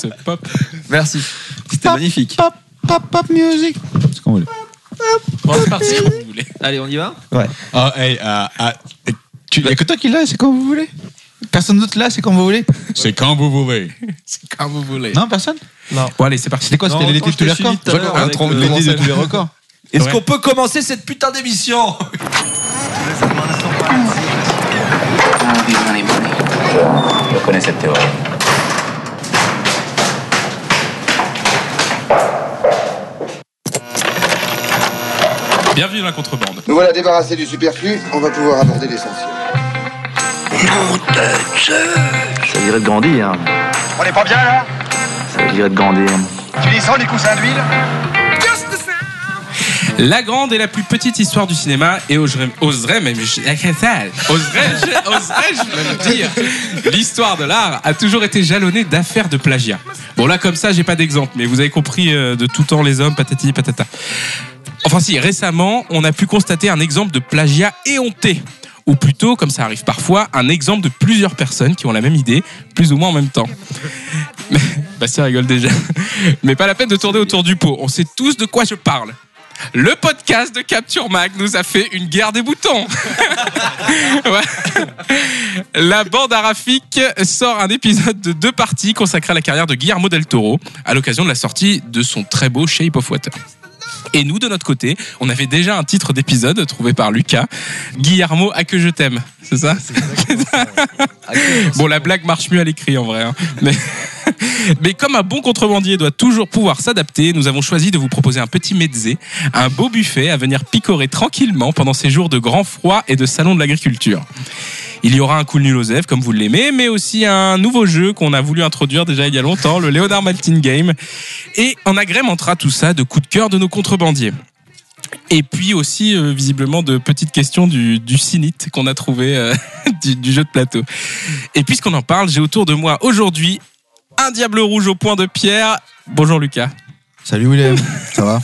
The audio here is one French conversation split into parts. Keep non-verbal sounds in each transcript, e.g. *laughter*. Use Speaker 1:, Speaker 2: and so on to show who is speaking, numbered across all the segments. Speaker 1: Ce pop.
Speaker 2: Merci. C'était magnifique.
Speaker 3: Pop, pop, pop music.
Speaker 2: C'est comme vous voulez.
Speaker 1: Bon, c'est parti, comme vous voulez.
Speaker 2: Allez, on y va
Speaker 3: Oh, hey, ah, ah, tu- y a que toi qui l'as, c'est quand vous voulez. Personne d'autre là, c'est quand vous voulez.
Speaker 4: C'est quand vous voulez.
Speaker 1: C'est quand vous voulez.
Speaker 3: Non, personne
Speaker 1: Bon, allez, c'est parti.
Speaker 3: C'était quoi C'était
Speaker 2: Non,
Speaker 3: l'été
Speaker 2: quand
Speaker 3: de tous
Speaker 2: je
Speaker 3: les
Speaker 2: t'ai suivi
Speaker 3: records
Speaker 2: tout à l'heure
Speaker 3: Ah,
Speaker 2: avec
Speaker 3: trop-
Speaker 2: le-
Speaker 3: L'été de
Speaker 2: commencer-
Speaker 3: tous les records.
Speaker 2: Est-ce
Speaker 1: Ouais.
Speaker 2: qu'on peut commencer cette putain d'émission
Speaker 5: Je connais cette théorie.
Speaker 1: Bienvenue dans la contrebande.
Speaker 6: Nous voilà débarrassés du superflu, on va pouvoir aborder l'essentiel.
Speaker 5: Ça dirait de grandir.
Speaker 7: On est pas bien là
Speaker 5: Ça dirait de grandir.
Speaker 7: Tu descends les coussins d'huile
Speaker 1: La grande et la plus petite histoire du cinéma, et oserais- oserais même, oserais-je oserais-je même dire, l'histoire de l'art a toujours été jalonnée d'affaires de plagiat. Bon là comme ça, j'ai pas d'exemple, mais vous avez compris euh, de tout temps les hommes, patati patata. Enfin si, récemment, on a pu constater un exemple de plagiat éhonté. Ou plutôt, comme ça arrive parfois, un exemple de plusieurs personnes qui ont la même idée, plus ou moins en même temps. *laughs* Mais- Bastien rigole déjà. Mais pas la peine de tourner autour du pot, on sait tous de quoi je parle. Le podcast de Capture Mag nous a fait une guerre des boutons. Ouais. La bande arafique sort un épisode de deux parties consacré à la carrière de Guillermo del Toro à l'occasion de la sortie de son très beau Shape of Water. Et nous, de notre côté, on avait déjà un titre d'épisode trouvé par Lucas, Guillermo à que je t'aime, c'est ça *laughs* Bon, la blague marche mieux à l'écrit en vrai. hein. Mais... *laughs* Mais comme un bon contrebandier doit toujours pouvoir s'adapter, nous avons choisi de vous proposer un petit mezzé, un beau buffet à venir picorer tranquillement pendant ces jours de grand froid et de salon de l'agriculture. Il y aura un cool nul aux F, comme vous l'aimez, mais aussi un nouveau jeu qu'on a voulu introduire déjà il y a longtemps, le Léonard Maltin Game. Et on agrémentera tout ça de coups de cœur de nos contrebandiers. Et puis aussi, euh, visiblement, de petites questions du, du cynique qu'on a trouvé euh, *laughs* du, du jeu de plateau. Et puisqu'on en parle, j'ai autour de moi aujourd'hui un diable rouge au point de pierre. Bonjour Lucas.
Speaker 3: Salut William, ça va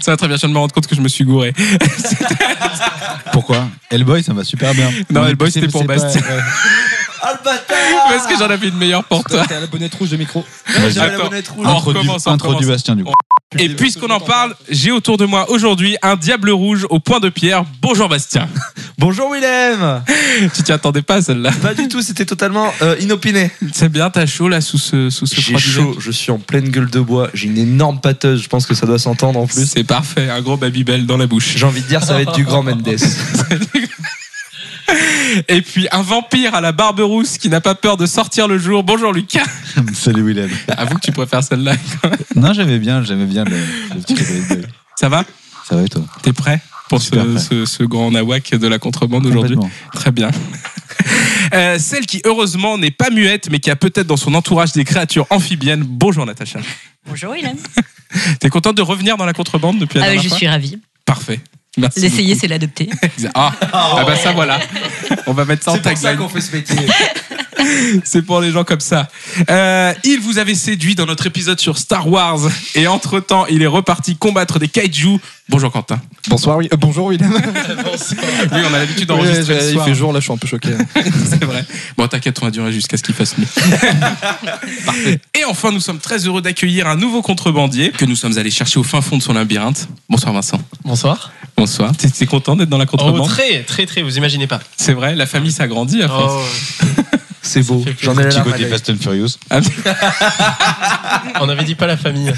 Speaker 1: Ça va très bien, je viens de me rendre compte que je me suis gouré.
Speaker 3: Pourquoi Hellboy, ça va super bien.
Speaker 1: *laughs* Non, Hellboy, c'était
Speaker 3: C'est-
Speaker 1: pour
Speaker 3: c'est pas-
Speaker 1: Bastien.
Speaker 3: ouais.
Speaker 2: Ah le bâtard
Speaker 1: *laughs* Parce que j'en avais une meilleure pour toi.
Speaker 8: T'as la bonnette rouge de
Speaker 1: *laughs*
Speaker 8: micro.
Speaker 3: Vas-y.
Speaker 2: J'avais la
Speaker 1: Attends.
Speaker 2: bonnette rouge.
Speaker 1: On
Speaker 3: Introduis-
Speaker 1: recommence, on
Speaker 3: Introduis
Speaker 1: recommence.
Speaker 3: Bastien du coup.
Speaker 1: Et puisqu'on en parle, j'ai autour de moi aujourd'hui un diable rouge au point de pierre. Bonjour Bastien. *laughs*
Speaker 2: Bonjour Willem
Speaker 1: Tu t'y attendais pas à celle-là.
Speaker 2: Pas du tout, c'était totalement euh, inopiné.
Speaker 1: C'est bien, t'as chaud là sous ce, sous ce
Speaker 2: J'ai
Speaker 1: froid d'hiver.
Speaker 2: chaud, je suis en pleine gueule de bois, j'ai une énorme pâteuse, je pense que ça doit s'entendre en plus.
Speaker 1: C'est parfait, un gros babybel dans la bouche.
Speaker 2: J'ai envie de dire, ça va être du grand *laughs* Mendes.
Speaker 1: Et puis un vampire à la barbe rousse qui n'a pas peur de sortir le jour. Bonjour Lucas.
Speaker 3: Salut Willem.
Speaker 1: Avoue que tu préfères celle-là.
Speaker 3: Non, j'aimais bien, j'aimais bien le, le petit côté Hellboy.
Speaker 1: Ça va
Speaker 3: Ça va et toi
Speaker 1: T'es prêt pour ce,
Speaker 3: Super prêt.
Speaker 1: ce- ce grand nawak de la contrebande aujourd'hui
Speaker 3: Complètement.
Speaker 1: Très bien. *laughs* Euh, celle qui heureusement n'est pas muette mais qui a peut-être dans son entourage des créatures amphibiennes. Bonjour Natacha.
Speaker 9: Bonjour Hélène.
Speaker 1: Ah T'es contente de revenir dans la contrebande depuis la
Speaker 9: Ah oui,
Speaker 1: dernière
Speaker 9: je
Speaker 1: fois
Speaker 9: suis ravie.
Speaker 1: Parfait. Merci.
Speaker 9: L'essayer, c'est l'adopter.
Speaker 1: beaucoup. Ah, ah bah ça voilà. On va mettre ça en tagline.
Speaker 2: fait ce métier.
Speaker 1: *laughs* C'est pour les gens comme ça. Euh, il vous avait séduit dans notre épisode sur Star Wars et entre-temps, il est reparti combattre des kaiju. Bonjour Quentin.
Speaker 8: Bonsoir, oui. euh, bonjour William.
Speaker 1: Oui, on a l'habitude
Speaker 8: Oui,
Speaker 1: d'enregistrer
Speaker 8: j'ai-
Speaker 1: le
Speaker 8: il
Speaker 1: soir.
Speaker 8: fait jour, là je suis un peu choqué.
Speaker 1: *laughs* C'est vrai. Bon, t'inquiète, on va durer jusqu'à ce qu'il fasse *laughs* nuit. Parfait. Et enfin, nous sommes très heureux d'accueillir un nouveau contrebandier que nous sommes allés chercher au fin fond de son labyrinthe. Bonsoir Vincent.
Speaker 10: Bonsoir.
Speaker 1: Bonsoir. T'es t'es content d'être dans la
Speaker 10: Oh,
Speaker 1: contrebande
Speaker 10: très, très, très, vous imaginez pas.
Speaker 1: C'est vrai, la famille s'agrandit après.
Speaker 10: Oh,
Speaker 2: C'est beau, j'en ai la
Speaker 3: Petit
Speaker 2: larme à
Speaker 3: côté
Speaker 2: l'œil.
Speaker 3: Fast and Furious.
Speaker 10: on avait dit pas la famille.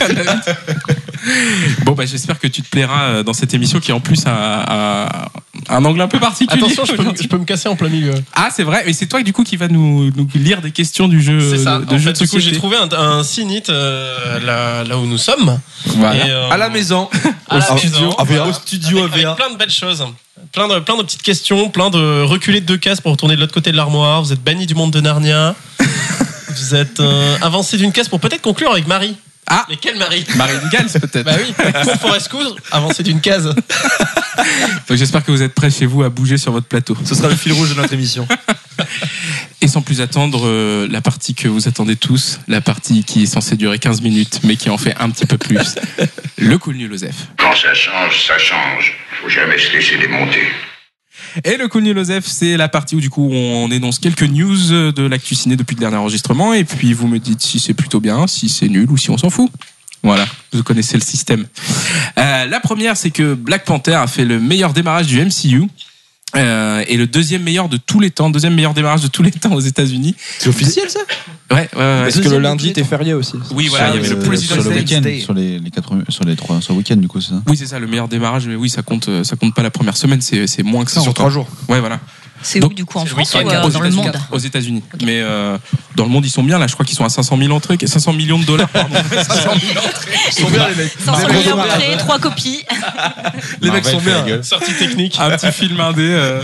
Speaker 1: Bon, bah, j'espère que tu te plairas euh, dans cette émission qui en plus a, a- un angle un peu particulier.
Speaker 10: Attention, je peux, me- je peux me casser en plein milieu.
Speaker 1: Ah, c'est vrai, mais c'est toi du coup qui va nous, nous lire des questions du jeu
Speaker 10: C'est ça.
Speaker 1: de
Speaker 10: en
Speaker 1: jeu
Speaker 10: fait,
Speaker 1: de
Speaker 10: du coup, j'ai
Speaker 1: société.
Speaker 10: trouvé un, un signite euh, là, là où nous sommes.
Speaker 1: Voilà.
Speaker 10: Et, euh,
Speaker 2: À la maison,
Speaker 10: à la maison,
Speaker 2: au studio
Speaker 10: avec, avec
Speaker 2: AVA.
Speaker 10: plein de belles choses. Plein de, plein de petites questions, plein de reculés de deux cases pour retourner de l'autre côté de l'armoire. Vous êtes banni du monde de Narnia. Vous êtes euh, avancé d'une case pour peut-être conclure avec Marie.
Speaker 1: Ah.
Speaker 10: Mais quelle Marie
Speaker 1: Marine Gans peut-être.
Speaker 10: Bah oui, pour Forest Coast, avancé d'une case.
Speaker 1: Donc, J'espère que vous êtes prêts chez vous à bouger sur votre plateau.
Speaker 2: ce sera le fil rouge de notre émission.
Speaker 1: Et sans plus attendre, euh, la partie que vous attendez tous, la partie qui est censée durer 15 minutes, mais qui en fait un petit peu plus, le cool nul Osef.
Speaker 7: Quand ça change, ça change. Faut jamais se laisser démonter.
Speaker 1: Et le coup de Joseph, c'est la partie où du coup on énonce quelques news de l'actu ciné depuis le dernier enregistrement et puis vous me dites si c'est plutôt bien, si c'est nul ou si on s'en fout. Voilà, vous connaissez le système. Euh, la première, c'est que Black Panther a fait le meilleur démarrage du MCU. euh, et le deuxième meilleur de tous les temps, deuxième meilleur démarrage de tous les temps aux États-Unis.
Speaker 2: C'est officiel ça
Speaker 1: Ouais, ouais, ouais.
Speaker 8: Parce que le lundi, t'es férié aussi.
Speaker 1: Oui, voilà, il y avait
Speaker 3: euh,
Speaker 1: le President's
Speaker 9: sur le
Speaker 1: Day.
Speaker 9: week-end, sur les, les quatre- sur les trois, sur le week-end du coup, c'est ça.
Speaker 1: Oui, c'est ça, le meilleur démarrage, mais oui, ça compte, euh, ça compte pas la première semaine, c'est c'est moins que ça.
Speaker 2: C'est sur
Speaker 1: encore.
Speaker 2: trois jours.
Speaker 1: Ouais, voilà.
Speaker 4: C'est
Speaker 1: Donc,
Speaker 4: où du coup en
Speaker 10: c'est le
Speaker 4: France ou
Speaker 10: week-end,
Speaker 4: euh,
Speaker 1: aux
Speaker 4: dans le
Speaker 1: États-Unis.
Speaker 4: monde
Speaker 1: Aux États-Unis. Mais euh, dans le monde, ils sont bien, là, je crois qu'ils sont à 500 000 entrées, 500 millions de dollars, pardon. 500 000 entrées.
Speaker 2: Ils sont bien les mecs.
Speaker 4: 500
Speaker 2: Des gros
Speaker 4: millions
Speaker 2: démarrages.
Speaker 4: d'entrées, 3 copies. *laughs*
Speaker 1: Les mecs sont bien.
Speaker 10: Sortie technique.
Speaker 1: Un petit film indé euh,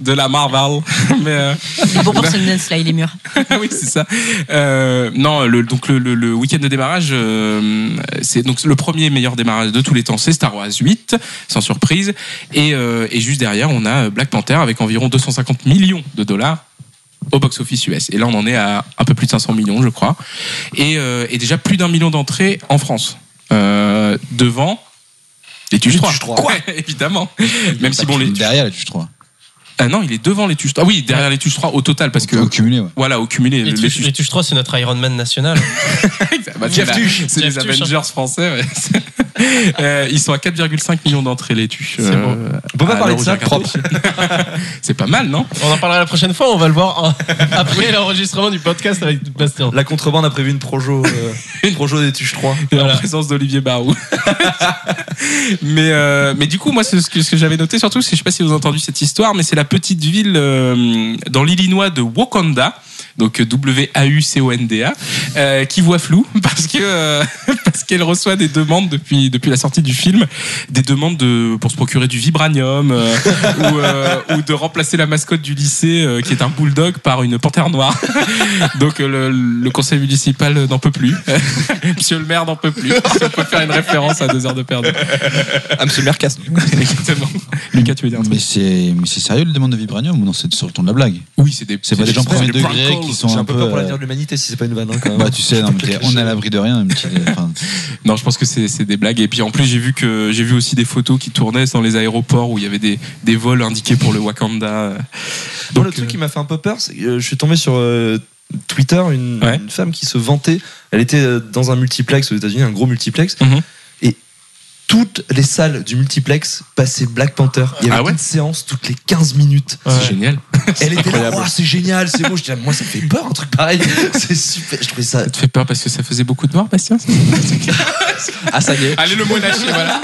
Speaker 1: de la Marvel. *laughs* Mais euh,
Speaker 4: Il est bon pour Sundance là, il est mûr.
Speaker 1: Ah oui, c'est ça. Euh, non, le, donc le, le- le week-end de démarrage, euh, c'est donc le premier meilleur démarrage de tous les temps, c'est Star Wars 8, sans surprise. Et, euh, et juste derrière, on a Black Panther avec environ 250 millions de dollars au box-office US. Et là, on en est à un peu plus de 500 millions, je crois. Et, euh, et déjà plus d'un million d'entrées en France. Euh, devant. Les Tuches 3. Quoi *laughs* Évidemment. Même
Speaker 3: Bah,
Speaker 1: si bon, les.
Speaker 9: derrière là, bah, tu crois.
Speaker 1: Ah non, il est devant les Tuches 3. Ah oui, derrière les Tuches 3 au total, parce que.
Speaker 9: Au cumulé, ouais.
Speaker 1: Voilà, au cumulé,
Speaker 10: Les
Speaker 1: les
Speaker 10: Tuches
Speaker 1: Tuches
Speaker 10: les Tuches 3, c'est notre Iron Man national.
Speaker 1: Bah,
Speaker 2: Jeff
Speaker 1: c'est la-
Speaker 2: Tuche.
Speaker 1: C'est
Speaker 10: Jeff
Speaker 1: les
Speaker 10: Tuche.
Speaker 1: Avengers français. ouais. *laughs* Euh, ils sont à 4,5 millions d'entrées, les tuches. Euh,
Speaker 10: C'est bon.
Speaker 2: On peut pas
Speaker 1: Ah, à
Speaker 2: parler
Speaker 1: l'heure
Speaker 2: de
Speaker 1: où
Speaker 2: ça,
Speaker 1: je regarde. *laughs* C'est pas mal, non
Speaker 10: On en parlera la prochaine fois, on va le
Speaker 9: *laughs*
Speaker 10: voir en- après l'enregistrement du podcast avec Bastien.
Speaker 2: La contrebande a prévu une projo, euh, une projo des Tuches 3.
Speaker 1: En présence d'Olivier Barou. *laughs* mais, euh, mais du coup, moi, ce ce que, ce que j'avais noté surtout, c'est, je sais pas si vous avez entendu cette histoire, mais c'est la petite ville euh, dans l'Illinois de Wakanda. Donc W-A-U-C-O-N-D-A, euh, qui voit flou *laughs* parce que euh, parce qu'elle reçoit des demandes depuis depuis la sortie du film, des demandes de, pour se procurer du vibranium *laughs* euh, ou, euh, ou de remplacer la mascotte du lycée euh, qui est un bulldog par une panthère *laughs* noire. Donc euh, le, le conseil municipal n'en peut plus. *laughs* Monsieur le maire n'en peut *laughs* plus. Si on peut faire une référence à deux heures de perdu.
Speaker 8: Ah, monsieur Mercas.
Speaker 1: *laughs* Exactement. Lucas, tu veux dire un
Speaker 9: Mais
Speaker 1: truc
Speaker 9: c'est, mais c'est sérieux le demande de vibranium ou non C'est sur le ton de la blague.
Speaker 1: Oui, c'est des.
Speaker 9: C'est pas des gens premier degré qui sont
Speaker 2: J'ai
Speaker 9: un
Speaker 2: un peu peur pour
Speaker 9: peu.
Speaker 2: l'avenir de l'humanité si c'est pas une vanne. hein, quand
Speaker 9: euh,
Speaker 2: même.
Speaker 9: Bah tu sais,
Speaker 2: *laughs*
Speaker 9: non, mais t'es- on est à l'abri de rien. une petite- enfin,
Speaker 1: Non, je pense que c'est c'est des blagues. Et puis en plus, j'ai vu que j'ai vu aussi des photos qui tournaient dans les aéroports où il y avait des, des vols indiqués pour le Wakanda.
Speaker 2: Moi, le
Speaker 1: Donc,
Speaker 2: truc
Speaker 1: euh,
Speaker 2: qui m'a fait un peu peur, c'est que euh, je suis tombé sur euh, Twitter, une,
Speaker 1: Ouais.
Speaker 2: une femme qui se vantait. Elle était euh, dans un multiplex aux États-Unis, un gros multiplex.
Speaker 1: Mhm.
Speaker 2: Et toutes les salles du multiplex passaient Black Panther. Il y avait
Speaker 1: Ah ouais
Speaker 2: une séance toutes les 15 minutes.
Speaker 1: C'est génial.
Speaker 2: Elle était là, Ouah, c'est génial, c'est beau. Je dis, ah, moi, ça me fait peur, un truc *laughs* pareil. c'est super. Je trouvais ça.
Speaker 1: Ça te fait peur parce que ça faisait beaucoup de morts, Bastien ça
Speaker 8: Ah, ça y est.
Speaker 1: Allez, le mot lâché, voilà.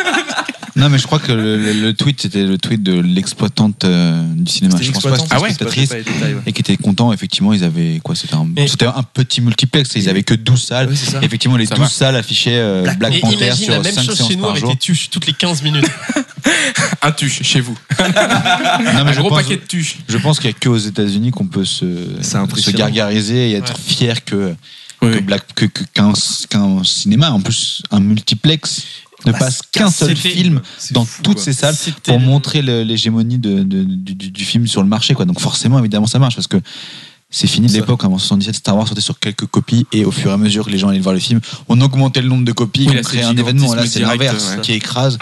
Speaker 9: Non, mais je crois que le, le- le tweet c'était le tweet de l'exploitante euh, du cinéma.
Speaker 2: c'était
Speaker 9: Je pense pas que
Speaker 2: exploitant,
Speaker 9: c'était
Speaker 1: Ah
Speaker 9: une
Speaker 1: ouais,
Speaker 2: je sais pas, j'ai
Speaker 9: spectatrice
Speaker 2: pas les détails, ouais.
Speaker 9: et qui était content. Effectivement, ils avaient quoi C'était un,
Speaker 10: Mais-
Speaker 9: c'était un petit multiplex. Ils avaient que 12 salles.
Speaker 2: Ouais, c'est ça.
Speaker 9: Et Effectivement, les
Speaker 1: Ça
Speaker 9: 12
Speaker 1: va.
Speaker 9: salles affichaient euh, Black,
Speaker 10: Et
Speaker 9: Panther
Speaker 10: imagine la
Speaker 9: sur
Speaker 10: même
Speaker 9: 5
Speaker 10: chose chez
Speaker 9: séances
Speaker 10: nous
Speaker 9: par
Speaker 10: avec
Speaker 9: jour.
Speaker 10: les tuches toutes les 15 minutes.
Speaker 1: Un tuche chez vous. Ah,
Speaker 9: Non,
Speaker 1: Un
Speaker 9: mais je
Speaker 1: gros
Speaker 9: pense,
Speaker 1: paquet de tuches.
Speaker 9: je pense qu'il n'y a que aux États-Unis qu'on peut se,
Speaker 2: C'est
Speaker 9: se
Speaker 2: impressionnant.
Speaker 9: gargariser et être
Speaker 10: Ouais.
Speaker 9: fier que, que
Speaker 1: Oui.
Speaker 9: Black- que- que- qu'un qu'un cinéma, en plus un multiplex, ne
Speaker 2: Bah,
Speaker 9: passe
Speaker 2: c'est-
Speaker 9: qu'un seul
Speaker 10: c'était-
Speaker 9: film
Speaker 2: C'est
Speaker 9: dans
Speaker 2: fou,
Speaker 9: toutes
Speaker 2: quoi.
Speaker 9: ces salles
Speaker 10: C'était
Speaker 9: pour
Speaker 10: le-
Speaker 9: montrer le- l'hégémonie de- de- du, du- du film sur le marché. Quoi. Donc forcément, évidemment, ça marche parce que c'est fini de
Speaker 2: Ça.
Speaker 9: l'époque. hein. En 77, Star Wars sortait sur quelques copies et au fur et à mesure que les gens allaient voir le film, on augmentait le nombre de copies,
Speaker 1: Oui, là,
Speaker 9: on
Speaker 1: c'est
Speaker 9: créait un
Speaker 1: gigantisme
Speaker 9: événement. Là, c'est
Speaker 1: direct,
Speaker 9: l'inverse
Speaker 1: ouais.
Speaker 9: qui écrase.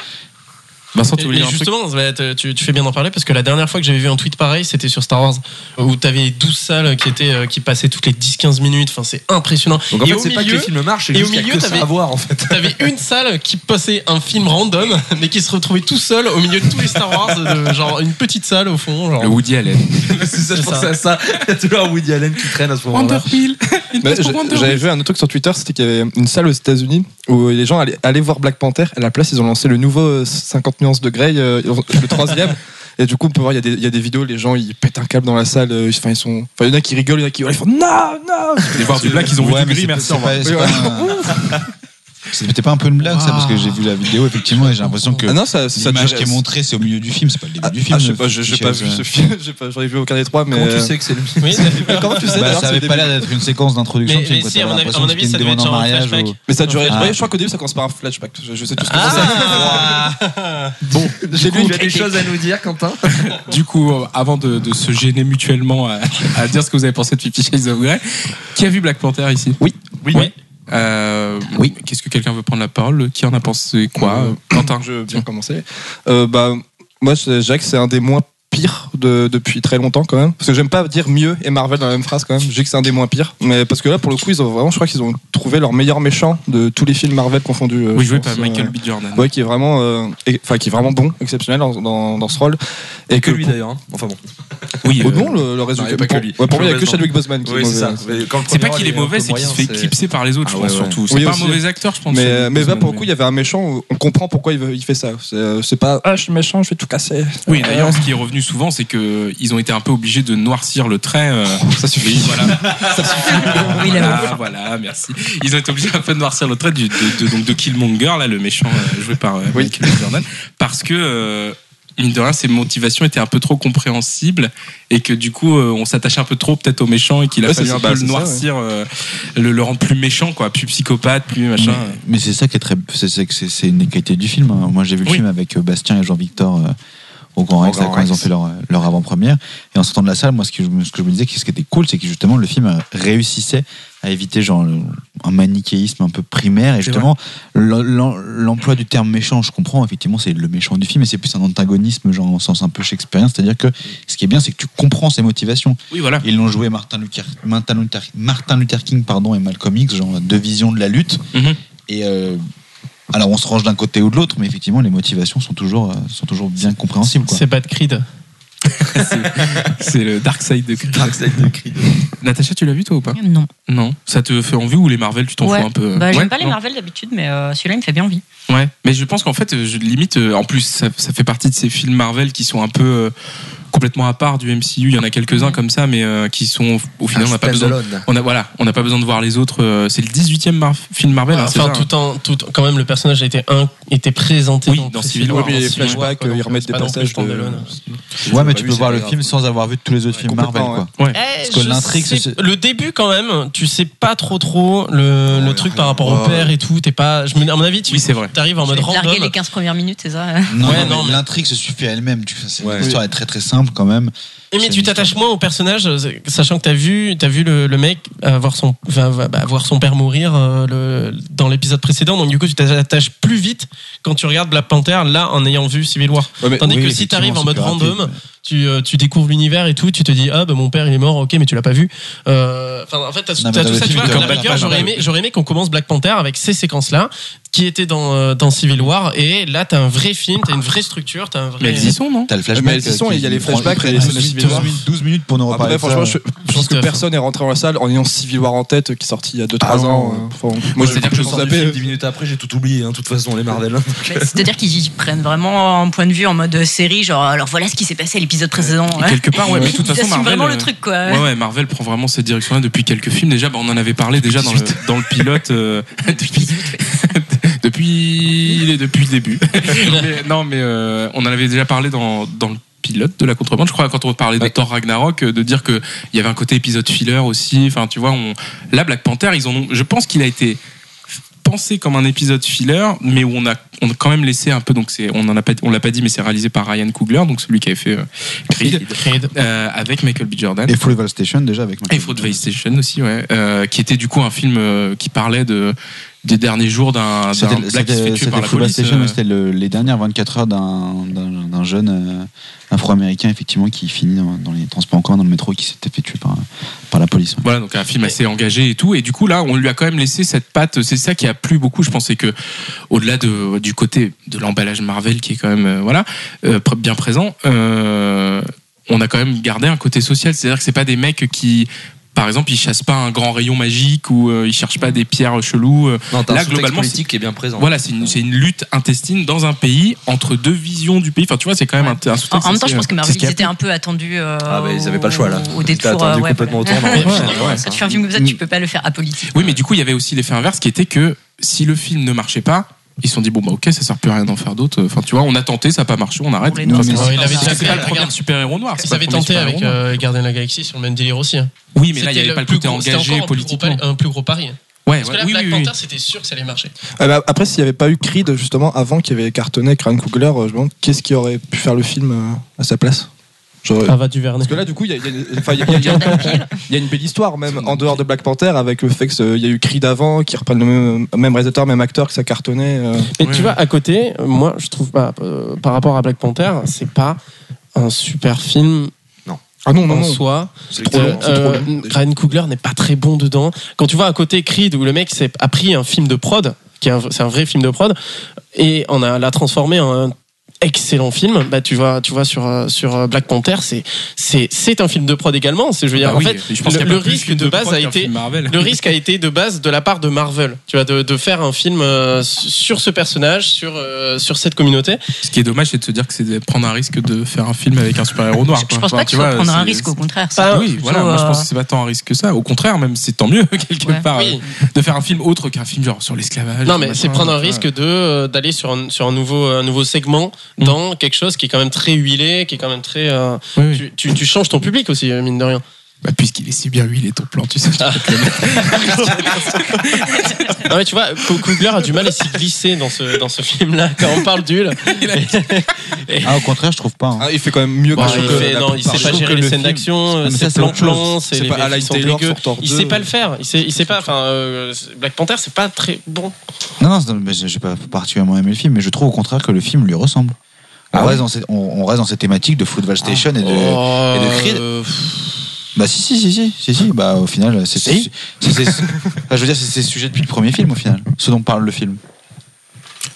Speaker 1: Vincent, tu
Speaker 10: Et-
Speaker 1: voulais
Speaker 10: et
Speaker 1: dire un truc
Speaker 10: justement, bah, te- tu, tu fais bien d'en parler parce que la dernière fois que j'avais vu un tweet pareil, c'était sur Star Wars où t'avais 12 salles qui étaient euh, qui passaient toutes les 10-15 minutes. Enfin, c'est impressionnant.
Speaker 2: Donc en
Speaker 10: et
Speaker 2: fait,
Speaker 10: au
Speaker 2: c'est pas que
Speaker 10: milieu,
Speaker 2: les films marchent, c'est
Speaker 10: et au
Speaker 2: juste qu'il y a
Speaker 10: milieu,
Speaker 2: que ça
Speaker 10: t'avais-
Speaker 2: à voir en fait.
Speaker 10: T'avais une salle qui passait un film random, *laughs* mais qui se retrouvait tout seul au milieu de tous les Star Wars, de, genre une petite salle au fond. Genre.
Speaker 1: Le Woody Allen.
Speaker 2: *laughs* c'est ça, je
Speaker 10: C'est
Speaker 2: pensais
Speaker 10: ça.
Speaker 2: à ça. Il y a toujours un Woody Allen qui traîne à ce moment-là.
Speaker 1: Wheel. Une
Speaker 8: Bah,
Speaker 1: place pour Wonder
Speaker 8: j'ai- J'avais
Speaker 1: Wheel.
Speaker 8: vu un autre truc sur Twitter, c'était qu'il y avait une salle aux États-Unis où les gens allaient, allaient voir Black Panther. À la place, ils ont lancé le nouveau euh, 50 nuances de Grey, euh, le troisième. Et du coup, on peut voir, il y, a des- il y a des vidéos, les gens ils pètent un câble dans la salle. euh, Enfin, ils sont. Enfin, il y en a qui rigolent, il y en a qui. Ils font non, non
Speaker 1: Les voir du black, ils ont
Speaker 9: Ouais,
Speaker 1: vu du
Speaker 9: mais
Speaker 1: gris,
Speaker 9: c'est pas-
Speaker 1: merci.
Speaker 9: c'est
Speaker 1: au revoir.
Speaker 9: pas- c'est pas un- C'était pas un peu une blague, ça, parce que j'ai vu la vidéo, effectivement, et j'ai l'impression que
Speaker 8: Ah non, ça, ça
Speaker 9: l'image
Speaker 8: durait-
Speaker 9: qui est montrée, c'est au milieu du film, c'est pas le début
Speaker 8: Ah,
Speaker 9: du film.
Speaker 8: ah, je sais
Speaker 9: le
Speaker 8: pas, je- j'ai pas
Speaker 9: cliché,
Speaker 8: vu
Speaker 9: ça.
Speaker 8: ce film, j'ai pas- j'en ai vu aucun des trois, mais.
Speaker 2: Comment tu sais que c'est *laughs* le
Speaker 10: Oui, ça fait peur.
Speaker 8: Comment tu sais
Speaker 9: Bah,
Speaker 8: d'ailleurs,
Speaker 9: ça
Speaker 8: c'est
Speaker 9: avait
Speaker 8: le
Speaker 9: pas
Speaker 8: début
Speaker 9: l'air d'être une séquence d'introduction
Speaker 10: Mais-
Speaker 9: du film.
Speaker 10: mais
Speaker 9: quoi.
Speaker 10: si, à
Speaker 9: T'avais
Speaker 10: mon avis-
Speaker 9: l'impression
Speaker 10: à mon avis,
Speaker 9: qu'il
Speaker 10: ça devait
Speaker 9: demande
Speaker 10: être
Speaker 9: en
Speaker 10: genre un
Speaker 9: mariage
Speaker 10: flashback.
Speaker 9: ou-
Speaker 8: Mais ça durait.
Speaker 9: Ah.
Speaker 8: ouais, je crois qu'au début, ça commence par un flashback. Je, je sais tout ce que
Speaker 10: Ah
Speaker 8: c'est. J'ai lu
Speaker 2: Tu as des choses à nous dire, Quentin
Speaker 1: Du coup, euh, avant de, de se gêner mutuellement à, à dire ce que vous avez pensé de Fifty Shades of Grey, qui a vu Black Panther ici
Speaker 8: Oui.
Speaker 1: Oui.
Speaker 10: Oui.
Speaker 1: Euh,
Speaker 9: Oui.
Speaker 1: Qu'est-ce que quelqu'un veut prendre la parole Qui en a pensé quoi
Speaker 8: Euh,
Speaker 1: Quentin
Speaker 8: Je vais bien commencer. Euh, bah, moi, je dirais que c'est un des moins pires de- depuis très longtemps quand même. Parce que j'aime pas dire mieux et Marvel dans la même phrase quand même. Je dis que c'est un des moins pires. Mais parce que là, pour le coup, ils ont vraiment, je crois qu'ils ont trouvé leur meilleur méchant de tous les films Marvel confondus. euh,
Speaker 1: Oui,
Speaker 8: je
Speaker 1: joué
Speaker 8: pense,
Speaker 1: par Michael
Speaker 8: euh,
Speaker 1: B. Jordan.
Speaker 8: Ouais, qui est vraiment, euh, et- enfin, qui est vraiment bon, exceptionnel dans, dans, dans ce rôle. Et
Speaker 2: Que
Speaker 8: que
Speaker 2: lui d'ailleurs. hein. Enfin bon.
Speaker 1: Oui,
Speaker 8: Oh
Speaker 1: euh,
Speaker 8: non, le, le résultat.
Speaker 2: il y a pas que lui.
Speaker 8: Ouais, pour moi, il y a que
Speaker 2: Mauvaise
Speaker 8: Chadwick Boseman qui est
Speaker 2: Oui, hein. c'est
Speaker 8: mauvais.
Speaker 2: ça. Mais quand le
Speaker 1: C'est pas
Speaker 2: premier
Speaker 1: qu'il est
Speaker 2: rôle
Speaker 1: mauvais,
Speaker 2: un peu
Speaker 1: c'est qu'il se fait
Speaker 2: moyen, c'est-
Speaker 1: éclipser par les autres,
Speaker 2: Ah
Speaker 1: je
Speaker 2: ouais,
Speaker 1: pense,
Speaker 2: ouais.
Speaker 1: surtout. C'est
Speaker 8: Oui,
Speaker 1: pas un
Speaker 8: aussi.
Speaker 1: mauvais acteur, je pense.
Speaker 8: Mais,
Speaker 1: euh,
Speaker 8: mais là, pour le coup,
Speaker 1: mais-
Speaker 8: il y avait un méchant où on comprend pourquoi il, veut- il fait ça. C'est euh, c'est pas Euh, Ah, je suis méchant, je vais tout casser.
Speaker 1: Oui, d'ailleurs, ce qui est revenu souvent, c'est que ils ont été un peu obligés de noircir le trait. euh,
Speaker 8: Oh, ça suffit.
Speaker 1: Oui,
Speaker 8: *laughs*
Speaker 1: voilà. Ah,
Speaker 4: Oui, la
Speaker 1: voilà, voilà, merci. Ils ont été obligés un peu de noircir le trait du, de, de- donc de Killmonger, là, le méchant euh, joué par euh,
Speaker 8: Oui.
Speaker 1: Michael B. Jordan, parce que. euh, Mine de rien, ses motivations étaient un peu trop compréhensibles et que du coup, euh, on s'attache un peu trop peut-être au méchant et qu'il a
Speaker 8: Ouais,
Speaker 1: fallu
Speaker 8: c'est-
Speaker 1: un
Speaker 8: bah,
Speaker 1: peu le
Speaker 8: c'est ça, ouais.
Speaker 1: noircir, euh, le, le rendre plus méchant, quoi, plus psychopathe, plus machin.
Speaker 9: Mais, mais c'est ça qui est très. C'est, c'est, c'est- c'est une qualité du film. hein. Moi, j'ai vu le
Speaker 1: Oui.
Speaker 9: film avec euh, Bastien et Jean-Victor euh, au Grand Rex, là, quand ils ont fait leur, euh, leur avant-première. Et en sortant de la salle, moi, ce que je, me- ce que je me disais, ce qui était cool, c'est que justement, le film euh, réussissait à éviter genre le- un manichéisme un peu primaire. Et
Speaker 1: C'est
Speaker 9: justement, l'en- l'en- l'emploi du terme méchant, je comprends, effectivement, c'est le méchant du film, mais c'est plus un antagonisme, genre en sens un peu shakespearien. C'est-à-dire que ce qui est bien, c'est que tu comprends ses motivations.
Speaker 8: *laughs*
Speaker 1: Oui, voilà.
Speaker 9: Ils l'ont joué Martin Luther, Martin Luther, Martin Luther King pardon, et Malcolm X, genre deux visions de la lutte.
Speaker 1: Mhm.
Speaker 9: Et euh, alors on se range d'un côté ou de l'autre, mais effectivement les motivations sont toujours, euh, sont toujours bien compréhensibles. Quoi.
Speaker 10: C'est Bad Creed.
Speaker 1: C'est le Dark Side de Creed.
Speaker 2: *laughs* Dark Side de Creed.
Speaker 1: Natacha, tu l'as vu toi ou pas
Speaker 4: Non.
Speaker 1: Non. Ça te fait envie ou les Marvel, tu t'en
Speaker 4: Ouais.
Speaker 1: fous un peu euh,
Speaker 4: Bah, j'aime
Speaker 1: ouais,
Speaker 4: pas les
Speaker 1: non
Speaker 4: Marvel d'habitude, mais euh, celui-là, il me fait bien envie.
Speaker 1: Ouais, mais je pense qu'en fait, euh, je, limite, euh, en plus, ça, ça fait partie de ces films Marvel qui sont un peu euh, complètement à part du MCU. Il y en a quelques-uns comme ça, mais euh, qui sont au final,
Speaker 2: Ah,
Speaker 1: on n'a pas besoin.
Speaker 2: Standalone.
Speaker 1: On a voilà, on n'a pas besoin de voir les autres. euh, c'est le 18e Mar- film Marvel. hein, c'est
Speaker 10: enfin,
Speaker 1: ça, hein.
Speaker 10: tout en, tout, quand même, le personnage a été, un, était présenté
Speaker 1: Oui,
Speaker 10: dans,
Speaker 1: dans
Speaker 10: le
Speaker 1: Civil
Speaker 10: film,
Speaker 1: War,
Speaker 10: dans
Speaker 1: oui,
Speaker 10: Civil
Speaker 1: les
Speaker 10: War,
Speaker 8: flashbacks,
Speaker 10: quoi,
Speaker 8: euh, ils
Speaker 10: donc
Speaker 8: remettent
Speaker 10: c'est pas
Speaker 8: des
Speaker 10: non plus
Speaker 8: passages de-
Speaker 10: standalone.
Speaker 9: ouais, mais
Speaker 2: pas
Speaker 9: tu
Speaker 2: vu,
Speaker 9: peux
Speaker 2: hein.
Speaker 9: voir
Speaker 2: c'est pas
Speaker 9: le
Speaker 2: grave.
Speaker 9: film sans avoir vu tous les autres films Marvel.
Speaker 8: complètement,
Speaker 9: Quoi.
Speaker 10: Parce
Speaker 9: que l'intrigue, c'est-
Speaker 10: le début quand même, tu sais pas trop trop le, le
Speaker 2: Ouais,
Speaker 10: truc
Speaker 2: ouais,
Speaker 10: par rapport
Speaker 2: ouais.
Speaker 10: au père et tout. T'es pas, je me- à mon avis, tu
Speaker 1: Oui, c'est vrai.
Speaker 10: arrives en mode
Speaker 4: Larguer
Speaker 10: random.
Speaker 4: les 15 premières minutes,
Speaker 1: *laughs*
Speaker 4: c'est ça
Speaker 9: Non, non,
Speaker 10: Ouais,
Speaker 9: mais
Speaker 10: non, mais-
Speaker 9: l'intrigue se suffit à elle-même. tu vois, c'est-
Speaker 2: Ouais.
Speaker 9: L'histoire est très très simple quand même.
Speaker 10: Et mais
Speaker 9: C'est
Speaker 10: tu
Speaker 9: une
Speaker 10: t'attaches
Speaker 9: histoire.
Speaker 10: moins au personnage, euh, sachant que t'as vu, t'as vu le, le mec euh, voir son, enfin, va- bah, voir son père mourir euh, le, dans l'épisode précédent. Donc du coup, tu t'attaches plus vite quand tu regardes Black Panther là en ayant vu Civil War.
Speaker 8: Ouais, mais-
Speaker 10: Tandis
Speaker 9: Oui,
Speaker 10: que si t'arrives en
Speaker 9: effectivement,
Speaker 10: mode
Speaker 9: c'est plus
Speaker 10: random,
Speaker 9: rapide.
Speaker 10: tu, euh, tu découvres l'univers et tout, tu te dis ah bah mon père il est mort, ok mais tu l'as pas vu. Euh, Enfin en fait t'as
Speaker 9: Non, mais
Speaker 10: t'as
Speaker 9: dans
Speaker 10: tout
Speaker 9: le
Speaker 10: ça. Tu
Speaker 9: film,
Speaker 10: vois,
Speaker 9: il
Speaker 10: à la
Speaker 9: t'emmène
Speaker 10: rigueur,
Speaker 9: pas
Speaker 10: j'aurais
Speaker 9: mal.
Speaker 10: aimé, j'aurais aimé qu'on commence Black Panther avec ces séquences là qui étaient dans euh, dans Civil War et là t'as un vrai film, t'as une vraie structure, t'as un vrai.
Speaker 1: Mais elles y sont, non
Speaker 9: T'as le
Speaker 8: Mais
Speaker 9: flashback.
Speaker 8: elles y sont,
Speaker 9: euh, qui-
Speaker 8: il y a les
Speaker 9: qui prend-
Speaker 8: flashbacks,
Speaker 9: ils prennent
Speaker 8: les scènes de
Speaker 9: 12
Speaker 8: Civil War.
Speaker 9: minutes- 12 minutes pour nous reparler.
Speaker 8: Après,
Speaker 9: de ça.
Speaker 8: Ah, bah, franchement, je, je pense que
Speaker 10: Christophe.
Speaker 8: personne est rentré dans la salle en ayant Civil War en tête, euh, qui est sorti il y a 2-3
Speaker 9: Ah non.
Speaker 8: ans. euh, enfin, moi, je
Speaker 1: c'est-à-dire que je
Speaker 8: pense
Speaker 1: sors
Speaker 8: zapper, euh,
Speaker 2: 10 minutes après, j'ai tout oublié, hein, de toute façon, les Marvel.
Speaker 4: C'est-à-dire qu'ils y prennent vraiment un point de vue en mode série, genre alors voilà ce qui s'est passé à l'épisode précédent.
Speaker 1: Et quelque part, ouais, mais de toute
Speaker 4: *laughs* Ils
Speaker 1: façon,
Speaker 4: assument
Speaker 1: Marvel,
Speaker 4: vraiment
Speaker 1: euh,
Speaker 4: le truc, quoi.
Speaker 1: Ouais, ouais, Marvel prend vraiment cette direction-là depuis quelques films. Déjà, bah, on en avait parlé déjà dans le, dans le pilote. euh, depuis, *laughs* depuis, il est depuis le début. Mais, non, mais euh, on en avait déjà parlé dans, dans le pilote de la contrebande, je crois, quand on parlait de Thor Ragnarok, euh, de dire qu'il y avait un côté épisode filler aussi. Enfin, tu vois, on... là, Black Panther, ils en ont... je pense qu'il a été pensé comme un épisode filler, mais où on a, on a quand même laissé un peu. Donc, c'est, on en a pas, on l'a pas dit, mais c'est réalisé par Ryan Coogler, donc celui qui avait fait euh, Creed, euh, avec Michael B. Jordan.
Speaker 9: Et Fruitvale Station déjà avec
Speaker 1: Et Fruitvale Station aussi, ouais, euh, qui était du coup un film euh, qui parlait de des derniers jours d'un Hein, d'un
Speaker 9: C'était-
Speaker 1: black qui se fait
Speaker 9: C'était
Speaker 1: tuer par
Speaker 9: c'était
Speaker 1: la
Speaker 9: Fruitvale
Speaker 1: police.
Speaker 9: Station,
Speaker 1: euh,
Speaker 9: mais c'était le- les dernières 24 heures d'un- d'un d'un jeune euh, afro-américain, effectivement, qui finit dans, dans les transports en commun, dans le métro, et qui s'était fait tuer par, par la police. ouais.
Speaker 1: Voilà, donc un film assez engagé et tout. Et du coup, là, on lui a quand même laissé cette patte. C'est ça qui a plu beaucoup. Je pensais que, au-delà de, du côté de l'emballage Marvel qui est quand même, euh, voilà, euh, pr- bien présent, euh, on a quand même gardé un côté social. C'est-à-dire que c'est pas des mecs qui, par exemple, ils chassent pas un grand rayon magique ou euh, ils cherchent pas des pierres cheloues. euh,
Speaker 2: Non, t'as
Speaker 1: Là,
Speaker 2: un contexte
Speaker 1: globalement,
Speaker 2: politique qui est bien présent.
Speaker 1: Voilà, c'est une, c'est une lutte intestine dans un pays entre deux visions du pays. Enfin, tu vois, c'est quand même un- un,
Speaker 4: En,
Speaker 1: sous-texte
Speaker 4: en même temps, je
Speaker 1: assez- euh,
Speaker 4: pense que
Speaker 1: c'est
Speaker 4: Marvel,
Speaker 1: ce qui a
Speaker 4: ils étaient un peu attendus. euh,
Speaker 2: Ah, bah, ils avaient pas le choix, là.
Speaker 4: Au
Speaker 2: Ils étaient
Speaker 4: détour. euh,
Speaker 2: attendus
Speaker 4: ouais,
Speaker 2: complètement
Speaker 4: voilà.
Speaker 2: au tournant.
Speaker 4: Ouais,
Speaker 1: Ouais, ouais,
Speaker 4: Quand tu fais un film
Speaker 1: Mm.
Speaker 4: comme ça, tu peux pas le faire apolitique.
Speaker 1: Oui, mais du coup, il y avait aussi l'effet inverse qui était que si le film ne marchait pas, ils se sont dit bon bah ok, ça sert plus à rien d'en faire d'autres. Enfin, tu vois, on a tenté, ça n'a pas marché, on arrête.
Speaker 4: Pour les
Speaker 1: Parce
Speaker 4: noirs,
Speaker 1: que
Speaker 10: Ouais,
Speaker 4: c'est
Speaker 10: il
Speaker 4: pas
Speaker 10: avait
Speaker 4: ça.
Speaker 10: déjà
Speaker 1: C'est pas le
Speaker 10: Regarde.
Speaker 1: premier super héros noir. Ah, c'est
Speaker 10: Ils
Speaker 1: pas
Speaker 10: avaient
Speaker 1: le premier
Speaker 10: tenté
Speaker 1: super-héros
Speaker 10: avec
Speaker 1: noir.
Speaker 10: euh, Gardien de la Galaxie sur le même délire aussi. hein.
Speaker 1: Oui, mais là il n'y
Speaker 10: C'était
Speaker 1: avait pas le
Speaker 10: plus
Speaker 1: côté
Speaker 10: gros- c'était
Speaker 1: engagé
Speaker 10: encore un plus gros
Speaker 1: politiquement.
Speaker 10: pari- Un plus gros pari.
Speaker 1: Ouais,
Speaker 10: Parce que
Speaker 1: ouais,
Speaker 10: là,
Speaker 1: oui,
Speaker 10: Black
Speaker 1: oui, oui.
Speaker 10: Panther, c'était sûr que ça allait marcher.
Speaker 8: Ah bah, après, s'il n'y avait pas eu Creed, justement, avant qu'il y avait cartonné avec Ryan Coogler, euh, je me demande qu'est-ce qui aurait pu faire le film euh, à sa place J'aurais-
Speaker 1: Bah
Speaker 10: va du Vernet.
Speaker 8: Parce que là, du coup, il y a- il y, a une- enfin, il y a- il y a- il y a- il y a une belle histoire, même en dehors de Black Panther, avec le fait qu'il y a eu Creed avant, qui reprennent le même, même réalisateur, même acteur, que ça cartonnait. euh.
Speaker 10: Mais
Speaker 1: Ouais,
Speaker 10: tu vois, à côté, euh, moi, je trouve pas, euh, par rapport à Black Panther, c'est pas un super film
Speaker 8: Ah non, non,
Speaker 10: en
Speaker 8: non.
Speaker 10: soi.
Speaker 2: C'est
Speaker 8: trop long, c'est trop
Speaker 10: Euh,
Speaker 8: long.
Speaker 10: Ryan Coogler n'est pas très bon dedans. Quand tu vois à côté Creed où le mec s'est- a pris un film de prod, qui est un- c'est un vrai film de prod, et on a l'a transformé en un excellent film. Bah tu vois, tu vois sur euh, sur euh, Black Panther, c'est c'est c'est un film de prod également. C'est je veux dire
Speaker 1: Bah
Speaker 10: en
Speaker 1: oui,
Speaker 10: fait
Speaker 1: je pense
Speaker 10: le,
Speaker 1: qu'il y a
Speaker 10: le
Speaker 1: pas plus
Speaker 10: risque
Speaker 1: film
Speaker 10: de base
Speaker 1: prod
Speaker 10: a
Speaker 1: qu'un
Speaker 10: été
Speaker 1: film Marvel.
Speaker 10: le risque a été de base de la part de Marvel, tu vois, de, de faire un film euh, sur ce personnage, sur, euh, sur cette communauté.
Speaker 1: Ce qui est dommage, c'est de se dire que c'est de prendre un risque de faire un film avec un super-héros noir.
Speaker 4: Je
Speaker 1: quoi.
Speaker 4: pense
Speaker 1: Enfin,
Speaker 4: pas qu'il faut
Speaker 1: vois,
Speaker 4: prendre un
Speaker 1: c'est-
Speaker 4: risque, au contraire. c'est
Speaker 10: Ah,
Speaker 1: oui,
Speaker 4: plutôt,
Speaker 1: voilà, moi je pense
Speaker 4: euh,
Speaker 1: que c'est pas tant un risque que ça. Au contraire, même c'est tant mieux *laughs* quelque
Speaker 4: Ouais.
Speaker 1: part
Speaker 10: Oui.
Speaker 1: euh, de faire un film autre qu'un film genre sur l'esclavage.
Speaker 10: Non,
Speaker 1: sur
Speaker 10: mais
Speaker 1: machin,
Speaker 10: c'est prendre un
Speaker 1: tu vois.
Speaker 10: risque de euh, d'aller sur un, sur un nouveau euh, un nouveau segment
Speaker 1: Mm.
Speaker 10: dans quelque chose qui est quand même très huilé, qui est quand même très. euh,
Speaker 1: Oui, oui.
Speaker 10: tu, tu, tu changes ton public aussi euh, mine de rien.
Speaker 1: Bah, Puisqu'il est si bien huilé ton plan, tu sais.
Speaker 10: Ah.
Speaker 1: *laughs*
Speaker 10: Non mais tu vois, Cou- Coogler a du mal à s'y glisser dans ce dans ce film là quand on parle d'huile.
Speaker 9: Ah, au contraire, je trouve pas. hein.
Speaker 8: Ah, il fait quand même mieux
Speaker 10: Bon,
Speaker 8: que
Speaker 10: Bah, il
Speaker 8: que
Speaker 10: fait-
Speaker 8: la
Speaker 10: non, il
Speaker 8: plupart
Speaker 10: sait pas
Speaker 8: des gens.
Speaker 10: gérer les scènes
Speaker 9: film-
Speaker 10: d'action,
Speaker 9: Ah,
Speaker 10: euh,
Speaker 9: mais ça,
Speaker 10: c'est
Speaker 9: c'est autre chose.
Speaker 10: plan-plan, c'est
Speaker 8: C'est
Speaker 10: les
Speaker 8: pas
Speaker 10: VFX
Speaker 8: Alan
Speaker 10: sont
Speaker 8: Taylor
Speaker 10: dégueux.
Speaker 8: sur Thor
Speaker 10: Il sait
Speaker 8: 2.
Speaker 10: pas le faire. Il sait, il sait pas. Enfin, euh, Black Panther, c'est pas très bon.
Speaker 9: Non, non, c'est- mais j'ai j'ai pas particulièrement aimé le film, mais je trouve au contraire que le film lui ressemble. On,
Speaker 1: Ah
Speaker 9: reste, dans cette, on, on reste dans cette thématique de Football Station et de.
Speaker 1: oh.
Speaker 9: et de Creed.
Speaker 10: Euh,
Speaker 9: Bah, si, si, si, si, si, si. Bah, au final, c'est.
Speaker 10: Si.
Speaker 9: c'est- c'est- c'est- enfin, je veux dire, c'est c'est le sujet depuis le premier film, au final. Ce dont parle le film.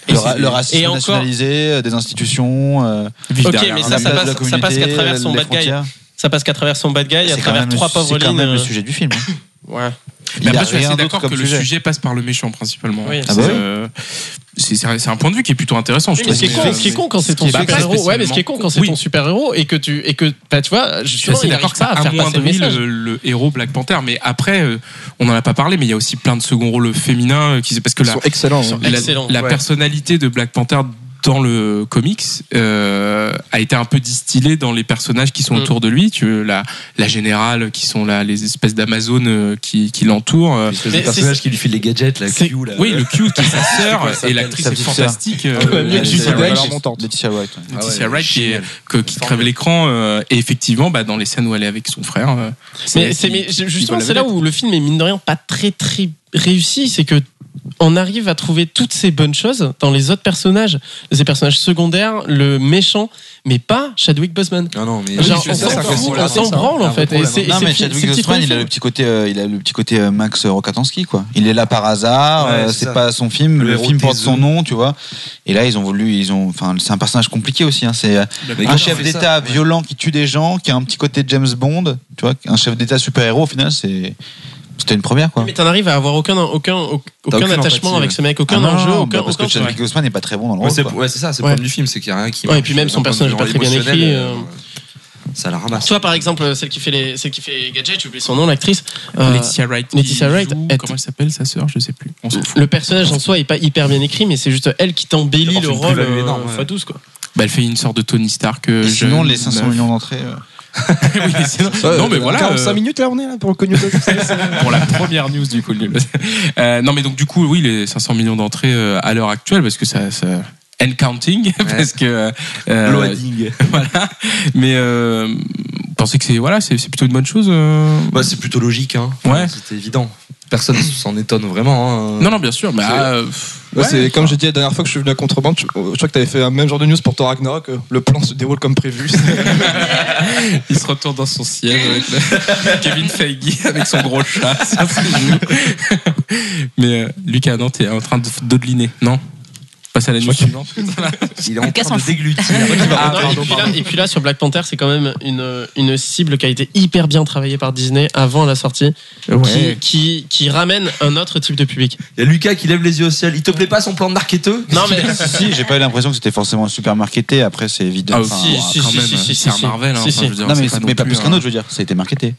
Speaker 10: Et
Speaker 9: Le, ra-
Speaker 10: c'est-
Speaker 9: le racisme
Speaker 10: et encore-
Speaker 9: nationalisé, euh, des institutions. euh,
Speaker 10: Ok,
Speaker 1: derrière,
Speaker 10: mais
Speaker 1: hein.
Speaker 10: ça, ça
Speaker 9: la place de
Speaker 10: passe,
Speaker 9: la
Speaker 10: ça passe qu'à
Speaker 9: communauté,
Speaker 10: travers son
Speaker 9: les
Speaker 10: bad guy.
Speaker 9: frontières.
Speaker 10: Ça passe qu'à travers son bad guy, à
Speaker 9: C'est quand
Speaker 10: travers
Speaker 9: même le-
Speaker 10: trois pauvres
Speaker 9: C'est quand
Speaker 10: lignes.
Speaker 9: même le
Speaker 10: euh,
Speaker 9: sujet du film. hein.
Speaker 10: Ouais.
Speaker 9: Il y
Speaker 1: Mais
Speaker 9: a
Speaker 1: après, je suis
Speaker 9: rien
Speaker 1: assez
Speaker 9: d'autre
Speaker 1: d'accord
Speaker 9: comme
Speaker 1: que le sujet passe par le méchant principalement.
Speaker 10: Oui.
Speaker 1: C'est,
Speaker 9: Ah bah oui.
Speaker 1: euh, C'est c'est un c'est un point de vue qui est plutôt intéressant, je
Speaker 10: Oui, mais
Speaker 1: trouve.
Speaker 10: ce qui est con, ce qui est con quand c'est ton
Speaker 1: Bah, pas
Speaker 10: super héros, ouais, mais ce qui est
Speaker 1: spécialement.
Speaker 10: con quand c'est
Speaker 1: Oui.
Speaker 10: ton super héros et que tu et que bah, tu vois, je
Speaker 1: Je
Speaker 10: suis
Speaker 1: suis assez
Speaker 10: d'accord
Speaker 1: d'accord que ça
Speaker 10: pas à faire passer le
Speaker 1: amoindrit
Speaker 10: message.
Speaker 1: le, le héros Black Panther, mais après, euh, on n'en a pas parlé, mais il y a aussi plein de second rôles féminins euh, qui parce que
Speaker 8: Ils
Speaker 1: la,
Speaker 8: sont excellents. hein.
Speaker 1: la,
Speaker 10: Excellent,
Speaker 1: la
Speaker 10: ouais.
Speaker 1: personnalité de Black Panther dans le comics euh, a été un peu distillée dans les personnages qui sont
Speaker 10: Mm.
Speaker 1: autour de lui, tu veux, la, la générale qui sont là, les espèces d'Amazones euh, qui, qui l'entourent. euh,
Speaker 2: L'espèce
Speaker 10: Mais
Speaker 2: de
Speaker 10: c'est-
Speaker 2: personnage qui lui file les gadgets, la
Speaker 10: c'est-
Speaker 2: Q, là.
Speaker 1: oui, le Q qui est
Speaker 2: Euh,
Speaker 1: sa sœur
Speaker 2: quoi, ça
Speaker 1: et
Speaker 2: s'appelle,
Speaker 1: l'actrice
Speaker 9: sa
Speaker 1: est
Speaker 9: petite sœur
Speaker 1: fantastique.
Speaker 10: *laughs*
Speaker 1: euh,
Speaker 10: Ouais, mieux que
Speaker 1: Laetitia
Speaker 10: Judy
Speaker 1: Wright.
Speaker 10: Dench.
Speaker 9: Laetitia White, ouais.
Speaker 1: Laetitia
Speaker 2: Ah ouais,
Speaker 1: Wright qui, est-
Speaker 2: génial.
Speaker 1: que- qui crève l'écran euh, et effectivement bah, dans les scènes où elle est avec son frère. euh,
Speaker 10: Mais
Speaker 1: elle
Speaker 10: c'est
Speaker 1: qui-
Speaker 10: mais
Speaker 1: qui
Speaker 10: justement
Speaker 1: vole la
Speaker 10: c'est là
Speaker 1: vedette.
Speaker 10: où le film est mine de rien pas très très réussi, c'est que on arrive à trouver toutes ces bonnes choses dans les autres personnages, ces personnages secondaires, le méchant, mais pas Chadwick Boseman.
Speaker 2: Non, non, mais.
Speaker 10: Genre,
Speaker 8: c'est
Speaker 10: on
Speaker 8: ça,
Speaker 10: s'en
Speaker 8: c'est un
Speaker 10: fout,
Speaker 8: gros
Speaker 10: on
Speaker 8: problème,
Speaker 10: s'en
Speaker 8: ça.
Speaker 10: branle en fait. Et c'est- et
Speaker 9: Non
Speaker 10: c'est-
Speaker 9: mais
Speaker 10: c'est
Speaker 9: Chadwick
Speaker 10: petit
Speaker 9: Boseman, il a
Speaker 10: film.
Speaker 9: le petit côté, euh, il a le petit côté euh, Max Rokatansky quoi. Il est là par hasard,
Speaker 2: Ouais,
Speaker 9: euh,
Speaker 2: c'est
Speaker 9: c'est
Speaker 2: ça.
Speaker 9: pas son film,
Speaker 2: Le
Speaker 9: le,
Speaker 2: héros
Speaker 9: film porte
Speaker 2: des
Speaker 9: son
Speaker 2: œufs.
Speaker 9: nom, tu vois. Et là ils ont voulu, ils ont, enfin c'est un personnage compliqué aussi. Hein, c'est euh,
Speaker 2: Mais
Speaker 9: un
Speaker 2: quand on
Speaker 9: chef
Speaker 2: fait ça,
Speaker 9: d'État
Speaker 2: ouais.
Speaker 9: violent qui tue des gens, qui a un petit côté James Bond, tu vois. Un chef d'État super héros au final c'est, c'était une première quoi.
Speaker 10: Mais t'en arrives à avoir aucun aucun aucun
Speaker 2: aucune
Speaker 10: attachement
Speaker 2: empathie,
Speaker 10: avec
Speaker 2: ouais.
Speaker 10: ce mec,
Speaker 9: Ah
Speaker 10: aucun
Speaker 9: non,
Speaker 10: enjeu,
Speaker 9: non,
Speaker 10: aucun
Speaker 9: bah, parce que
Speaker 10: aucun-
Speaker 9: Chadwick Boseman n'est pas très bon dans le
Speaker 2: Ouais,
Speaker 9: rôle.
Speaker 2: c'est
Speaker 9: quoi.
Speaker 2: ouais, c'est ça, c'est le
Speaker 10: Ouais.
Speaker 2: problème du film, c'est qu'il n'y a rien qui.
Speaker 10: Ouais,
Speaker 2: marche.
Speaker 10: et puis même son
Speaker 2: D'un point de
Speaker 10: personnage
Speaker 2: vue
Speaker 10: pas très bien
Speaker 2: émotionnel,
Speaker 10: écrit,
Speaker 2: euh,
Speaker 10: euh.
Speaker 2: Ça la ramasse.
Speaker 10: Tu vois, par exemple, euh, celle qui fait les, celle qui fait les gadgets, j'ai oublié son nom, l'actrice. euh,
Speaker 1: Laetitia Wright. qui
Speaker 10: Laetitia Wright
Speaker 1: joue-
Speaker 10: est-
Speaker 1: Comment elle s'appelle sa sœur Je sais plus. On s'en fout.
Speaker 10: le personnage en soi est pas hyper bien écrit, mais c'est juste elle qui t'embellit
Speaker 2: D'abord,
Speaker 10: le
Speaker 2: c'est une
Speaker 10: rôle
Speaker 2: plus-value
Speaker 10: euh,
Speaker 2: énorme, ouais.
Speaker 10: fois 12, quoi.
Speaker 1: Bah, elle fait une sorte de Tony Stark. euh,
Speaker 9: Et sinon
Speaker 1: jeune,
Speaker 9: les 500
Speaker 1: meuf.
Speaker 9: millions d'entrées. euh,
Speaker 1: *laughs* Oui, mais sinon-
Speaker 8: Ouais,
Speaker 1: non mais
Speaker 8: euh,
Speaker 1: voilà.
Speaker 8: 45
Speaker 1: euh,
Speaker 8: minutes là, on est là pour le cognac.
Speaker 1: pour la première news du coup. *laughs* le- Euh, non mais donc du coup oui les 500 millions d'entrées euh, à l'heure actuelle parce que ça. ça... And counting *laughs* parce que euh,
Speaker 2: Loading.
Speaker 1: voilà mais euh, vous pensez que c'est voilà c'est c'est plutôt une bonne chose euh
Speaker 2: *laughs* Bah, c'est plutôt logique, hein.
Speaker 1: Ouais.
Speaker 2: C'était évident. Personne s'en étonne vraiment. hein.
Speaker 1: non non bien sûr mais
Speaker 8: c'est-
Speaker 1: ah, euh, pff, ouais,
Speaker 8: c'est comme j'ai dit la dernière fois que je suis venu à contrebande, je, je crois que t'avais fait un même genre de news pour Thor Ragnarok. euh, Le plan se déroule comme prévu.
Speaker 10: *laughs*
Speaker 1: Il se retourne dans son siège avec *laughs* le- Kevin Feige avec son gros *laughs* chat sur ses genoux. Mais euh, Lucas, non, t'es en train de dodeliner, non Passe à la nuit suivante.
Speaker 2: Il est en
Speaker 4: Lucas
Speaker 2: train
Speaker 4: s'en
Speaker 2: de
Speaker 4: fout.
Speaker 2: déglutir.
Speaker 1: Ah, pardon,
Speaker 10: Non, et, puis là,
Speaker 1: pardon.
Speaker 10: et puis là, sur Black Panther, c'est quand même une, une cible qui a été hyper bien travaillée par Disney avant la sortie,
Speaker 1: Ouais.
Speaker 10: qui, qui, qui ramène un autre type de public.
Speaker 2: Il y a Lucas qui lève les yeux au ciel. Il te plaît pas son plan de narqueteux
Speaker 10: Non, mais.
Speaker 9: Ah, Si, j'ai pas eu l'impression que c'était forcément super marketé. Après c'est évident.
Speaker 1: Ah,
Speaker 9: enfin,
Speaker 10: si,
Speaker 9: bon,
Speaker 10: si,
Speaker 1: quand
Speaker 10: si,
Speaker 1: même,
Speaker 10: si, si,
Speaker 1: c'est un
Speaker 10: si.
Speaker 1: Marvel, hein,
Speaker 10: Si,
Speaker 1: enfin,
Speaker 10: si.
Speaker 1: je veux dire,
Speaker 9: Non
Speaker 1: c'est
Speaker 9: mais, mais
Speaker 1: non
Speaker 9: pas plus qu'un
Speaker 1: un-
Speaker 9: autre, je veux dire, ça a été marketé.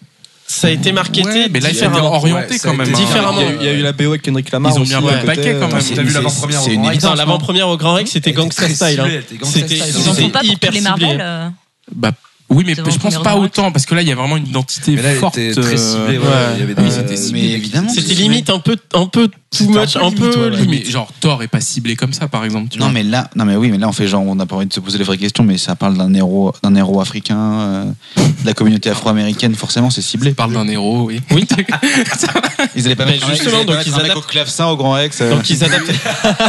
Speaker 10: Ça a été marketé
Speaker 1: Ouais, mais là, il a été
Speaker 10: différemment.
Speaker 1: orienté
Speaker 2: Ouais, ça a
Speaker 1: quand même.
Speaker 2: été
Speaker 1: hein.
Speaker 10: différemment.
Speaker 8: Il y a eu- il y, a eu la BO avec Kendrick Lamar.
Speaker 1: Ils ont
Speaker 8: aussi,
Speaker 1: mis un
Speaker 8: à
Speaker 1: bon
Speaker 8: côté,
Speaker 1: paquet quand
Speaker 8: euh,
Speaker 1: même.
Speaker 8: c'est-
Speaker 2: T'as vu
Speaker 8: c'est-
Speaker 2: l'avant-première
Speaker 9: c'est une
Speaker 2: au Grand
Speaker 10: Attends,
Speaker 9: évidence.
Speaker 2: Rex
Speaker 10: l'avant-première au Grand Rex, c'était
Speaker 2: Elle était
Speaker 10: Gangsta
Speaker 2: très
Speaker 10: Style. hein.
Speaker 2: stylée, elle était gangsta
Speaker 10: C'était-
Speaker 2: style.
Speaker 4: Ils en
Speaker 9: C'est-
Speaker 4: font pas pour
Speaker 10: hyper
Speaker 4: tous les Marvel.
Speaker 10: ciblé.
Speaker 4: euh,
Speaker 1: Bah, Oui, mais je
Speaker 4: Devant
Speaker 1: pense
Speaker 4: Première
Speaker 1: pas
Speaker 4: Drac.
Speaker 1: autant, parce que là, il y a vraiment une identité
Speaker 2: Mais là, il
Speaker 1: forte. euh,
Speaker 2: était très ciblé, euh, ouais, il y avait
Speaker 1: Oui,
Speaker 2: des-
Speaker 1: c'était ciblé.
Speaker 9: Mais évidemment.
Speaker 10: C'était limite un peu, un peu too much, un peu,
Speaker 1: Oui,
Speaker 10: limite.
Speaker 1: mais genre, Thor est pas ciblé comme ça, par exemple. tu
Speaker 9: Non
Speaker 1: vois.
Speaker 9: mais là, non mais oui, mais là on fait genre on n'a pas envie de se poser les vraies questions, mais ça parle d'un héros, d'un héros africain, euh, de la communauté afro-américaine, forcément c'est
Speaker 1: Il
Speaker 9: ciblé.
Speaker 1: parle d'un héros, oui. *laughs*
Speaker 9: Ils allaient pas
Speaker 10: Mais
Speaker 9: mettre un mec-
Speaker 10: justement,
Speaker 9: allaient pas
Speaker 10: donc
Speaker 9: mettre
Speaker 10: ils
Speaker 9: un mec
Speaker 10: adaptent-
Speaker 9: au clavecin au grand ex. euh.
Speaker 10: Donc ils adaptent.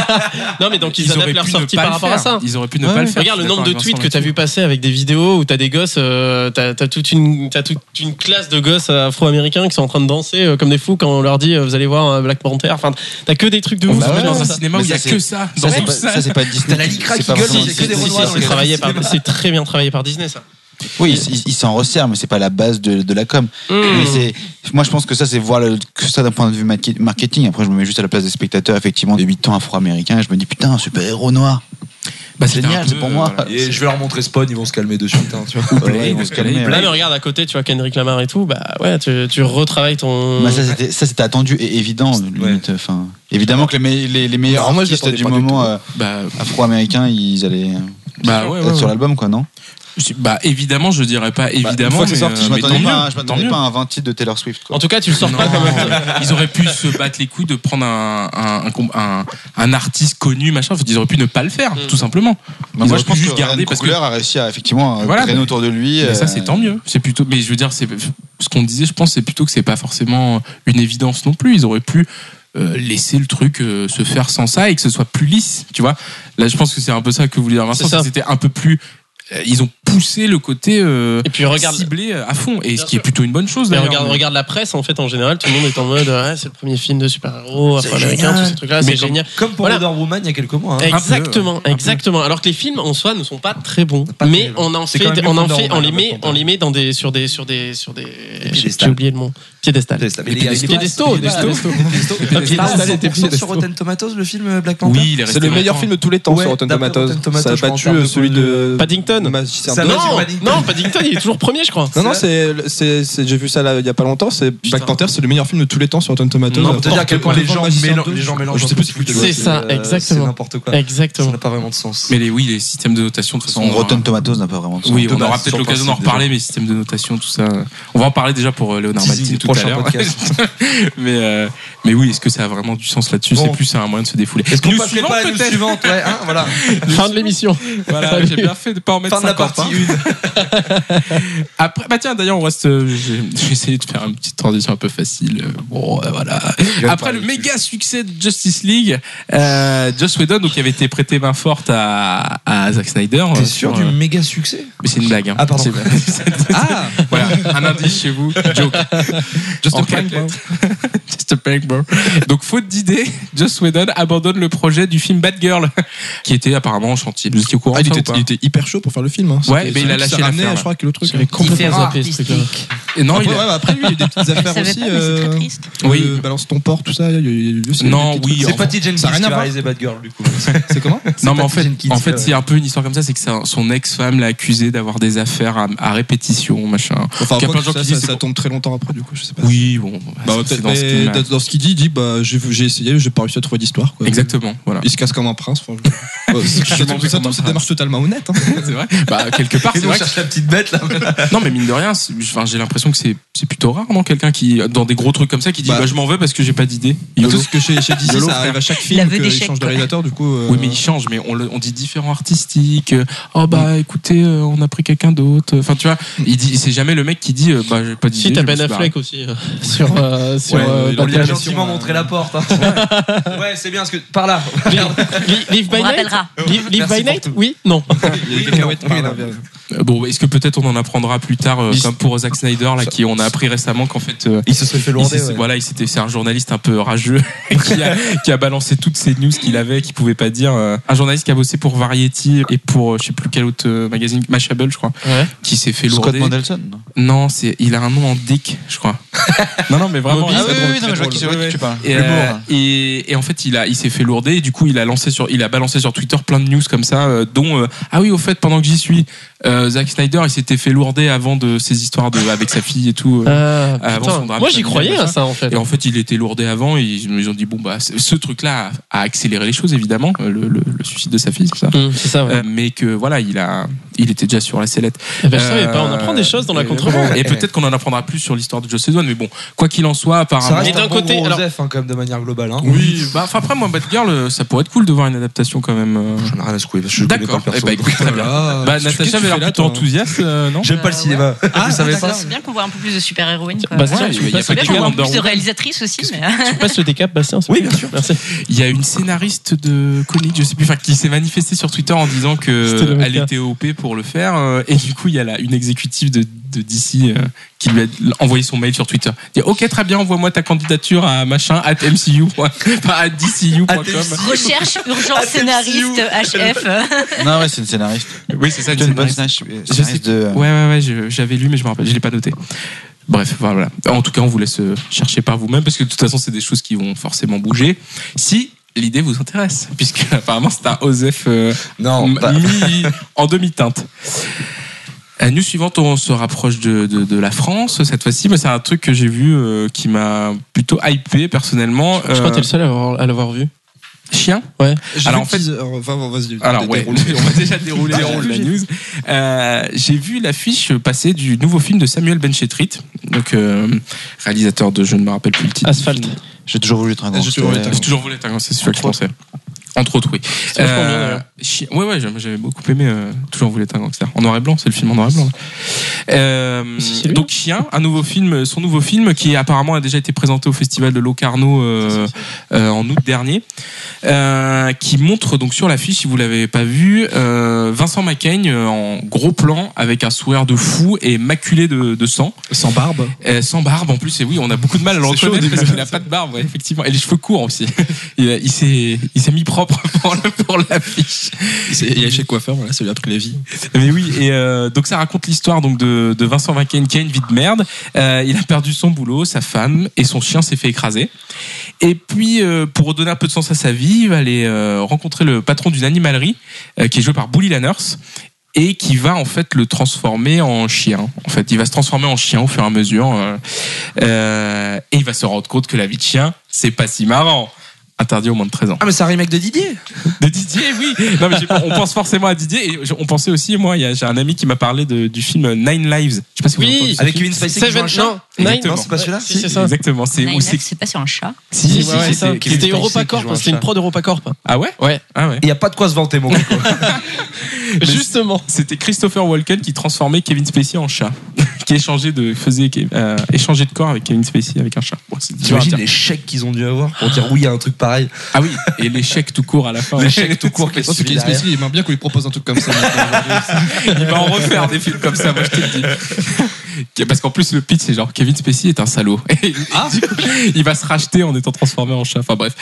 Speaker 10: *laughs* non, mais donc ils,
Speaker 1: auraient
Speaker 10: adaptent leur
Speaker 1: pu ne
Speaker 10: sortie
Speaker 1: pas
Speaker 10: par
Speaker 1: le
Speaker 10: rapport à
Speaker 1: faire.
Speaker 10: ça.
Speaker 1: Ils auraient pu ne
Speaker 9: Ouais,
Speaker 1: pas le
Speaker 9: ouais.
Speaker 1: faire.
Speaker 10: Regarde le
Speaker 1: je suis
Speaker 10: nombre de
Speaker 1: d'accord avec
Speaker 10: tweets que
Speaker 1: Vincent
Speaker 10: t'as vu passer avec des vidéos où t'as des gosses, euh, t'as t'as toute une, t'as toute une classe de gosses afro-américains qui sont en train de danser euh, comme des fous quand on leur dit euh, vous allez voir euh, Black Panther. Enfin, t'as que des trucs de ouf.
Speaker 1: On se met
Speaker 9: ouais,
Speaker 1: Bah dans
Speaker 9: ouais,
Speaker 1: un
Speaker 9: ça.
Speaker 1: cinéma où
Speaker 9: Mais
Speaker 1: il y a
Speaker 9: ça, c'est-
Speaker 1: que ça.
Speaker 9: ça
Speaker 1: Dans
Speaker 9: c'est
Speaker 1: tout
Speaker 9: pas, ça,
Speaker 1: ça.
Speaker 9: c'est pas Disney.
Speaker 2: T'as la licra
Speaker 9: c'est
Speaker 2: qui
Speaker 9: pas
Speaker 2: gueule,
Speaker 9: forcément
Speaker 2: il y a que des
Speaker 9: Disney.
Speaker 10: Si, si,
Speaker 2: Renoir dans
Speaker 10: c'est
Speaker 2: le
Speaker 10: travaillé par- c'est très bien travaillé par Disney ça.
Speaker 9: Oui, ils ils s'en resserrent, mais c'est pas la base de, de la com. Mais
Speaker 10: Mm.
Speaker 1: Hmm.
Speaker 9: c'est, moi, je pense que ça, c'est voir le- que ça d'un point de vue market- marketing. Après, je me mets juste à la place des spectateurs, effectivement, de 8 ans afro-américains, et je me dis putain, un super héros noir.
Speaker 1: Bah, c'était
Speaker 9: Génial,
Speaker 1: un
Speaker 9: c'est
Speaker 1: peu,
Speaker 9: pour moi.
Speaker 1: voilà.
Speaker 2: Et je vais leur montrer Spawn, ils vont se calmer de suite. hein, tu vois.
Speaker 9: Ouais,
Speaker 1: Blade,
Speaker 9: ils vont se calmer, hein.
Speaker 1: Blade.
Speaker 9: ouais.
Speaker 10: Là, mais regarde à côté, tu vois Kendrick Lamar et tout, bah ouais, tu, tu retravailles ton.
Speaker 9: Bah, ça, c'était, ça, c'était attendu et évident. limite, enfin. évidemment que les, me- les- les meilleurs
Speaker 8: Alors, moi, je
Speaker 9: artistes
Speaker 8: l'attendais
Speaker 9: du
Speaker 8: pas du
Speaker 9: moment euh,
Speaker 1: Bah,
Speaker 9: afro-américains, ils allaient euh,
Speaker 1: bah, ouais,
Speaker 9: être
Speaker 1: ouais,
Speaker 9: sur
Speaker 1: ouais.
Speaker 9: l'album, quoi, non
Speaker 1: Je- Bah, évidemment, je dirais pas
Speaker 9: Une
Speaker 1: évidemment.
Speaker 9: fois que
Speaker 1: mais,
Speaker 9: c'est sorti,
Speaker 1: euh,
Speaker 9: je
Speaker 1: mais tant
Speaker 9: m'attendais
Speaker 1: mieux,
Speaker 9: pas, à- je
Speaker 1: tant
Speaker 9: m'attendais
Speaker 1: mieux.
Speaker 9: pas à un 20 titres de Taylor Swift. Quoi.
Speaker 10: En tout cas, tu le sors pas
Speaker 1: Non,
Speaker 10: comme
Speaker 1: *laughs*
Speaker 10: un
Speaker 1: ils auraient pu se battre les couilles de prendre un, un, un com- un- un artiste connu, machin. Ils auraient pu ne pas le faire,
Speaker 10: Mm.
Speaker 1: tout simplement.
Speaker 9: Bah,
Speaker 1: ils
Speaker 9: moi,
Speaker 1: auraient
Speaker 9: je
Speaker 1: pu
Speaker 9: pense
Speaker 1: juste
Speaker 9: que
Speaker 1: garder
Speaker 9: Ryan
Speaker 1: parce que-
Speaker 9: Coogler a réussi à effectivement euh,
Speaker 1: Voilà,
Speaker 9: traîner
Speaker 1: mais-
Speaker 9: autour de lui.
Speaker 1: Mais ça,
Speaker 9: euh,
Speaker 1: c'est tant mieux. C'est plutôt. Mais je veux dire, c'est ce qu'on disait. Je pense, c'est plutôt que c'est pas forcément une évidence non plus. Ils auraient pu euh, laisser le truc euh, se faire sans ça et que ce soit plus lisse. Tu vois. Là, je pense que c'est un peu ça que vous voulez dire. Vincent,
Speaker 10: C'est ça.
Speaker 1: c'est que C'était un peu plus. euh, Ils ont poussé le côté euh,
Speaker 10: Et puis regarde,
Speaker 1: ciblé à fond, et ce
Speaker 10: Bien
Speaker 1: qui est
Speaker 10: sûr.
Speaker 1: plutôt une bonne chose.
Speaker 10: Mais
Speaker 1: d'ailleurs.
Speaker 10: regarde, regarde la presse, en fait, en général, tout le monde est en mode ouais, c'est le premier film de super-héros,
Speaker 2: C'est
Speaker 10: afro-américain,
Speaker 2: génial.
Speaker 10: tous ces trucs-là, c'est génial.
Speaker 2: Comme pour
Speaker 10: Voilà.
Speaker 2: Wonder Woman il y a quelques mois. hein.
Speaker 10: Exactement, exactement. Alors que les films en soi ne sont pas très bons,
Speaker 2: Pas
Speaker 10: mais
Speaker 2: terrible.
Speaker 10: on en
Speaker 2: C'est
Speaker 10: fait,
Speaker 2: quand même mieux
Speaker 10: on
Speaker 2: que
Speaker 10: en
Speaker 2: Wonder
Speaker 10: fait, on
Speaker 2: Woman,
Speaker 10: les
Speaker 2: le
Speaker 10: met,
Speaker 2: Panther.
Speaker 10: on les met dans des sur des sur des sur des. J'ai
Speaker 2: piédestals.
Speaker 10: j'ai oublié le mot. Piédestal.
Speaker 2: Mais les-
Speaker 10: Les
Speaker 2: les-
Speaker 10: piédestaux.
Speaker 2: les-
Speaker 10: des-
Speaker 2: les-
Speaker 1: Les
Speaker 2: Il est à
Speaker 1: piédestaux.
Speaker 2: 100% sur Rotten Tomatoes le film euh, Black Panther
Speaker 1: Oui, il est resté
Speaker 8: C'est le meilleur
Speaker 1: longtemps.
Speaker 8: film de tous les temps
Speaker 2: Ouais,
Speaker 8: sur Rotten
Speaker 2: d'après
Speaker 8: Tomatoes.
Speaker 2: Rotten Tomatoes,
Speaker 8: Ça a
Speaker 2: je crois, en
Speaker 8: battu
Speaker 2: termes
Speaker 8: euh,
Speaker 2: de-
Speaker 8: celui de.
Speaker 10: Paddington.
Speaker 8: Magicien
Speaker 2: Ça
Speaker 8: de-
Speaker 2: va,
Speaker 10: Non,
Speaker 2: c'est Paddington.
Speaker 10: non, Paddington, il est toujours premier, je crois.
Speaker 8: Non, non, c'est, c'est, c'est- j'ai vu ça là, il y a pas longtemps. C'est Black Panther, c'est le meilleur film de tous les temps sur Rotten Tomatoes.
Speaker 10: Non,
Speaker 2: Pour te dire à quel point les
Speaker 8: Devant
Speaker 2: gens
Speaker 8: Magicien
Speaker 2: mélangent-
Speaker 8: 2.
Speaker 2: les gens mélangent.
Speaker 8: Je sais
Speaker 2: un peu
Speaker 8: plus ce que tu
Speaker 2: tout,
Speaker 8: vois.
Speaker 10: C'est ça,
Speaker 2: euh, C'est
Speaker 10: exactement.
Speaker 2: n'importe quoi. Ça *laughs*
Speaker 10: Exactement.
Speaker 2: n'a pas vraiment de sens.
Speaker 1: Mais les, oui, les systèmes de notation, de toute
Speaker 9: Son
Speaker 1: façon, hein.
Speaker 9: Rotten Tomatoes n'a pas vraiment de sens.
Speaker 1: Oui, on
Speaker 2: Dommage,
Speaker 1: aura peut-être
Speaker 2: sur
Speaker 1: l'occasion
Speaker 2: principe,
Speaker 1: d'en
Speaker 2: déjà.
Speaker 1: reparler, mais système de notation, tout ça. euh, On va en parler déjà pour euh, Léonard
Speaker 2: Teasing
Speaker 1: Maltin
Speaker 2: du
Speaker 1: tout à
Speaker 2: prochain
Speaker 1: l'heure.
Speaker 2: podcast.
Speaker 1: *laughs* mais, euh, mais oui, est-ce que ça a vraiment du sens là-dessus
Speaker 2: Bon.
Speaker 1: C'est plus un moyen de se défouler.
Speaker 2: Est-ce qu'on
Speaker 1: News
Speaker 2: passerait
Speaker 1: suivante,
Speaker 2: pas à la news
Speaker 1: peut-être
Speaker 2: suivante Ouais, hein, voilà.
Speaker 10: Fin de l'émission.
Speaker 1: Voilà,
Speaker 10: Salut.
Speaker 1: j'ai bien fait de pas en mettre
Speaker 2: Fin de la
Speaker 1: 50,
Speaker 2: partie
Speaker 1: hein.
Speaker 2: 1. *laughs*
Speaker 1: Après, bah tiens, d'ailleurs, on reste. euh, J'ai j'ai essayé de faire une petite transition un peu facile. euh, Bon, euh, voilà. Après le méga succès de Justice League, euh, Joss Whedon, donc, qui avait été prêté main forte à, à Zack Snyder. euh,
Speaker 2: T'es
Speaker 1: sur,
Speaker 2: sûr du
Speaker 1: euh,
Speaker 2: méga succès
Speaker 1: Mais c'est une blague. Hein.
Speaker 2: Ah, pardon.
Speaker 1: C'est-
Speaker 2: Ah
Speaker 1: Voilà, un indice chez vous. Joke. Just a prank, bro. *laughs* Just a prank, bro. Donc, faute d'idée, Joss Whedon abandonne le projet du film Batgirl, *laughs* qui était apparemment en chantier. Vous étiez au courant
Speaker 8: Ah, il,
Speaker 1: de ça
Speaker 8: était,
Speaker 1: ou pas
Speaker 8: il était hyper chaud pour faire le film. hein.
Speaker 1: Ouais,
Speaker 8: C'était-
Speaker 1: mais il a
Speaker 8: ça
Speaker 1: lâché
Speaker 8: ramenait,
Speaker 1: l'affaire,
Speaker 8: Je crois que le truc.
Speaker 10: J'avais complètement
Speaker 4: Différent
Speaker 10: zappé ce truc-là.
Speaker 4: artistique.
Speaker 1: Et Non,
Speaker 8: Après,
Speaker 1: il a-
Speaker 8: Ah, ouais, mais après, il y a eu des petites
Speaker 4: Je
Speaker 8: affaires
Speaker 4: savais
Speaker 8: aussi.
Speaker 4: pas, mais c'est très
Speaker 8: euh,
Speaker 4: triste.
Speaker 1: Oui.
Speaker 8: euh, Balance ton port, tout ça. il y a eu- il y a eu- il y a eu
Speaker 1: Non,
Speaker 8: des petits
Speaker 1: oui,
Speaker 8: trucs.
Speaker 1: en-
Speaker 2: C'est pas T. Jenkins
Speaker 8: Ça a rien
Speaker 2: qui
Speaker 8: à
Speaker 2: va
Speaker 8: voir.
Speaker 2: réaliser Bad Girl du coup.
Speaker 8: C'est comment
Speaker 1: Non, mais en fait,
Speaker 2: Jen Kids,
Speaker 1: en fait,
Speaker 2: ouais.
Speaker 1: c'est un peu une histoire comme ça, c'est que sa- son ex-femme l'a accusé d'avoir des affaires à, à répétition, machin.
Speaker 8: Enfin,
Speaker 1: Il y a
Speaker 8: quoi
Speaker 1: plein de
Speaker 8: que
Speaker 1: gens
Speaker 8: ça,
Speaker 1: qui
Speaker 8: ça-
Speaker 1: disent-
Speaker 8: ça tombe très longtemps après, du coup, je sais pas.
Speaker 1: Oui, bon.
Speaker 8: Bah,
Speaker 1: c'est-
Speaker 8: peut-être,
Speaker 1: c'est dans ce
Speaker 8: mais
Speaker 1: film-là.
Speaker 8: dans, dans ce qu'il dit, il dit bah, j'ai j'ai essayé, j'ai pas réussi à trouver d'histoire. quoi.
Speaker 1: Exactement,
Speaker 8: *laughs*
Speaker 1: voilà.
Speaker 8: Il se casse comme un prince. Enfin,
Speaker 1: *laughs*
Speaker 8: je- Ouais, c'est-
Speaker 1: Je m'en vais
Speaker 8: c'est-
Speaker 1: comme un
Speaker 8: c'est- c'est une démarche totalement honnête. hein.
Speaker 1: c'est vrai. Bah, quelque part,
Speaker 2: Et
Speaker 1: c'est
Speaker 2: nous on
Speaker 1: vrai. que-
Speaker 2: cherche la petite bête là.
Speaker 1: Non, mais mine de rien, c'est- enfin, j'ai l'impression que c'est c'est plutôt rare, non Quelqu'un qui, dans des gros trucs comme ça, qui dit bah,
Speaker 8: Bah,
Speaker 1: je m'en vais parce que j'ai pas d'idée.
Speaker 8: Parce
Speaker 1: Yolo.
Speaker 8: que chez, chez DC,
Speaker 1: Yolo,
Speaker 8: ça arrive à chaque film
Speaker 4: L'aveu
Speaker 8: qu'il
Speaker 4: d'échec,
Speaker 8: change de
Speaker 4: quoi.
Speaker 8: réalisateur, du coup. euh,
Speaker 1: Oui, mais il change, mais on, le- on dit différents artistiques. euh, Oh
Speaker 8: Mm.
Speaker 1: bah écoutez, euh, on a pris quelqu'un d'autre. Enfin, tu vois, il dit, c'est jamais le mec qui dit euh, bah j'ai pas d'idée.
Speaker 10: Si t'as
Speaker 1: je me
Speaker 10: Ben
Speaker 1: suis barré.
Speaker 10: Affleck aussi euh, sur euh, sur
Speaker 8: Ouais,
Speaker 2: On
Speaker 8: il a
Speaker 10: euh, Batman.
Speaker 2: lui a
Speaker 8: Obligation,
Speaker 2: gentiment
Speaker 8: euh,
Speaker 2: montré la porte. hein. Ouais, c'est bien ce que. Par là.
Speaker 10: Li- Live by
Speaker 4: On
Speaker 10: Night.
Speaker 4: rappellera.
Speaker 10: Live Live
Speaker 2: Merci
Speaker 10: by
Speaker 2: pour
Speaker 10: Night.
Speaker 2: tout.
Speaker 10: Oui. Non.
Speaker 8: il y a des cacahuètes par là, vers-
Speaker 1: Euh, Bon, est-ce que peut-être on en apprendra plus tard, euh,
Speaker 8: Il-
Speaker 1: comme pour Zack Snyder, là, qui on a appris récemment qu'en fait. euh,
Speaker 2: Il se serait fait
Speaker 1: il s'est- Voilà, il s'était, c'est un journaliste un peu rageux *laughs* qui, a, qui a balancé toutes ces news qu'il avait, qu'il pouvait pas dire. euh, Un journaliste qui a bossé pour Variety et pour euh, je sais plus quel autre euh, magazine, Mashable, je crois,
Speaker 10: Ouais.
Speaker 1: qui s'est fait
Speaker 9: Scott
Speaker 1: lourder.
Speaker 9: Mandelson. non
Speaker 1: Non, c'est, il a un nom en Dick, je
Speaker 9: *laughs*
Speaker 1: crois. non, non, mais vraiment.
Speaker 9: Ah
Speaker 1: il-
Speaker 9: oui, oui, oui, non, mais je vois
Speaker 1: drôle.
Speaker 9: qui c'est, ouais, qui tu parles.
Speaker 1: Et,
Speaker 9: L'humour,
Speaker 1: euh,
Speaker 9: hein.
Speaker 1: et, et en fait, il a, il s'est fait lourder. Et du coup, il a lancé sur, il a balancé sur Twitter plein de news comme ça, euh, dont euh, ah oui, au fait, pendant que j'y suis, euh, Zack Snyder, il s'était fait lourder avant de ses histoires de avec sa fille et tout. euh.
Speaker 10: Euh,
Speaker 1: Ah, avant
Speaker 10: putain.
Speaker 1: son drame
Speaker 10: Moi j'y
Speaker 1: familial,
Speaker 10: croyais à ça en fait.
Speaker 1: Et en fait, il était lourdé avant. Et ils nous ont dit bon bah, ce ce truc-là a a accéléré les choses évidemment, euh, le, le- le suicide de sa fille, c'est ça.
Speaker 10: Hum, Mm, C'est ça. ouais.
Speaker 1: Euh, mais que voilà, il a, il était déjà sur la sellette.
Speaker 10: Eh ben, je savais pas, on
Speaker 1: Euh,
Speaker 10: apprend des choses dans la
Speaker 1: et-
Speaker 10: contrebande.
Speaker 1: Et peut-être qu'on en apprendra plus sur l'histoire de Joe Season, mais bon, quoi qu'il en soit,
Speaker 2: Ça
Speaker 1: apparemment.
Speaker 10: Et
Speaker 2: reste
Speaker 10: d'un
Speaker 2: un
Speaker 10: côté,
Speaker 2: côté, bon gros
Speaker 10: alors-
Speaker 2: Joseph, hein, quand même, de manière globale. Hein.
Speaker 1: Oui, bah, enfin, après, moi, Batgirl, euh, ça pourrait être cool de voir une adaptation quand même. euh.
Speaker 2: J'en ai rien à secouer, parce que je connais
Speaker 1: D'accord,
Speaker 2: pas le
Speaker 1: eh ben,
Speaker 2: perso.
Speaker 1: écoute, très bien.
Speaker 2: Voilà.
Speaker 1: Bah,
Speaker 2: Qu'est-ce que tu
Speaker 1: Natacha avait
Speaker 2: fais
Speaker 1: l'air
Speaker 2: là,
Speaker 1: plutôt
Speaker 2: toi hein.
Speaker 1: enthousiaste, euh,
Speaker 2: *laughs*
Speaker 1: non
Speaker 2: J'aime pas le
Speaker 4: Euh,
Speaker 2: cinéma.
Speaker 1: Ah,
Speaker 2: Vous savez
Speaker 1: d'accord.
Speaker 2: pas
Speaker 4: C'est bien qu'on voit un peu plus de super-héroïnes. quoi.
Speaker 10: Bah, c'est
Speaker 1: Ouais,
Speaker 10: vrai,
Speaker 1: il y a
Speaker 10: tu
Speaker 1: pas
Speaker 4: C'est
Speaker 10: passes-
Speaker 4: bien
Speaker 1: que
Speaker 4: qu'on voit un
Speaker 1: Wonder
Speaker 4: peu plus de
Speaker 1: Woman.
Speaker 4: réalisatrices aussi. mais-
Speaker 10: tu passes le décap, Bastien. c'est
Speaker 2: Oui, bien sûr.
Speaker 10: Merci.
Speaker 1: Il y a une scénariste de comics, je sais plus, enfin, qui s'est manifestée sur Twitter en disant
Speaker 10: C'était le
Speaker 1: que
Speaker 10: même
Speaker 1: elle
Speaker 10: cas.
Speaker 1: était OP pour le faire. euh, Et du coup, il y a là une exécutive de, de DC euh, qui lui a envoyé son mail sur Twitter. Il dit Ok, très bien, envoie-moi ta candidature à machin, at MCU, *laughs* point- enfin, at DCU.com.
Speaker 4: Recherche urgent scénariste HF.
Speaker 9: Non, ouais, c'est une scénariste.
Speaker 1: Oui, c'est ça, une
Speaker 9: John Boyce,
Speaker 1: scénariste.
Speaker 9: scénariste scénariste de. euh,
Speaker 1: Ouais, ouais, ouais, je- j'avais lu, mais je me rappelle, je l'ai pas noté. Bref, voilà. En tout cas, on vous laisse euh, chercher par vous-même, parce que de toute façon, c'est des choses qui vont forcément bouger. Si l'idée vous intéresse, *laughs* puisque apparemment, c'est un OSEF euh,
Speaker 2: Non,
Speaker 1: m-
Speaker 2: pas-
Speaker 1: mi- en demi-teinte. Euh, News suivante, on se rapproche de, de- de la France cette fois-ci, mais c'est un truc que j'ai vu euh, qui m'a plutôt hypé personnellement.
Speaker 10: Je crois que t'es
Speaker 1: Euh,
Speaker 10: le seul à l'avoir- à l'avoir vu.
Speaker 1: chien
Speaker 8: J'ai
Speaker 1: Alors,
Speaker 8: vu
Speaker 1: en fait-
Speaker 8: le teaser. Enfin, bon, vas-y.
Speaker 1: Alors ouais,
Speaker 8: déroule.
Speaker 1: on va déjà dérouler
Speaker 8: Déroule.
Speaker 1: la news. Euh, J'ai vu l'affiche passer du nouveau film de Samuel Benchetrit, donc euh, réalisateur de je ne me rappelle plus le titre.
Speaker 10: Asphalt.
Speaker 9: J'ai toujours voulu être un grand.
Speaker 8: J'ai toujours voulu
Speaker 9: star.
Speaker 8: être
Speaker 1: euh, J'ai toujours voulu être un grand, c'est sûr que je
Speaker 8: Entre
Speaker 1: pensais. Entre autres, oui. Euh,
Speaker 10: C'est vachement bien, d'ailleurs.
Speaker 1: chi- ouais, ouais, j'aime- j'avais beaucoup aimé euh, Toujours voulu être un gangster. En noir et blanc, c'est le film en noir et blanc. là. Euh,
Speaker 10: Si, c'est lui.
Speaker 1: donc Chien, un nouveau film, son nouveau film qui apparemment a déjà été présenté au festival de Locarno euh, euh, en août dernier, euh, qui montre donc sur l'affiche, si vous l'avez pas vu, euh, Vincent Macaigne euh, en gros plan avec un sourire de fou et maculé de, de sang.
Speaker 8: Sans barbe.
Speaker 1: Euh, sans barbe en plus, et oui, on a beaucoup de mal à le
Speaker 8: C'est chaud,
Speaker 1: reconnaître
Speaker 8: au
Speaker 1: parce
Speaker 8: début.
Speaker 1: qu'il a pas de barbe, ouais, effectivement. Et les cheveux courts aussi. *laughs* Il, a- il s'est il s'est mis propre *laughs* pour, le- pour l'affiche.
Speaker 8: Il y a chez le coiffeur, voilà, ça lui a pris la vie.
Speaker 1: Mais oui, et euh, donc ça raconte l'histoire donc de, de Vincent Vacken qui a une vie de merde. Euh, il a perdu son boulot, sa femme et son chien s'est fait écraser. Et puis, euh, pour donner un peu de sens à sa vie, il va aller euh, rencontrer le patron d'une animalerie euh, qui est joué par Bully la Nurse et qui va en fait le transformer en chien. En fait, il va se transformer en chien au fur et à mesure. euh, euh, et il va se rendre compte que la vie de chien, c'est pas si marrant. Interdit au moins de 13 ans.
Speaker 2: Ah, mais c'est un remake de Didier
Speaker 1: De Didier, oui. Non, mais j'ai- on pense forcément à Didier. Et je- on pensait aussi, moi, il y a- j'ai un ami qui m'a parlé de- du film Nine Lives. Je sais pas si vous avez entendu
Speaker 10: Oui,
Speaker 1: ce
Speaker 2: Avec
Speaker 1: film.
Speaker 2: Kevin Spacey qui joue un
Speaker 10: Seven-
Speaker 2: chat
Speaker 10: non,
Speaker 1: Exactement.
Speaker 10: Nine.
Speaker 2: Non, c'est pas celui-là
Speaker 10: Ouais,
Speaker 1: Si,
Speaker 10: si, c'est ça.
Speaker 1: Exactement. C'est
Speaker 4: Nine
Speaker 1: où c'est.
Speaker 4: Lives, c'est pas sur un chat.
Speaker 1: Si,
Speaker 10: Si,
Speaker 1: si,
Speaker 10: si,
Speaker 1: ouais,
Speaker 10: c'est ça.
Speaker 1: c'est-
Speaker 10: Qui était EuropaCorp,
Speaker 2: joue un
Speaker 10: c'était une
Speaker 2: chat.
Speaker 10: prod EuropaCorp.
Speaker 1: Ah ouais.
Speaker 10: Ouais.
Speaker 1: Ah ouais.
Speaker 2: Il y a pas de quoi se vanter, mon gars.
Speaker 10: Justement.
Speaker 1: C'était Christopher Walken qui transformait Kevin Spacey en chat, *laughs* qui échangeait de faisait euh, échanger de corps avec Kevin Spacey avec un chat. Bon, c'est dur à
Speaker 2: T'imagines
Speaker 1: dire.
Speaker 2: les chèques qu'ils ont dû avoir pour dire oui à un truc pareil.
Speaker 1: Ah oui. Et l'échec tout court à la fin.
Speaker 2: L'échec tout court qui est
Speaker 8: Oh, c'est
Speaker 2: suivi
Speaker 8: Kevin
Speaker 2: derrière.
Speaker 8: Spacey, il aime bien qu'on lui propose un truc comme ça.
Speaker 1: Il va en refaire des films comme ça, moi je te le dis. *laughs* Ah. Parce qu'en plus, le pitch, c'est genre Kevin Spacey est un salaud. *laughs* Et du coup, il va se racheter en étant transformé en chat. Enfin bref,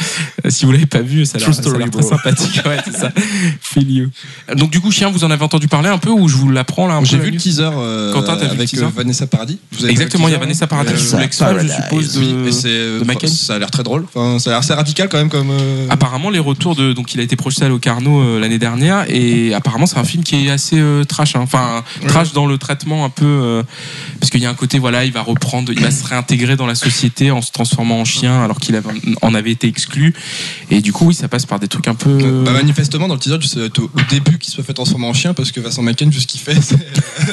Speaker 1: Euh, si vous l'avez pas vu, ça a l'air
Speaker 2: True
Speaker 1: ça a l'air
Speaker 2: story,
Speaker 1: très
Speaker 2: bro.
Speaker 1: sympathique. Ouais, c'est *laughs* ça. Feel you. Donc, du coup, chien, vous en avez entendu parler un peu ou je vous l'apprends là un peu,
Speaker 8: J'ai
Speaker 1: la
Speaker 8: vu le
Speaker 1: news
Speaker 8: teaser euh,
Speaker 1: Quentin, t'as vu le
Speaker 8: avec
Speaker 1: teaser
Speaker 8: euh, Vanessa Paradis. Vous avez vu le
Speaker 1: Exactement, il y a
Speaker 8: teaser,
Speaker 1: Vanessa Paradis
Speaker 8: euh,
Speaker 1: sous l'ex-femme, je suppose.
Speaker 8: Oui,
Speaker 1: De... Ah,
Speaker 8: et c'est, euh,
Speaker 1: McCain.
Speaker 8: Ça a l'air très drôle. Enfin, ça a l'air assez radical quand même comme. euh,
Speaker 1: Apparemment, les retours de. Donc, il a été projeté à Locarno euh, l'année dernière, et apparemment, c'est un film qui est assez euh, trash. hein. Enfin, trash dans le traitement un peu. euh, parce qu'il y a un côté, voilà, il va reprendre, il va se réintégrer dans la société en se transformant en chien, alors qu'il avait- en avait été exclu. Et du coup, oui, ça passe par des trucs un peu.
Speaker 8: Euh, bah, manifestement, dans le teaser, tu sais, au au début qu'il soit fait transformer en chien parce que Vincent McCain, vu ce qu'il fait, *laughs* c'est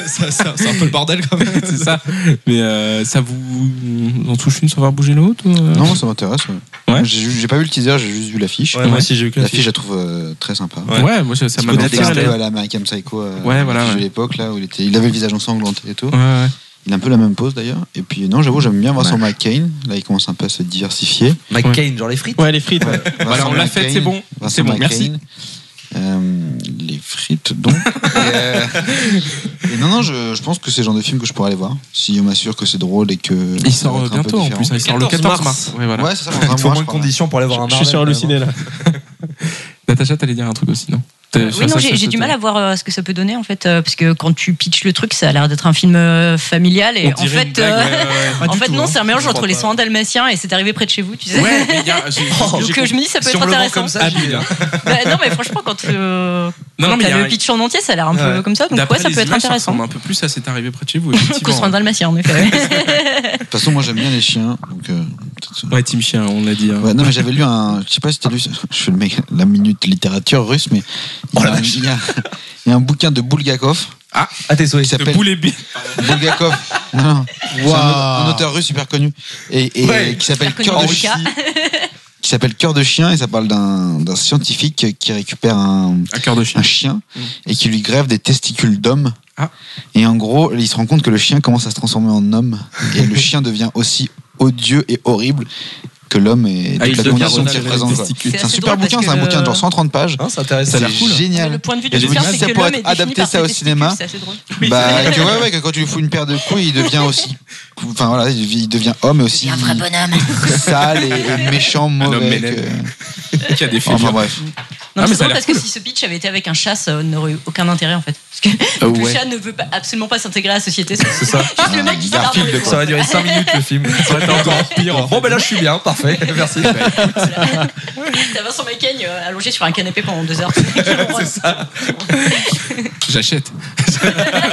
Speaker 8: ça- ça- c'est un peu le bordel quand même.
Speaker 1: *laughs* c'est ça. Mais euh, ça vous en touche une sans voir bouger l'autre ou, euh,
Speaker 9: Non, ça m'intéresse. ouais.
Speaker 1: Ouais.
Speaker 9: J'ai ju- j'ai pas vu le teaser, j'ai juste vu l'affiche.
Speaker 2: Ouais, moi aussi j'ai eu que la
Speaker 9: L'affiche,
Speaker 2: fiche.
Speaker 9: je la trouve euh, très sympa.
Speaker 1: Ouais, moi, ça, ça m'a
Speaker 9: Côté
Speaker 1: fait
Speaker 9: un
Speaker 1: rire.
Speaker 9: peu à la American Psycho euh,
Speaker 1: Ouais, voilà,
Speaker 9: de
Speaker 1: ouais.
Speaker 9: l'époque là où il était il avait le visage ensanglanté et tout
Speaker 1: Ouais, ouais.
Speaker 9: il a un peu la même pose d'ailleurs et puis non j'avoue j'aime bien Vincent McCain là il commence un peu à se diversifier
Speaker 2: Mike
Speaker 1: Ouais.
Speaker 2: Kane, genre les frites.
Speaker 10: Ouais, les frites. ouais.
Speaker 1: Voilà, Bah, on l'a fait, c'est bon. C'est bon, merci.
Speaker 9: Euh, les frites
Speaker 1: *laughs*
Speaker 9: donc et, euh, et non non je, je pense que c'est le genre de film que je pourrais aller voir si on m'assure que c'est drôle et que
Speaker 1: Il
Speaker 9: ça va
Speaker 1: sort
Speaker 9: être un peu
Speaker 1: bientôt en
Speaker 9: différent.
Speaker 1: plus, hein, il sort le 14 mars. Ouais, voilà.
Speaker 9: ouais c'est ça
Speaker 1: *laughs*
Speaker 9: dans un
Speaker 2: Il faut
Speaker 9: mois,
Speaker 2: moins
Speaker 9: je
Speaker 2: de
Speaker 9: crois.
Speaker 2: conditions pour aller voir un
Speaker 10: Je suis sur
Speaker 2: Marvel,
Speaker 10: halluciné là.
Speaker 1: Natacha, t'allais dire un truc aussi, non T'as-
Speaker 4: Oui,
Speaker 1: sur
Speaker 4: non,
Speaker 1: ça,
Speaker 4: j'ai
Speaker 1: ça,
Speaker 4: j'ai
Speaker 1: ça,
Speaker 4: du
Speaker 1: t'as-
Speaker 4: mal à voir euh, ce que ça peut donner en fait, euh, parce que quand tu pitches le truc, ça a l'air d'être un film euh, familial et
Speaker 1: On
Speaker 4: en
Speaker 1: dirait une
Speaker 4: fait,
Speaker 1: blague,
Speaker 4: euh,
Speaker 1: ouais, ouais, ouais.
Speaker 4: en fait non, c'est un mélange
Speaker 2: Je
Speaker 4: entre
Speaker 2: crois
Speaker 4: les
Speaker 2: pas.
Speaker 4: soins dalmatiens et c'est arrivé près de chez vous, tu sais.
Speaker 1: Ouais, mais il y
Speaker 4: *laughs*
Speaker 1: a- j'ai-
Speaker 2: Oh,
Speaker 1: j'ai-
Speaker 4: Donc euh, je me dis ça peut
Speaker 2: Si
Speaker 4: être
Speaker 2: on le vend
Speaker 4: intéressant.
Speaker 2: comme ça, j'y vais. hein.
Speaker 4: Bah, non mais franchement quand euh,
Speaker 1: Non, non,
Speaker 4: quand
Speaker 1: mais il y
Speaker 4: t'as
Speaker 1: a-
Speaker 4: le pitch en entier, ça a l'air un peu
Speaker 2: Ouais.
Speaker 4: comme ça. Donc
Speaker 1: d'après
Speaker 4: ouais, ça
Speaker 1: les
Speaker 4: peut être
Speaker 1: images,
Speaker 4: intéressant.
Speaker 1: ressemble un peu plus à c'est arrivé près de chez vous.
Speaker 4: Qu'au
Speaker 1: effectivement.
Speaker 4: soin dalmatien en effet.
Speaker 9: de toute façon moi j'aime bien les chiens donc euh,
Speaker 1: Ouais, Team Chien, on l'a dit. hein.
Speaker 9: Ouais, non, mais j'avais lu un. Je sais pas si t'as lu. ça. *laughs* Je suis le mec, la minute littérature russe, mais. Il y
Speaker 1: Oh
Speaker 9: a, un, il y a- il y a un bouquin de Bulgakov
Speaker 2: Ah, t'es
Speaker 9: qui
Speaker 2: sauvé.
Speaker 1: De
Speaker 9: s'appelle
Speaker 1: boule et bi-
Speaker 9: Bulgakov. Non, non. C'est un, autre- un auteur russe super connu. Et, et
Speaker 2: Ouais.
Speaker 9: qui s'appelle
Speaker 4: Super connu
Speaker 9: Cœur
Speaker 1: Bah
Speaker 9: de
Speaker 4: en
Speaker 9: chien.
Speaker 4: Russie.
Speaker 9: Qui s'appelle Cœur de chien et ça parle d'un d'un scientifique qui récupère un,
Speaker 1: Un cœur de chien.
Speaker 9: un chien et qui lui grève des testicules d'homme.
Speaker 1: Mm. Ah.
Speaker 9: Et en gros, il se rend compte que le chien commence à se transformer en homme et
Speaker 1: *laughs*
Speaker 9: le chien devient aussi odieux et horrible que l'homme et
Speaker 1: Ah, il
Speaker 9: toute la
Speaker 1: devient
Speaker 9: condition qui
Speaker 1: Ronald
Speaker 9: représente. quoi.
Speaker 1: Testicules. Ah,
Speaker 4: C'est
Speaker 9: C'est un
Speaker 4: assez
Speaker 9: super
Speaker 4: drôle parce
Speaker 9: bouquin, c'est un
Speaker 4: que
Speaker 9: bouquin de
Speaker 4: le-
Speaker 9: genre 130 pages.
Speaker 2: Hein, c'est intéressant.
Speaker 9: Ça a l'air
Speaker 1: cool.
Speaker 9: génial.
Speaker 4: Le point de vue
Speaker 9: Et
Speaker 4: de
Speaker 9: je me
Speaker 4: l'auteur,
Speaker 9: dis,
Speaker 4: c'est
Speaker 9: ça
Speaker 4: que
Speaker 9: pourrait
Speaker 4: l'homme est
Speaker 9: être adapté
Speaker 4: défini par
Speaker 9: ça
Speaker 4: ses
Speaker 9: au
Speaker 4: testicules,
Speaker 9: cinéma.
Speaker 4: C'est assez drôle.
Speaker 9: Bah, que ouais, ouais, que quand tu lui fous une paire de couilles, il devient aussi. Enfin voilà, il devient homme et aussi
Speaker 4: un vrai bonhomme.
Speaker 9: sale et, et méchant,
Speaker 1: homme
Speaker 9: mauvais.
Speaker 1: mêlé.
Speaker 9: que-
Speaker 1: Qui a
Speaker 8: Oh,
Speaker 1: des figures.
Speaker 9: Enfin
Speaker 8: bah,
Speaker 9: bref.
Speaker 1: Ah,
Speaker 4: Non,
Speaker 1: mais
Speaker 4: mais
Speaker 1: ça a
Speaker 4: c'est drôle
Speaker 1: l'air
Speaker 4: parce que si ce pitch avait été avec un chat, ça n'aurait eu aucun intérêt en fait. Parce que le chat ne veut pas- absolument pas s'intégrer à la société. C'est
Speaker 2: ça.
Speaker 4: Juste le mec qui s'énerve
Speaker 9: Garfield
Speaker 4: dans les
Speaker 9: de
Speaker 2: Ça va
Speaker 4: coins.
Speaker 2: durer 5 minutes le film. *laughs* Ça va être
Speaker 8: *laughs*
Speaker 2: encore pire.
Speaker 8: Oh, bah
Speaker 2: Bon, ben là, je suis bien. Parfait. *laughs* Merci.
Speaker 4: T'as Vincent McCain euh, allongé sur un canapé pendant deux heures.
Speaker 2: C'est ça.
Speaker 1: J'achète.
Speaker 8: *laughs*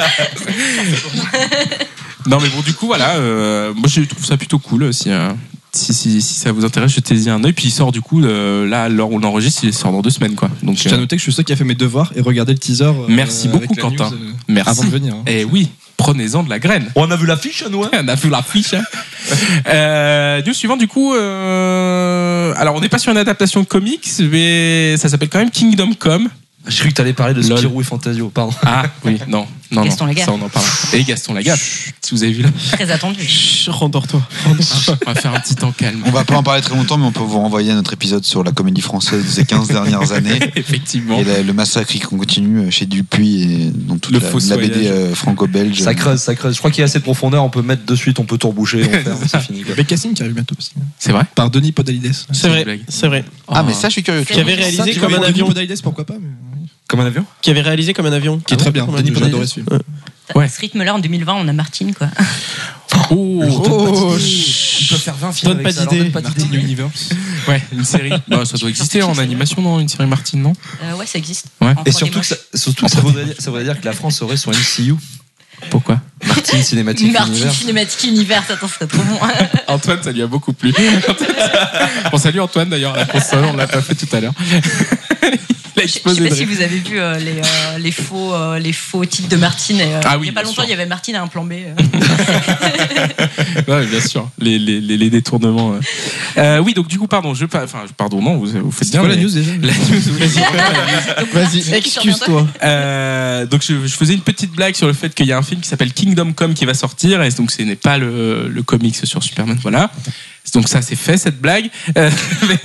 Speaker 1: non, mais bon, du coup, voilà. euh, moi, je trouve ça plutôt cool. euh, Si, euh, si, si, si ça vous intéresse, jetez-y un œil. Puis il sort, du coup, euh, là, alors on enregistre, il sort dans deux semaines, quoi. Donc,
Speaker 8: Je tiens à
Speaker 1: euh,
Speaker 8: noter que je suis celui qui a fait mes devoirs et regardé le teaser. euh,
Speaker 1: Merci
Speaker 8: avec
Speaker 1: beaucoup,
Speaker 8: la
Speaker 1: Quentin.
Speaker 8: news, euh, Avant
Speaker 1: merci.
Speaker 8: de venir. hein.
Speaker 1: Eh oui, prenez-en de la graine.
Speaker 2: On a vu l'affiche, nous, hein
Speaker 1: *laughs* On a vu la fiche. Hein. Euh, news suivante, du coup. euh, alors, on n'est pas sur une adaptation de comics, mais ça s'appelle quand même Kingdom Come.
Speaker 2: Je croyais que t'allais parler de
Speaker 1: Lol.
Speaker 2: Spirou et Fantasio. Pardon.
Speaker 1: Ah, oui, non. non
Speaker 4: Gaston
Speaker 1: non,
Speaker 4: Lagaffe.
Speaker 1: Ça, on en parle. Et Gaston Lagaffe. Si vous avez *laughs* vu là,
Speaker 4: Très attendu.
Speaker 10: Chut, Rendors-toi.
Speaker 1: on va faire un petit temps calme.
Speaker 9: On va pas en parler très longtemps, mais on peut vous renvoyer à notre épisode sur la comédie française de ces 15
Speaker 1: *laughs*
Speaker 9: dernières années.
Speaker 1: Effectivement.
Speaker 9: Et la- le massacre qui continue euh, chez Dupuis et dans toute
Speaker 1: Le
Speaker 9: la,
Speaker 1: faux
Speaker 9: la BD
Speaker 1: soyage.
Speaker 9: euh, franco-belge.
Speaker 2: Ça creuse, ça creuse. Je crois qu'il y a assez de profondeur. On peut mettre de suite, on peut tout reboucher. On *laughs* ferme, c'est fini. quoi.
Speaker 8: Il y a Bécassine qui arrive bientôt aussi.
Speaker 1: C'est vrai
Speaker 8: Par Denis Podalides.
Speaker 1: C'est
Speaker 10: C'est
Speaker 1: une
Speaker 10: vrai,
Speaker 1: blague.
Speaker 10: c'est vrai.
Speaker 9: Ah, mais ça, je suis curieux. tu
Speaker 4: Qui
Speaker 10: Qui
Speaker 9: vois.
Speaker 10: avait réalisé comme un
Speaker 8: Denis
Speaker 10: avion.
Speaker 8: Podalides, pourquoi pas mais-
Speaker 2: Comme un avion
Speaker 10: Qui avait réalisé comme un avion. Ah
Speaker 8: Qui est très bien.
Speaker 10: Comme un
Speaker 8: Denis
Speaker 10: avion.
Speaker 8: Podalides, ce film.
Speaker 10: Ouais.
Speaker 1: Ouais.
Speaker 4: À ce rythme-là, en 2020, on a Martine quoi.
Speaker 1: Oh,
Speaker 8: Oh,
Speaker 2: Il peut faire 20
Speaker 10: Donne pas d'idée.
Speaker 8: Martin Universe.
Speaker 1: Ouais, une série. *laughs* Bah, ça doit exister en animation, non Une série Martine, non
Speaker 4: Euh, ouais, ça existe.
Speaker 1: Ouais.
Speaker 4: En
Speaker 2: Et
Speaker 4: trois
Speaker 2: surtout,
Speaker 4: dimanches.
Speaker 2: que ça, surtout que ça, voudrait dire, ça voudrait dire que la France aurait son MCU,
Speaker 1: Pourquoi
Speaker 2: Martin Cinématique
Speaker 4: Martine
Speaker 2: Univers.
Speaker 4: Cinématique Univers, attends, ça serait trop bon.
Speaker 1: Antoine, ça lui a beaucoup plu. *laughs* bon, salut Antoine d'ailleurs à la console, on l'a pas fait tout à l'heure. Il a
Speaker 4: Je sais
Speaker 1: explosé
Speaker 4: pas
Speaker 1: de
Speaker 4: si
Speaker 1: rire.
Speaker 4: vous avez vu euh, les, euh, les faux, euh, les faux titres de Martine. et, euh,
Speaker 1: Ah oui,
Speaker 4: il y a pas
Speaker 1: bien
Speaker 4: longtemps,
Speaker 1: sûr.
Speaker 4: il y avait Martine à un plan B. euh.
Speaker 1: Ouais, bien sûr, les, les, les, les détournements. euh. Euh, oui, donc du coup, pardon, je pa- enfin, pardon, non, vous, vous faites
Speaker 8: C'est
Speaker 1: bien.
Speaker 8: quoi la
Speaker 1: mais-
Speaker 8: news déjà
Speaker 1: La news, vas-y.
Speaker 10: Vas-y, excuse-toi.
Speaker 1: Euh, donc je, je faisais une petite blague sur le fait qu'il y a un film qui s'appelle Kingdom Come qui va sortir et donc ce n'est pas le, le comics sur Superman voilà donc ça c'est fait cette blague Euh, *laughs* mais,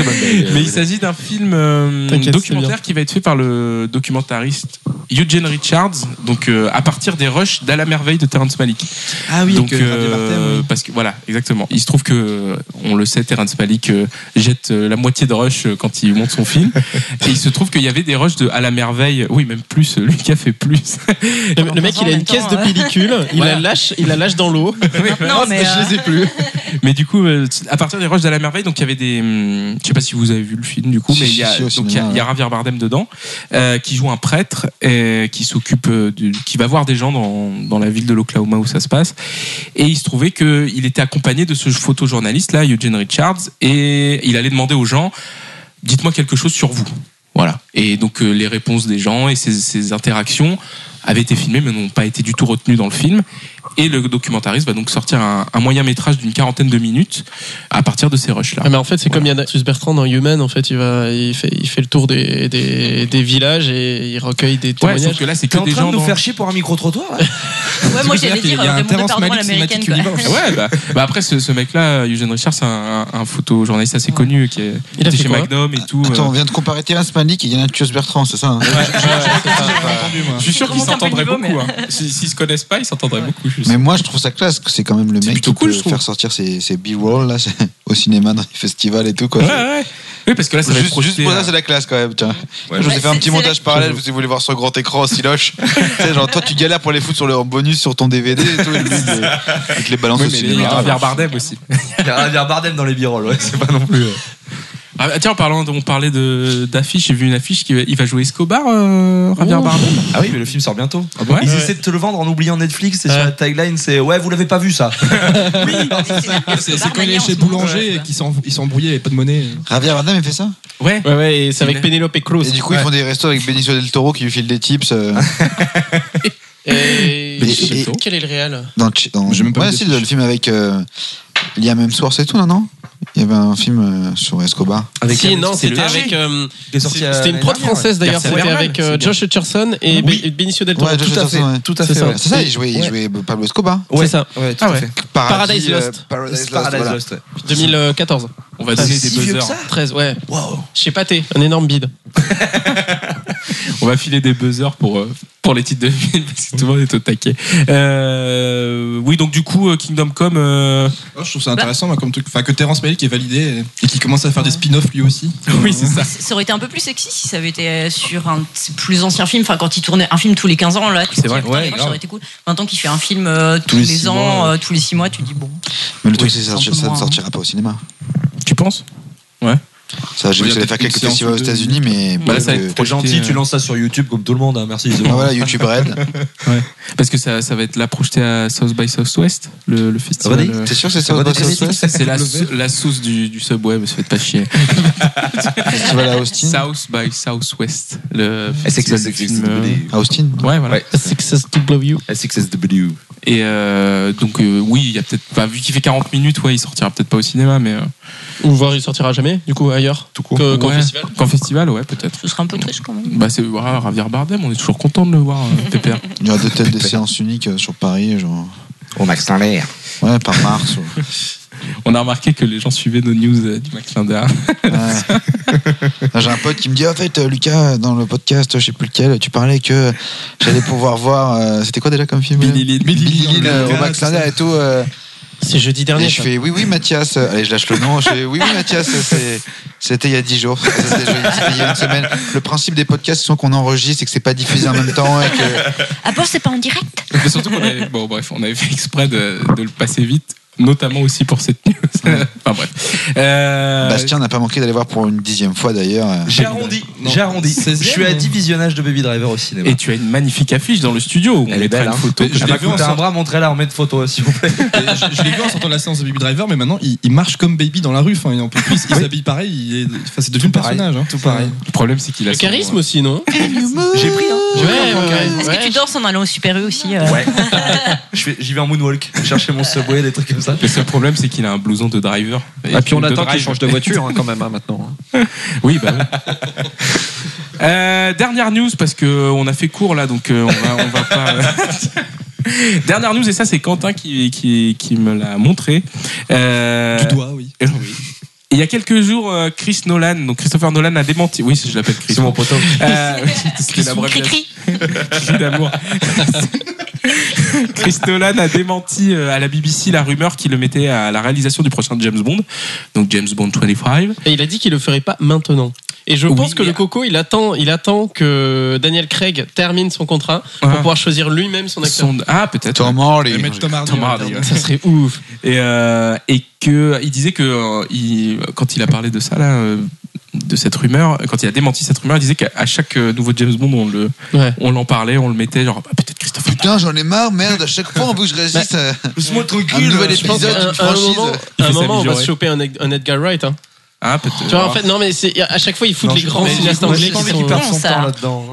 Speaker 8: euh,
Speaker 1: mais il s'agit d'un film euh,
Speaker 10: T'inquiète, c'est bien.
Speaker 1: documentaire qui va être fait par le documentariste Eugene Richards donc euh, à partir des rushs d'À la merveille de Terrence Malick
Speaker 8: Ah oui,
Speaker 1: donc
Speaker 8: avec, euh,
Speaker 1: euh,
Speaker 8: Javier Bardem, oui.
Speaker 1: parce que voilà exactement il se trouve que euh, on le sait Terrence Malick euh, jette euh, la moitié de Rush euh, quand il monte son film
Speaker 8: *laughs*
Speaker 1: et il se trouve qu'il y avait des rushs de à la merveille oui même plus euh, lui qui a fait plus
Speaker 10: Le, le mec,
Speaker 4: En
Speaker 10: il a
Speaker 4: même
Speaker 10: une
Speaker 4: temps,
Speaker 10: caisse de
Speaker 4: euh.
Speaker 10: pellicule, il
Speaker 1: Voilà.
Speaker 10: la lâche, il la lâche dans l'eau.
Speaker 4: Maintenant, mais, euh,
Speaker 1: les ai plus *laughs* mais du coup euh, à partir des rushs de la merveille donc il y avait des hum, je sais pas si vous avez vu le film du coup
Speaker 9: Si,
Speaker 1: mais
Speaker 9: si,
Speaker 1: il y a
Speaker 9: si, au
Speaker 1: donc il y a,
Speaker 9: cinéma,
Speaker 1: il y a Javier Bardem dedans euh, qui joue un prêtre et qui s'occupe euh, du- qui va voir des gens dans, dans la ville de l'Oklahoma où ça se passe et il se trouvait que il était accompagné de ce photojournaliste là Eugene Richards et il allait demander aux gens dites-moi quelque chose sur vous voilà et donc euh, les réponses des gens et ces, ces interactions avaient été filmées mais n'ont pas été du tout retenues dans le film et le documentariste va donc sortir un, un moyen métrage d'une quarantaine de minutes à partir de ces rushs là
Speaker 10: Ah, mais en fait, c'est comme Yann Sus Bertrand dans Human, en fait, il, va, il, fait, il fait le tour des, des, des villages et il recueille des
Speaker 1: ouais sauf
Speaker 10: témoignages.
Speaker 1: que là c'est
Speaker 2: T'es
Speaker 1: que
Speaker 2: en
Speaker 1: des
Speaker 2: train
Speaker 1: gens
Speaker 2: de nous
Speaker 1: dans-
Speaker 2: faire chier pour un micro-trottoir là *laughs*
Speaker 4: ouais, moi j'allais dire
Speaker 8: Il y a un
Speaker 4: euh, Raymond
Speaker 8: Terrence
Speaker 4: Depardon à
Speaker 8: Malick
Speaker 4: l'américaine.
Speaker 8: cinématique
Speaker 4: quoi.
Speaker 8: universe.
Speaker 1: Ouais, bah, bah après ce, ce mec-là, Eugène Richard, c'est un, un, un photojournaliste assez connu qui est
Speaker 10: Il a
Speaker 1: était
Speaker 10: fait
Speaker 1: chez
Speaker 10: quoi
Speaker 1: Magnum et tout.
Speaker 9: Attends, on
Speaker 1: euh.
Speaker 9: vient de comparer Terrence Malick et Yann Athius Bertrand, c'est ça hein
Speaker 1: je suis sûr qu'ils
Speaker 4: Remonte un peu le
Speaker 1: s'entendraient beaucoup.
Speaker 4: niveau, mais-
Speaker 1: hein. S'ils s'ils se connaissent pas, ils s'entendraient beaucoup. je suis
Speaker 9: Mais moi, je trouve ça classe que c'est quand même le mec
Speaker 1: plutôt
Speaker 9: qui
Speaker 1: cool,
Speaker 9: peut
Speaker 1: je trouve.
Speaker 9: faire sortir ses, ses B-roll là, *laughs* c'est- au cinéma, dans les festivals et tout. Quoi.
Speaker 1: sûr. Ouais, ouais. Oui, parce que là, ça va être
Speaker 9: Juste,
Speaker 1: projeté,
Speaker 9: juste pour ça,
Speaker 1: euh,
Speaker 9: c'est la classe quand même. Tiens. je vous ai
Speaker 4: Ouais,
Speaker 9: fait un
Speaker 4: c'est-
Speaker 9: petit
Speaker 4: c'est
Speaker 9: montage
Speaker 4: la-
Speaker 9: parallèle si vous voulez voir son grand écran en
Speaker 4: *laughs*
Speaker 9: siloche. Tu sais, genre, toi, tu galères pour les foutre sur le, en bonus sur ton DVD et tout. Et lui, il- il euh, te les balance
Speaker 1: Oui,
Speaker 9: au
Speaker 1: mais il y a
Speaker 9: cinéma.
Speaker 1: Javier Bardem aussi.
Speaker 2: Il y a Javier Bardem dans les birolles, ouais, c'est pas non plus. euh.
Speaker 1: Ah, tiens, en parlant, de- on parlait de- d'affiches, j'ai vu une affiche qui il va jouer Escobar, euh, Javier Bardem.
Speaker 2: Ah oui, mais le film sort bientôt.
Speaker 8: Ah
Speaker 1: Ouais.
Speaker 2: Ils
Speaker 10: Ouais.
Speaker 2: essaient de te le vendre en oubliant Netflix, c'est
Speaker 10: Ouais.
Speaker 2: sur la tagline, c'est ouais, vous l'avez pas vu ça.
Speaker 8: C'est c'est comme les chez Boulanger et qui s'en- ils sont embrouillés et pas de monnaie.
Speaker 9: Javier Bardem a fait ça
Speaker 1: Ouais.
Speaker 10: Ouais, ouais, et c'est avec
Speaker 1: Il-
Speaker 10: Penelope Cruz.
Speaker 9: Et du coup,
Speaker 10: Ouais.
Speaker 9: ils font des restos avec Benicio del Toro qui lui file des tips *laughs* euh,
Speaker 10: Et-
Speaker 9: Mais-
Speaker 10: et- Quel est le réel
Speaker 9: dans, le chi- dans...
Speaker 8: J'ai même pas
Speaker 9: Ouais,
Speaker 8: vu
Speaker 9: si,
Speaker 8: des
Speaker 9: le
Speaker 8: fiches.
Speaker 9: film avec euh, Liam Hemsworth et tout, non, non Il y avait un film euh, sur Escobar.
Speaker 10: Si, non,
Speaker 2: c'est
Speaker 10: c'était
Speaker 2: le-
Speaker 10: avec. euh,
Speaker 2: Ah Il est sorti
Speaker 10: c'est-
Speaker 2: à-
Speaker 10: C'était une prod
Speaker 2: l'année dernière,
Speaker 10: française d'ailleurs,
Speaker 1: Garcia
Speaker 10: c'était
Speaker 1: Bernal,
Speaker 10: avec euh,
Speaker 1: c'est bien.
Speaker 10: Josh Hutcherson et Be- Benicio del Toro.
Speaker 9: Ouais, Josh
Speaker 2: tout à
Speaker 9: Hutcherson,
Speaker 2: fait,
Speaker 9: ouais.
Speaker 2: tout à
Speaker 10: C'est
Speaker 2: fait.
Speaker 10: ça.
Speaker 2: ouais.
Speaker 9: C'est ça, il jouait, il
Speaker 2: Ouais.
Speaker 9: jouait Pablo Escobar.
Speaker 10: C'est ça,
Speaker 2: Ouais, tout
Speaker 1: Ah
Speaker 2: à
Speaker 1: ouais.
Speaker 2: fait.
Speaker 9: Paradis,
Speaker 10: Paradise
Speaker 9: euh,
Speaker 10: Lost.
Speaker 9: Paradise Lost.
Speaker 2: Paradise
Speaker 9: voilà.
Speaker 2: Lost, ouais.
Speaker 10: 2014.
Speaker 1: On va donner
Speaker 2: si
Speaker 1: des
Speaker 2: vieux que
Speaker 1: buzzers.
Speaker 2: ça
Speaker 10: 13, ouais.
Speaker 2: Wow.
Speaker 10: Chez Pathé, un énorme bide.
Speaker 1: On va filer des buzzers pour, euh, pour les titres de films parce que tout le monde est au taquet. Euh, oui, donc du coup, euh, Kingdom Come. euh,
Speaker 8: Oh, je trouve ça intéressant, moi, comme truc. Enfin, que Terence Malick est validé et, et qui commence à faire des spin-offs lui aussi.
Speaker 1: Oui, c'est ça.
Speaker 4: Ça aurait été un peu plus sexy si ça avait été euh, sur un t- plus ancien film. Enfin, quand il tournait un film tous les 15 ans, là, tu te
Speaker 1: C'est
Speaker 4: dis,
Speaker 1: vrai,
Speaker 4: putain,
Speaker 1: ouais,
Speaker 4: les vaches, ça
Speaker 1: grave.
Speaker 4: aurait été cool. Maintenant qu'il fait un film euh, tous,
Speaker 9: Tous les
Speaker 4: les,
Speaker 9: six
Speaker 4: ans,
Speaker 9: mois,
Speaker 4: euh, tous les 6 mois, tu te dis, bon.
Speaker 9: Mais le truc,
Speaker 4: Oui,
Speaker 9: c'est que ça,
Speaker 4: c'est un peu
Speaker 9: ça ne
Speaker 4: moins,
Speaker 9: sortira pas au cinéma.
Speaker 1: Tu penses
Speaker 9: Ça, j'ai
Speaker 8: Oui,
Speaker 9: vu que ça
Speaker 8: il y a
Speaker 9: allait faire
Speaker 8: peut-être
Speaker 9: quelques
Speaker 8: une
Speaker 9: festivals aux
Speaker 8: séance de-
Speaker 9: États-Unis, mais.
Speaker 1: Bah là, ça va
Speaker 9: que-
Speaker 1: être
Speaker 2: T'es
Speaker 1: projeté,
Speaker 2: gentil,
Speaker 1: euh,
Speaker 2: tu lances ça sur YouTube comme tout le monde, hein, merci. c'est
Speaker 9: Ah,
Speaker 2: bon.
Speaker 9: voilà, YouTube *laughs* Red.
Speaker 1: Parce que ça, ça va être là projeté à South by Southwest, le, le festival.
Speaker 8: Ah,
Speaker 2: René,
Speaker 1: euh,
Speaker 9: T'es sûr que c'est
Speaker 2: Ça va
Speaker 9: ça
Speaker 2: être
Speaker 9: Southwest
Speaker 2: Southwest
Speaker 1: C'est la, la sauce du, du subway, mais se faites pas chier.
Speaker 9: Festival à Austin
Speaker 1: South by Southwest. Le
Speaker 8: Eh,
Speaker 1: festival du film, euh,
Speaker 2: SXSW.
Speaker 9: À Austin
Speaker 1: Ouais, voilà.
Speaker 10: SXSW.
Speaker 2: SXSW.
Speaker 1: Et euh, donc, euh, oui, il y a peut-être. Bah, vu qu'il fait 40 minutes, ouais, il sortira peut-être pas au cinéma, mais. euh,
Speaker 10: Ou voir, il sortira jamais, du coup, ailleurs.
Speaker 1: tout court.
Speaker 10: Que- qu'en
Speaker 1: Ouais.
Speaker 10: festival
Speaker 1: Qu'en festival, ouais, peut-être.
Speaker 4: Ce serait un peu triste quand même.
Speaker 1: Bah, c'est voilà, Javier Bardem, on est toujours content de le voir, *laughs* euh, Pépère.
Speaker 9: Il y aura peut-être des séances uniques euh, sur Paris, genre.
Speaker 2: Au max en l'air.
Speaker 9: Ouais, par mars. ou-
Speaker 1: On a remarqué que les gens suivaient nos news euh, du Max Linder.
Speaker 9: Ouais. J'ai un pote qui me dit en fait, euh, Lucas, dans le podcast, je sais plus lequel, tu parlais que j'allais pouvoir voir. euh, C'était quoi déjà comme film
Speaker 1: Billy Lynn.
Speaker 9: Billy Lynn,
Speaker 8: Billy
Speaker 9: euh,
Speaker 8: Lynn,
Speaker 9: au Max
Speaker 8: c'est ça.
Speaker 9: Linder et tout. euh,
Speaker 10: C'est jeudi
Speaker 9: et
Speaker 10: dernier.
Speaker 9: je
Speaker 10: ça.
Speaker 9: fais oui, oui, Mathias. euh, Allez, je lâche le nom. Je fais oui, oui, Mathias. euh, c'est- C'était il y a 10 jours. C'était il y a une semaine. Le principe des podcasts, c'est qu'on enregistre et que c'est pas diffusé en même temps. Et que...
Speaker 4: Ah bon, c'est pas en direct
Speaker 1: Mais surtout qu'on avait, bon, bref, on avait fait exprès de, de le passer vite, notamment aussi pour cette news. *laughs* enfin bref. Euh,
Speaker 9: Bastien n'a pas manqué d'aller voir pour une dixième fois d'ailleurs. euh,
Speaker 2: J'ai arrondi.
Speaker 8: Non.
Speaker 2: J'ai arrondi. Je
Speaker 8: 16e,
Speaker 2: suis à
Speaker 8: non
Speaker 2: 10 visionnages de Baby Driver au cinéma.
Speaker 1: et tu as une magnifique affiche dans le studio. On
Speaker 2: Elle est
Speaker 1: mettra
Speaker 2: belle,
Speaker 1: une
Speaker 2: hein.
Speaker 1: photo.
Speaker 8: Je
Speaker 2: Ah
Speaker 8: l'ai
Speaker 2: bah,
Speaker 8: vu en
Speaker 2: écoute, t'as un
Speaker 8: sorte-
Speaker 2: bras, montrez-la, remets de photo, s'il vous plaît.
Speaker 8: Et je je l'ai vu en sortant de la séance de Baby Driver, mais maintenant il, il marche comme Baby dans la rue. Enfin, il en peut plus, il s'habille pareil. Il est, enfin, c'est devenu le
Speaker 2: pareil,
Speaker 8: personnage. hein.
Speaker 2: tout pareil.
Speaker 1: Le problème, c'est qu'il a
Speaker 10: Le
Speaker 1: son-
Speaker 10: charisme aussi, non
Speaker 2: J'ai pris, hein.
Speaker 10: Ouais, ouais,
Speaker 4: euh, Est-ce
Speaker 10: ouais.
Speaker 4: que tu danses en allant au Super U aussi euh
Speaker 2: Ouais. Je fais- J'y vais en moonwalk, *laughs* chercher mon subway, des trucs comme ça.
Speaker 1: Le seul problème, c'est qu'il a un blouson de driver. Et de drive.
Speaker 2: voiture hein, quand même maintenant.
Speaker 1: Oui, bah oui. *laughs* Euh, dernière news parce que euh, on a fait court là, donc euh, *laughs* on va, on va pas. euh, dernière news et ça c'est Quentin qui, qui, qui me l'a montré. Euh,
Speaker 8: Du doigt, oui.
Speaker 1: euh, *laughs* oui. Il y a quelques jours, euh, Chris Nolan, donc Christopher Nolan a démenti. Oui, je l'appelle Chris.
Speaker 2: C'est mon poteau.
Speaker 8: *laughs*
Speaker 1: Euh, c'était
Speaker 4: Cri
Speaker 1: l'abréviation.
Speaker 4: cri.
Speaker 1: Cri d'amour. *laughs* Chris Nolan a démenti euh, à la BBC la rumeur qu'il le mettait à la réalisation du prochain James Bond, donc James Bond 25.
Speaker 10: Et il a dit qu'il le ferait pas maintenant. Et je
Speaker 1: Oui,
Speaker 10: pense que
Speaker 1: mais-
Speaker 10: le coco, il attend, il attend que Daniel Craig termine son contrat
Speaker 1: Ah.
Speaker 10: pour pouvoir choisir lui-même son acteur.
Speaker 1: Son- Ah, peut-être.
Speaker 9: Tom Hardy.
Speaker 8: Et mettre Tom Hardy.
Speaker 1: Tom
Speaker 8: ouais.
Speaker 1: Hardy, ouais.
Speaker 10: Ça serait ouf.
Speaker 1: et, euh, et que il disait que euh, il- quand il a parlé de ça là euh, de cette rumeur quand il a démenti cette rumeur il disait qu'à à chaque euh, nouveau James Bond on le
Speaker 10: Ouais.
Speaker 1: on l'en parlait on le mettait genre bah, peut-être Christophe
Speaker 9: Putain, j'en ai marre, merde, à chaque fois on veut que
Speaker 1: Bah,
Speaker 9: je résiste. euh,
Speaker 2: Laisse-moi
Speaker 9: un
Speaker 2: tranquille.
Speaker 9: nouvel
Speaker 10: Je pense
Speaker 9: épisode
Speaker 10: qu'à un,
Speaker 9: d'une
Speaker 10: à un
Speaker 9: franchise.
Speaker 10: moment,
Speaker 1: Il
Speaker 10: à un
Speaker 1: fait sa
Speaker 10: moment, on va
Speaker 1: mijaurée.
Speaker 10: se choper un, Ed- un Edgar Wright. hein.
Speaker 1: ah peut-être
Speaker 10: Tu vois, en fait, non, mais c'est- à chaque fois, ils foutent les grands cinéastes
Speaker 2: J'ai
Speaker 10: anglais
Speaker 2: pas
Speaker 10: qui
Speaker 2: envie qu'il
Speaker 10: sont.
Speaker 2: perde
Speaker 4: Non,
Speaker 2: son
Speaker 4: ça.
Speaker 2: temps là-dedans.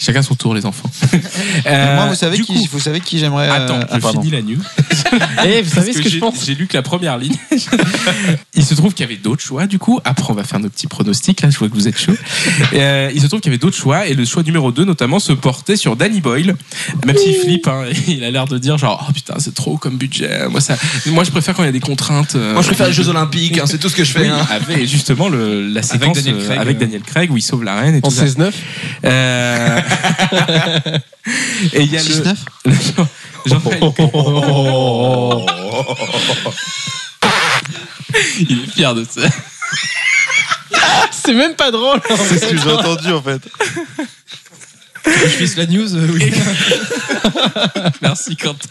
Speaker 1: chacun son tour les enfants
Speaker 9: Mais
Speaker 1: Euh,
Speaker 9: Moi, vous savez,
Speaker 1: du
Speaker 9: qui,
Speaker 1: coup,
Speaker 9: vous savez qui j'aimerais. euh,
Speaker 1: Attends,
Speaker 9: ah,
Speaker 1: je
Speaker 9: pardon.
Speaker 1: finis la news.
Speaker 10: Eh, vous
Speaker 1: Parce
Speaker 10: savez ce
Speaker 1: que
Speaker 10: que je
Speaker 1: j'ai-
Speaker 10: pense
Speaker 1: J'ai lu que la première ligne. *laughs* il se trouve qu'il y avait d'autres choix, du coup. Après, on va faire nos petits pronostics. Là, je vois que vous êtes chaud. Euh, il se trouve qu'il y avait d'autres choix. Et le choix numéro 2, notamment, se portait sur Danny Boyle. Même s'il flippe, hein, *laughs* il a l'air de dire genre, oh putain, c'est trop comme budget. Moi, ça, moi je préfère quand il y a des contraintes. euh,
Speaker 2: Moi, je préfère les Jeux Olympiques, hein, c'est tout ce que je fais.
Speaker 1: oui,
Speaker 2: hein.
Speaker 1: avec justement le, la séquence
Speaker 8: Daniel
Speaker 1: euh,
Speaker 8: Craig,
Speaker 1: avec
Speaker 8: euh.
Speaker 1: Daniel Craig où il sauve la reine et
Speaker 10: En
Speaker 1: tout ça.
Speaker 10: 16-9
Speaker 1: Euh, *laughs* et il y a le-
Speaker 9: 6-9
Speaker 1: le Jean- Jean-Paul- oh, Il est fier de ça.
Speaker 10: C'est même pas drôle
Speaker 9: C'est ce que j'ai entendu en fait.
Speaker 8: Je fais la news. euh, oui.
Speaker 1: Merci Quentin.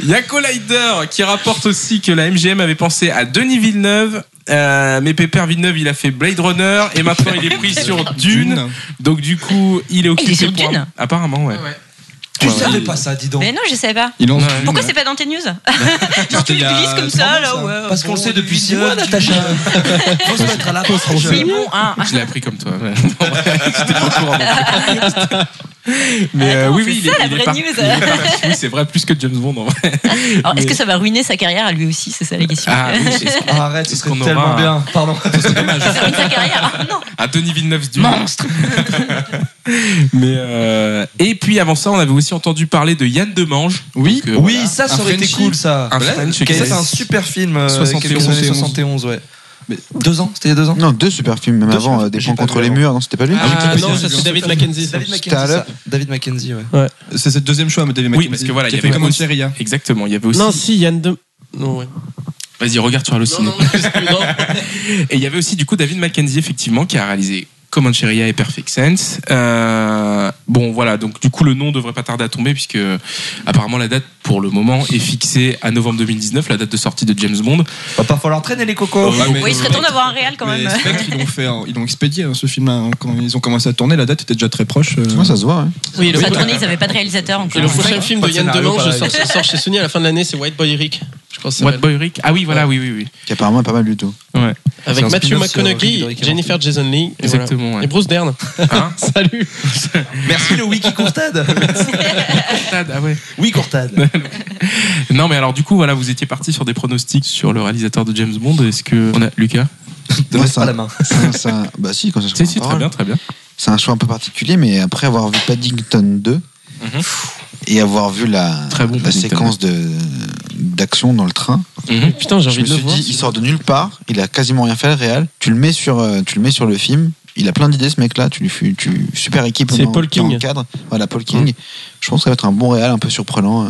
Speaker 1: Il y a Collider qui rapporte aussi que la MGM avait pensé à Denis Villeneuve. euh, mais Pépère Villeneuve, il a fait Blade Runner et maintenant il est *laughs* pris sur Dune. Donc du coup, il est occupé.
Speaker 4: Il est sur
Speaker 1: pour un-
Speaker 4: Dune
Speaker 1: Apparemment, ouais.
Speaker 2: Tu
Speaker 1: Ouais,
Speaker 2: savais
Speaker 1: oui.
Speaker 2: pas ça, dis donc. Euh,
Speaker 4: Mais non, je savais pas.
Speaker 8: Il lance
Speaker 1: Ouais.
Speaker 4: Pourquoi c'est pas dans tes news Genre tu
Speaker 8: il y
Speaker 4: le
Speaker 8: a
Speaker 4: glisses comme ça, là, ouais.
Speaker 2: Parce qu'on le sait depuis 6 mois, Natacha. Faut se mettre à la poche.
Speaker 4: Je suis bon, hein.
Speaker 1: Je l'ai appris comme toi. ouais. *laughs* En vrai, j'étais pas au courant non
Speaker 4: *laughs*
Speaker 1: plus. Mais euh,
Speaker 4: Attends,
Speaker 1: oui,
Speaker 4: c'est
Speaker 1: oui, il
Speaker 4: ça,
Speaker 1: est,
Speaker 4: la
Speaker 1: il est
Speaker 4: vraie
Speaker 1: par-
Speaker 4: news.
Speaker 1: il *laughs* est parti. Oui, c'est vrai, plus que James Bond en vrai.
Speaker 4: Alors, est-ce
Speaker 1: Mais-
Speaker 4: que ça va ruiner sa carrière à lui aussi C'est ça la question.
Speaker 1: Ah, *laughs* oui, j'espère.
Speaker 2: Ah, Arrête, ce
Speaker 1: Est-ce
Speaker 2: serait
Speaker 1: qu'on aura
Speaker 2: tellement
Speaker 1: un-
Speaker 2: bien. *laughs* Pardon.
Speaker 4: Ça ruine sa carrière Ah, Non
Speaker 1: à Denis Villeneuve du monstre. *laughs* Mais euh, et puis avant ça, on avait aussi entendu parler de Yann Demange.
Speaker 8: Oui,
Speaker 1: Donc, euh,
Speaker 2: Oui,
Speaker 1: voilà.
Speaker 2: ça, ça aurait été
Speaker 8: Frenchie.
Speaker 2: cool, ça.
Speaker 1: Un French
Speaker 2: Ok,
Speaker 1: qui
Speaker 2: ça,
Speaker 1: est-
Speaker 2: c'est un super film. euh,
Speaker 8: 71.
Speaker 2: quelques années 71, ouais. Deux ans C'était il y a deux ans
Speaker 9: Non, deux super films, même
Speaker 2: Deux
Speaker 9: avant,
Speaker 2: super-
Speaker 9: euh, Des
Speaker 2: j'ai
Speaker 9: points
Speaker 2: pas
Speaker 9: contre
Speaker 2: vu
Speaker 9: les
Speaker 2: avant.
Speaker 9: murs, non, c'était pas lui
Speaker 10: Ah, non, ça c'est
Speaker 8: c'est
Speaker 10: David Mackenzie.
Speaker 2: David
Speaker 9: C'était un
Speaker 2: McKenzie, ça.
Speaker 9: lap.
Speaker 2: David McKenzie, ouais.
Speaker 8: c'est cette deuxième choix, David
Speaker 1: Oui,
Speaker 8: McKenzie.
Speaker 1: parce que voilà,
Speaker 8: qui
Speaker 1: il y
Speaker 8: a fait
Speaker 1: avait
Speaker 8: comme
Speaker 1: aussi-
Speaker 8: Anseria.
Speaker 1: Exactement, il y avait aussi.
Speaker 10: Non, si, Yann de. Non, ouais.
Speaker 1: Vas-y, regarde sur le ciné. Et il y avait aussi du coup David Mackenzie effectivement qui a réalisé Comancheria et Perfect Sense. Euh, bon voilà, donc du coup le nom devrait pas tarder à tomber puisque euh, apparemment la date pour le moment est fixée à novembre 2019, la date de sortie de James Bond.
Speaker 2: Va pas falloir traîner les cocos.
Speaker 8: Ouais, mais-
Speaker 4: Oui, il serait temps d'avoir un réel quand
Speaker 8: Mais
Speaker 4: même.
Speaker 8: c'est vrai qu'ils l'ont fait, hein, ils l'ont expédié hein, ce film-là. hein. Quand ils ont commencé à tourner, la date était déjà très proche. euh.
Speaker 9: Moi, ça se voit, hein.
Speaker 10: Oui, le,
Speaker 4: Ça tournait, ils n'avaient pas de réalisateur
Speaker 10: et
Speaker 4: encore.
Speaker 10: le prochain film
Speaker 2: Pas
Speaker 10: de
Speaker 2: de
Speaker 10: Yann
Speaker 2: scénario,
Speaker 10: Demange
Speaker 2: pareil.
Speaker 10: sort, sort chez Sony à la fin de l'année, c'est White Boy Rick. Je crois que ça
Speaker 1: What
Speaker 10: s'appelle.
Speaker 1: Boy Rick Ah oui, voilà, oui, oui, oui.
Speaker 9: qui apparemment est pas mal du
Speaker 1: *laughs*
Speaker 9: tout.
Speaker 10: Avec
Speaker 2: un spin-off
Speaker 10: Matthew
Speaker 2: sur Rick
Speaker 10: McConaughey,
Speaker 2: de Rick et
Speaker 10: Jennifer Jason Lee. et voilà.
Speaker 1: Exactement. ouais.
Speaker 10: Et Bruce Dern.
Speaker 1: Hein
Speaker 10: *laughs* Salut.
Speaker 2: Merci le Wiki Courtade.
Speaker 1: Ah ouais.
Speaker 2: Oui, Courtade.
Speaker 1: Non, mais alors du coup, voilà, vous étiez parti sur des pronostics sur le réalisateur de James Bond. Est-ce que on a Lucas
Speaker 9: Moi,
Speaker 2: Donne
Speaker 9: c'est
Speaker 2: pas
Speaker 9: un-
Speaker 2: la main.
Speaker 9: c'est un- c'est un- Bah si, quand ça se
Speaker 1: Si,
Speaker 9: prend en
Speaker 1: si, très
Speaker 9: parole.
Speaker 1: bien, très bien.
Speaker 9: C'est un choix un peu particulier, mais après avoir vu Paddington 2 et avoir vu la,
Speaker 1: Mhm. Très bon
Speaker 9: la
Speaker 1: Paddington.
Speaker 9: séquence de- d'action dans le train,
Speaker 10: Putain, j'ai
Speaker 9: je
Speaker 10: envie
Speaker 9: me
Speaker 10: de le
Speaker 9: suis
Speaker 10: voir.
Speaker 9: dit, il sort de nulle part, il a quasiment rien fait le réel. Tu le mets sur, euh, tu le mets sur le film. Il a plein d'idées, ce mec-là. Tu lui fais tu, super équipe
Speaker 10: C'est
Speaker 9: dans,
Speaker 10: Paul
Speaker 9: dans
Speaker 10: King.
Speaker 9: le cadre. Voilà, Paul King. Je pense que ça va être un bon réel, un peu surprenant. euh.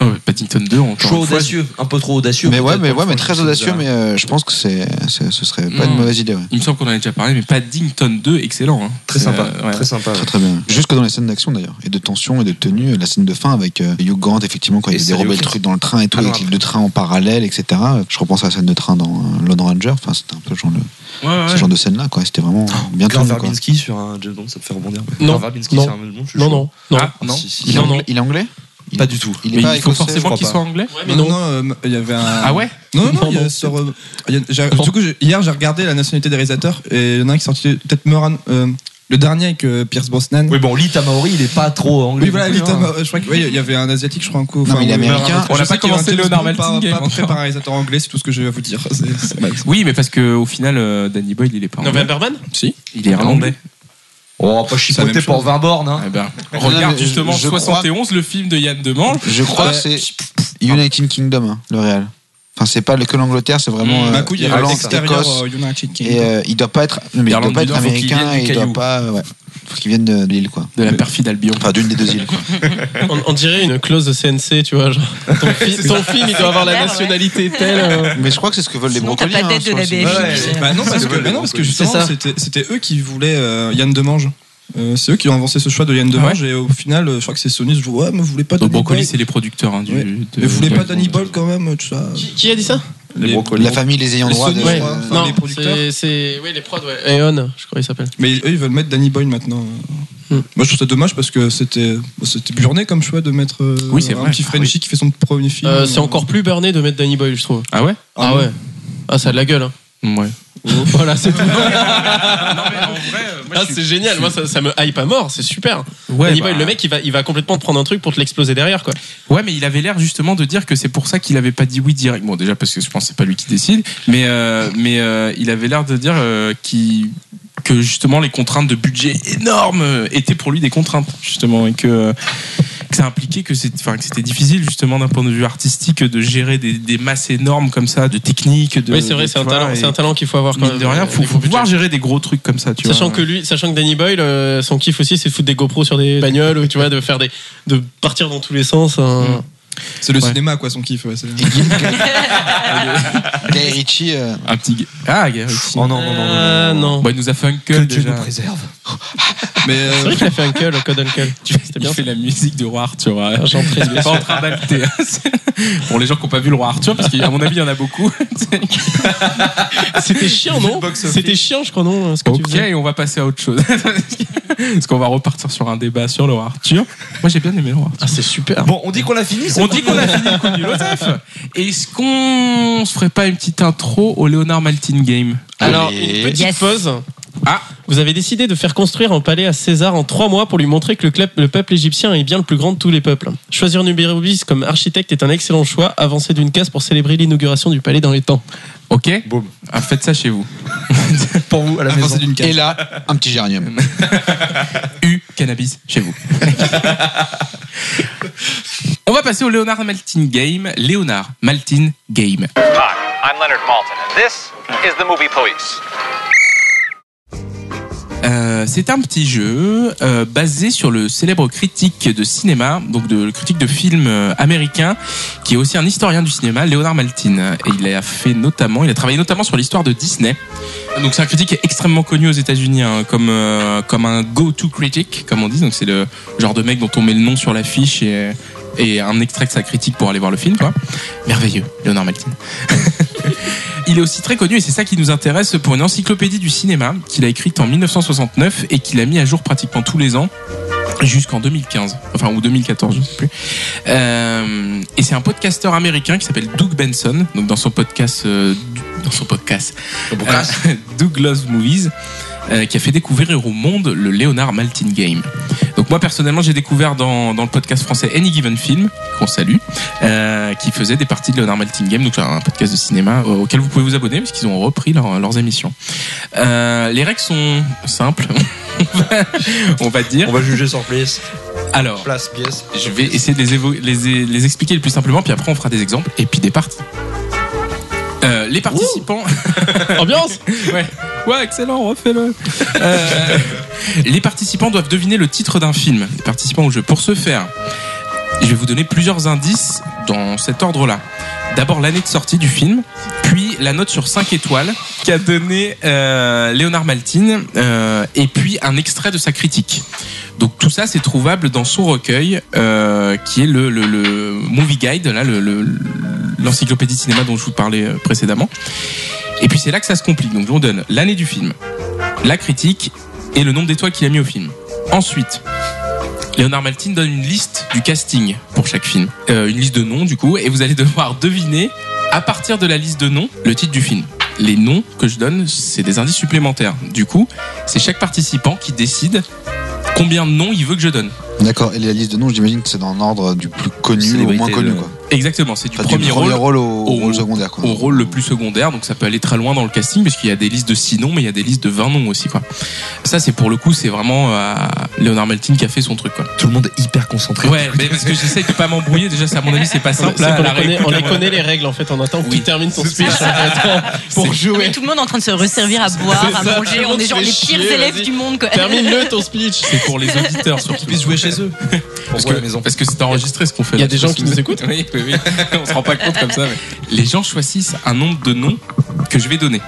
Speaker 1: Oh, ouais, Paddington 2, encore
Speaker 2: Trop
Speaker 1: une fois,
Speaker 2: audacieux. Un peu trop audacieux.
Speaker 9: mais ouais,
Speaker 2: peut-être,
Speaker 9: mais
Speaker 2: parfois,
Speaker 9: ouais, mais
Speaker 2: je
Speaker 9: très
Speaker 2: trouve
Speaker 9: audacieux.
Speaker 2: ça-
Speaker 9: Mais euh, je pense que c'est, c'est- ce serait pas
Speaker 1: Mm.
Speaker 9: une mauvaise idée. ouais.
Speaker 1: Il me semble qu'on en a déjà parlé, mais Paddington 2, excellent. hein.
Speaker 2: Très sympa.
Speaker 1: Euh, ouais.
Speaker 2: Très sympa. ouais.
Speaker 9: Très très bien. Jusque dans les scènes d'action d'ailleurs, et de tension et de tenue, la scène de fin avec euh, Hugh Grant effectivement quand
Speaker 2: Et
Speaker 9: il
Speaker 2: Sally
Speaker 9: dérobe le
Speaker 2: Hawkins.
Speaker 9: truc dans le train et tout,
Speaker 2: Ah non,
Speaker 9: avec les deux trains en parallèle, etc. Je repense à la scène de train dans euh, Lone Ranger, enfin c'était un peu le genre de,
Speaker 1: Ouais, ouais,
Speaker 9: ce genre de scène là quoi, c'était vraiment bien
Speaker 2: Gore
Speaker 9: tourné quoi.
Speaker 2: Oh, Verbinski sur un James Bond, ça me fait rebondir.
Speaker 10: Non.
Speaker 2: Gore Verbinski
Speaker 10: Non.
Speaker 2: sur un James Bond, je suis
Speaker 10: Non,
Speaker 2: chaud.
Speaker 10: non, non.
Speaker 1: Ah, non.
Speaker 2: Si, si,
Speaker 9: Il est
Speaker 2: si.
Speaker 10: Non, non.
Speaker 9: anglais, il est anglais
Speaker 2: Pas du tout.
Speaker 9: Il est
Speaker 1: Mais
Speaker 9: pas
Speaker 1: il faut
Speaker 9: écossais, je
Speaker 1: forcément
Speaker 9: crois
Speaker 1: qu'il
Speaker 9: pas.
Speaker 1: soit anglais.
Speaker 10: Ouais, mais
Speaker 8: Non, non,
Speaker 10: non.
Speaker 8: euh, il y avait un.
Speaker 1: Ah ouais
Speaker 8: Non, non,
Speaker 10: Non,
Speaker 8: il y a
Speaker 10: non.
Speaker 8: sur, euh, il y a- j'ai- Du coup, j'ai- hier, j'ai regardé la nationalité des réalisateurs et il y en a un qui sortit peut-être Moran, euh, le dernier avec euh, Pierce Brosnan.
Speaker 2: Oui, bon, Lee Tamaori, il est pas trop anglais.
Speaker 8: Oui, voilà,
Speaker 2: non plus,
Speaker 8: Little
Speaker 2: hein.
Speaker 8: Mo- je crois qu'il y avait un asiatique, je crois, un coup.
Speaker 9: Non, mais il est
Speaker 8: oui,
Speaker 9: américain.
Speaker 8: un-
Speaker 1: On
Speaker 8: je
Speaker 1: n'a
Speaker 8: sais
Speaker 1: pas
Speaker 8: qu'il y a un
Speaker 1: commencé
Speaker 8: James
Speaker 1: Leonard
Speaker 8: Bond pas-
Speaker 1: Maltin,
Speaker 8: Pas fait par un réalisateur anglais, c'est tout ce que je vais vous dire. C'est- c'est
Speaker 9: bah,
Speaker 8: mal.
Speaker 1: Oui, mais parce que au final, euh, Danny Boyle, il est pas anglais.
Speaker 10: Novemberman
Speaker 8: Si.
Speaker 1: Il est irlandais.
Speaker 2: Oh, pas
Speaker 8: C'est la
Speaker 2: chipoté
Speaker 8: même
Speaker 2: pour
Speaker 8: chose.
Speaker 2: 20 bornes. Hein.
Speaker 1: Eh ben,
Speaker 9: Non,
Speaker 1: regarde
Speaker 9: mais je-
Speaker 1: justement
Speaker 9: je crois-
Speaker 1: 71, le film de Yann Demange.
Speaker 9: Je crois
Speaker 1: Ouais.
Speaker 9: que c'est United Kingdom hein, le réel. Enfin c'est pas le- que l'Angleterre, c'est vraiment
Speaker 1: Mm.
Speaker 9: euh,
Speaker 8: D'un coup, il y a
Speaker 9: Irlande,
Speaker 8: l'extérieur
Speaker 9: Écosse.
Speaker 8: euh, United
Speaker 9: Et
Speaker 8: Kingdom.
Speaker 9: euh, il doit pas être, non, mais il doit
Speaker 1: Irlande
Speaker 9: pas
Speaker 1: du
Speaker 9: être
Speaker 1: Nord, faut qu'il
Speaker 9: américain,
Speaker 1: vienne
Speaker 9: et
Speaker 1: du
Speaker 9: il doit
Speaker 1: caillou.
Speaker 9: pas, ouais, faut qu'il vienne de l'île quoi.
Speaker 1: De la perfide Albion.
Speaker 9: Enfin d'une des deux îles quoi.
Speaker 1: *laughs*
Speaker 10: on, on dirait une clause de CNC, tu vois. Genre, ton, fi- ton film, il doit avoir la
Speaker 4: Claire, ouais.
Speaker 10: nationalité telle. euh.
Speaker 9: Mais je crois que c'est ce que veulent les
Speaker 4: Sinon, t'as
Speaker 9: brocoliers.
Speaker 4: pas d'aide
Speaker 9: hein,
Speaker 4: de la
Speaker 9: sur le
Speaker 4: BFI.
Speaker 9: cinéma.
Speaker 4: Ouais.
Speaker 8: Bah non, parce que, bah non, parce que justement,
Speaker 2: ça.
Speaker 8: c'était c'était eux qui voulaient euh, Yann Demange. Euh, c'est eux qui ont avancé ce choix de Yann Demange et au final, euh, je crois que c'est Sony. Je dis, ouais, mais vous voulez pas
Speaker 1: Donc
Speaker 8: Danny
Speaker 1: Brocoli,
Speaker 8: Boyle
Speaker 1: c'est les producteurs. hein, du,
Speaker 8: Ouais.
Speaker 1: de-
Speaker 8: Mais vous voulez pas
Speaker 1: Ouais.
Speaker 8: Danny Boyle quand même, tout ça
Speaker 10: Qui, qui a dit ça
Speaker 8: Les-
Speaker 9: La famille les ayant
Speaker 8: Les
Speaker 9: droit de-
Speaker 8: Sony, je
Speaker 10: Ouais.
Speaker 8: crois.
Speaker 9: euh,
Speaker 8: Enfin, les producteurs.
Speaker 10: c'est- c'est. Oui, les prods, ouais. Aeon, je crois qu'il s'appelle.
Speaker 8: Mais eux, ils veulent mettre Danny Boyle maintenant.
Speaker 10: Hmm.
Speaker 8: Moi, je trouve ça dommage parce que c'était bon, c'était burné comme choix de mettre euh,
Speaker 1: Oui, c'est
Speaker 8: un
Speaker 1: vrai.
Speaker 8: petit Frenchie qui fait son premier film.
Speaker 10: Euh, c'est encore plus burné de mettre Danny Boyle, je trouve.
Speaker 1: Ah ouais
Speaker 10: Ah, ouais. Ah, ça a de la
Speaker 1: *laughs*
Speaker 10: gueule. hein.
Speaker 1: Ouais.
Speaker 10: voilà, c'est tout.
Speaker 1: Non, mais en vrai, euh, moi,
Speaker 10: Ah,
Speaker 1: je suis-
Speaker 10: c'est génial. Moi, ça, ça me hype à mort. C'est super.
Speaker 1: Ouais,
Speaker 10: Danny
Speaker 1: bah,
Speaker 10: Boyle, le mec, il va, il va complètement te prendre un truc pour te l'exploser derrière, quoi.
Speaker 1: Ouais, mais il avait l'air justement de dire que c'est pour ça qu'il avait pas dit oui direct. Bon, déjà parce que je pense que c'est pas lui qui décide, mais euh, mais euh, il avait l'air de dire euh, qu'il- que justement les contraintes de budget énormes euh, étaient pour lui des contraintes justement et que euh, que ça impliquait que c'est- enfin, que c'était difficile justement d'un point de vue artistique de gérer des, des masses énormes comme ça de technique de
Speaker 10: oui, c'est vrai,
Speaker 1: de-
Speaker 10: c'est un,
Speaker 1: tu vois,
Speaker 10: talent-
Speaker 1: et
Speaker 10: c'est un talent qu'il faut avoir quand
Speaker 1: mine
Speaker 10: même.
Speaker 1: de rien
Speaker 10: euh,
Speaker 1: faut,
Speaker 10: niveau
Speaker 1: faut
Speaker 10: budget.
Speaker 1: pouvoir gérer des gros trucs comme ça tu
Speaker 10: Sachant
Speaker 1: vois.
Speaker 10: que lui, sachant que Danny Boyle, euh, son kiff aussi, c'est de foutre des GoPros sur des bagnoles, ou, tu vois, de faire des, de partir dans tous les sens. hein.
Speaker 8: C'est le
Speaker 1: Ouais.
Speaker 8: cinéma, quoi, son kiff. ouais, c'est-
Speaker 9: Guy Ritchie, euh,
Speaker 1: un petit ah Gary
Speaker 2: Oh non, non, non, non, non.
Speaker 10: Ah,
Speaker 2: non.
Speaker 10: non.
Speaker 1: Bon, il nous a fait un
Speaker 2: Que
Speaker 1: cul
Speaker 2: Dieu nous
Speaker 1: déjà
Speaker 2: préserve.
Speaker 8: Mais euh,
Speaker 10: C'est vrai qu'il a fait un call, code uncle. C'était bien.
Speaker 1: Il fait la musique du roi Arthur. hein.
Speaker 10: J'en prie,
Speaker 1: Il est pas en train d'alter. Pour les gens qui n'ont pas vu le roi Arthur, parce qu'à mon avis, il y en a beaucoup.
Speaker 10: C'était chiant, non C'était chiant, je crois, non ce que tu
Speaker 1: ok,
Speaker 10: faisais.
Speaker 1: on va passer à autre chose. *laughs* parce qu'on va repartir sur un débat sur le roi Arthur. Moi, j'ai bien aimé le roi Arthur.
Speaker 10: Ah, c'est super.
Speaker 2: Bon, on dit qu'on a fini. c'est
Speaker 1: On
Speaker 2: bon
Speaker 1: dit qu'on a fini le coup du Lozef. Est-ce qu'on se ferait pas une petite intro au Léonard Maltin Game
Speaker 10: Alors,
Speaker 9: Allez.
Speaker 10: une petite
Speaker 4: Yes.
Speaker 10: pause.
Speaker 1: Ah.
Speaker 10: Vous avez décidé de faire construire un palais à César en trois mois pour lui montrer que le, clep- le peuple égyptien est bien le plus grand de tous les peuples. Choisir Nubirubis comme architecte est un excellent choix, avancé d'une case pour célébrer l'inauguration du palais dans
Speaker 1: *laughs*
Speaker 10: les temps.
Speaker 1: Ok
Speaker 2: Boum.
Speaker 1: Ah, faites ça chez vous.
Speaker 2: pour vous à la maison.
Speaker 3: Avancée d'une case.
Speaker 9: Et là, un petit géranium.
Speaker 1: U, cannabis, chez vous. On va passer au Léonard Maltin Game. Léonard Maltin Game.
Speaker 7: Hi, I'm Leonard Maltin, and this is the movie Police.
Speaker 1: Euh, c'est un petit jeu euh, basé sur le célèbre critique de cinéma, donc de, le critique de film euh, américain, qui est aussi un historien du cinéma, Léonard Maltin. Et il a fait notamment, il a travaillé notamment sur l'histoire de Disney. Donc c'est un critique qui est extrêmement connu aux États-Unis, hein, comme euh, comme un go-to critic, comme on dit. Donc c'est le genre de mec dont on met le nom sur l'affiche et et un extrait de sa critique pour aller voir le film, quoi. Merveilleux, Léonard Maltin. Il est aussi très connu et c'est ça qui nous intéresse pour une encyclopédie du cinéma qu'il a écrite en 1969 et qu'il a mis à jour pratiquement tous les ans jusqu'en 2015, enfin ou 2014, je sais plus. Euh, et c'est un podcasteur américain qui s'appelle Doug Benson, donc dans son podcast, euh, dans son podcast, *laughs* euh, Doug Loves Movies, euh, qui a fait découvrir au monde le Leonard Maltin Game. Donc moi personnellement j'ai découvert dans, dans le podcast français Any Given Film, qu'on salue, euh, qui faisait des parties de Leonard Maltin Game, donc c'est un podcast de cinéma euh, auquel vous pouvez vous abonner parce qu'ils ont repris leur- leurs émissions. Euh, les règles sont simples, *laughs* on va- on va dire.
Speaker 2: On va juger sur place,
Speaker 1: Alors,
Speaker 2: place, pièce.
Speaker 1: je vais essayer de les, évo- les, les expliquer le plus simplement, puis après on fera des exemples et puis des parties. Euh, les participants,
Speaker 10: Ambiance
Speaker 1: *laughs* ouais, ouais, excellent, refais-le. Euh, les participants doivent deviner le titre d'un film. Les participants au jeu. Pour ce faire, je vais vous donner plusieurs indices dans cet ordre-là. D'abord l'année de sortie du film, puis la note sur 5 étoiles qu'a donné euh, Léonard Maltin, euh, et puis un extrait de sa critique. Donc tout ça c'est trouvable dans son recueil euh, qui est le, le- le Movie Guide, là le- le- l'encyclopédie de cinéma dont je vous parlais euh, précédemment. Et puis c'est là que ça se complique. Donc on donne l'année du film, la critique et le nombre d'étoiles qu'il a mis au film. Ensuite, Léonard Maltin donne une liste du casting pour chaque film, Euh, une liste de noms du coup, et vous allez devoir deviner à partir de la liste de noms le titre du film. Les noms que je donne, c'est des indices supplémentaires. Du coup, c'est chaque participant qui décide combien de noms il veut que je donne.
Speaker 9: D'accord, et la liste de noms, j'imagine que c'est dans l'ordre du plus connu au
Speaker 2: Célébrité,
Speaker 9: moins connu.
Speaker 2: le-
Speaker 9: Quoi.
Speaker 1: Exactement, c'est du
Speaker 9: Enfin,
Speaker 1: premier rôle
Speaker 9: rôle au, au
Speaker 1: au-
Speaker 9: rôle secondaire. Quoi.
Speaker 1: au rôle le plus secondaire, donc ça peut aller très loin dans le casting, parce qu'il y a des listes de 6 noms, mais il y a des listes de 20 noms aussi, quoi. Ça, c'est pour le coup, c'est vraiment euh, Leonard Maltin qui a fait son truc, quoi.
Speaker 2: Tout le monde est hyper concentré.
Speaker 1: Ouais, mais parce que j'essaye de pas m'embrouiller, déjà, ça, à mon avis, c'est pas simple.
Speaker 10: C'est
Speaker 1: là,
Speaker 10: qu'on
Speaker 1: la
Speaker 10: les connaît-
Speaker 1: réécoute,
Speaker 10: On
Speaker 1: là,
Speaker 10: les
Speaker 1: voilà.
Speaker 10: connaît les règles en fait en attendant que
Speaker 1: Oui.
Speaker 10: tu termines ton
Speaker 1: C'est
Speaker 10: speech. *laughs*
Speaker 1: ça.
Speaker 10: en attendant pour
Speaker 4: Non, mais
Speaker 10: jouer.
Speaker 4: tout le monde est en train de se resservir à boire, à manger.
Speaker 10: tout le
Speaker 4: On
Speaker 10: monde
Speaker 4: est genre
Speaker 10: se
Speaker 4: les
Speaker 10: fait
Speaker 4: pires
Speaker 10: chier,
Speaker 4: élèves
Speaker 10: vas-y.
Speaker 4: du monde, quoi. *laughs*
Speaker 10: Termine-le ton speech.
Speaker 1: C'est pour les auditeurs, surtout.
Speaker 2: Ils puissent jouer chez
Speaker 10: *laughs*
Speaker 2: eux. Pour
Speaker 1: Parce
Speaker 2: voir
Speaker 1: que,
Speaker 2: la maison.
Speaker 1: parce que c'est enregistré ce qu'on fait.
Speaker 10: Il y a
Speaker 1: là,
Speaker 10: des gens qui nous écoutent
Speaker 1: Oui, oui,
Speaker 10: *laughs*
Speaker 1: oui. On se rend pas compte comme ça. mais Les gens choisissent un nombre de noms que je vais donner.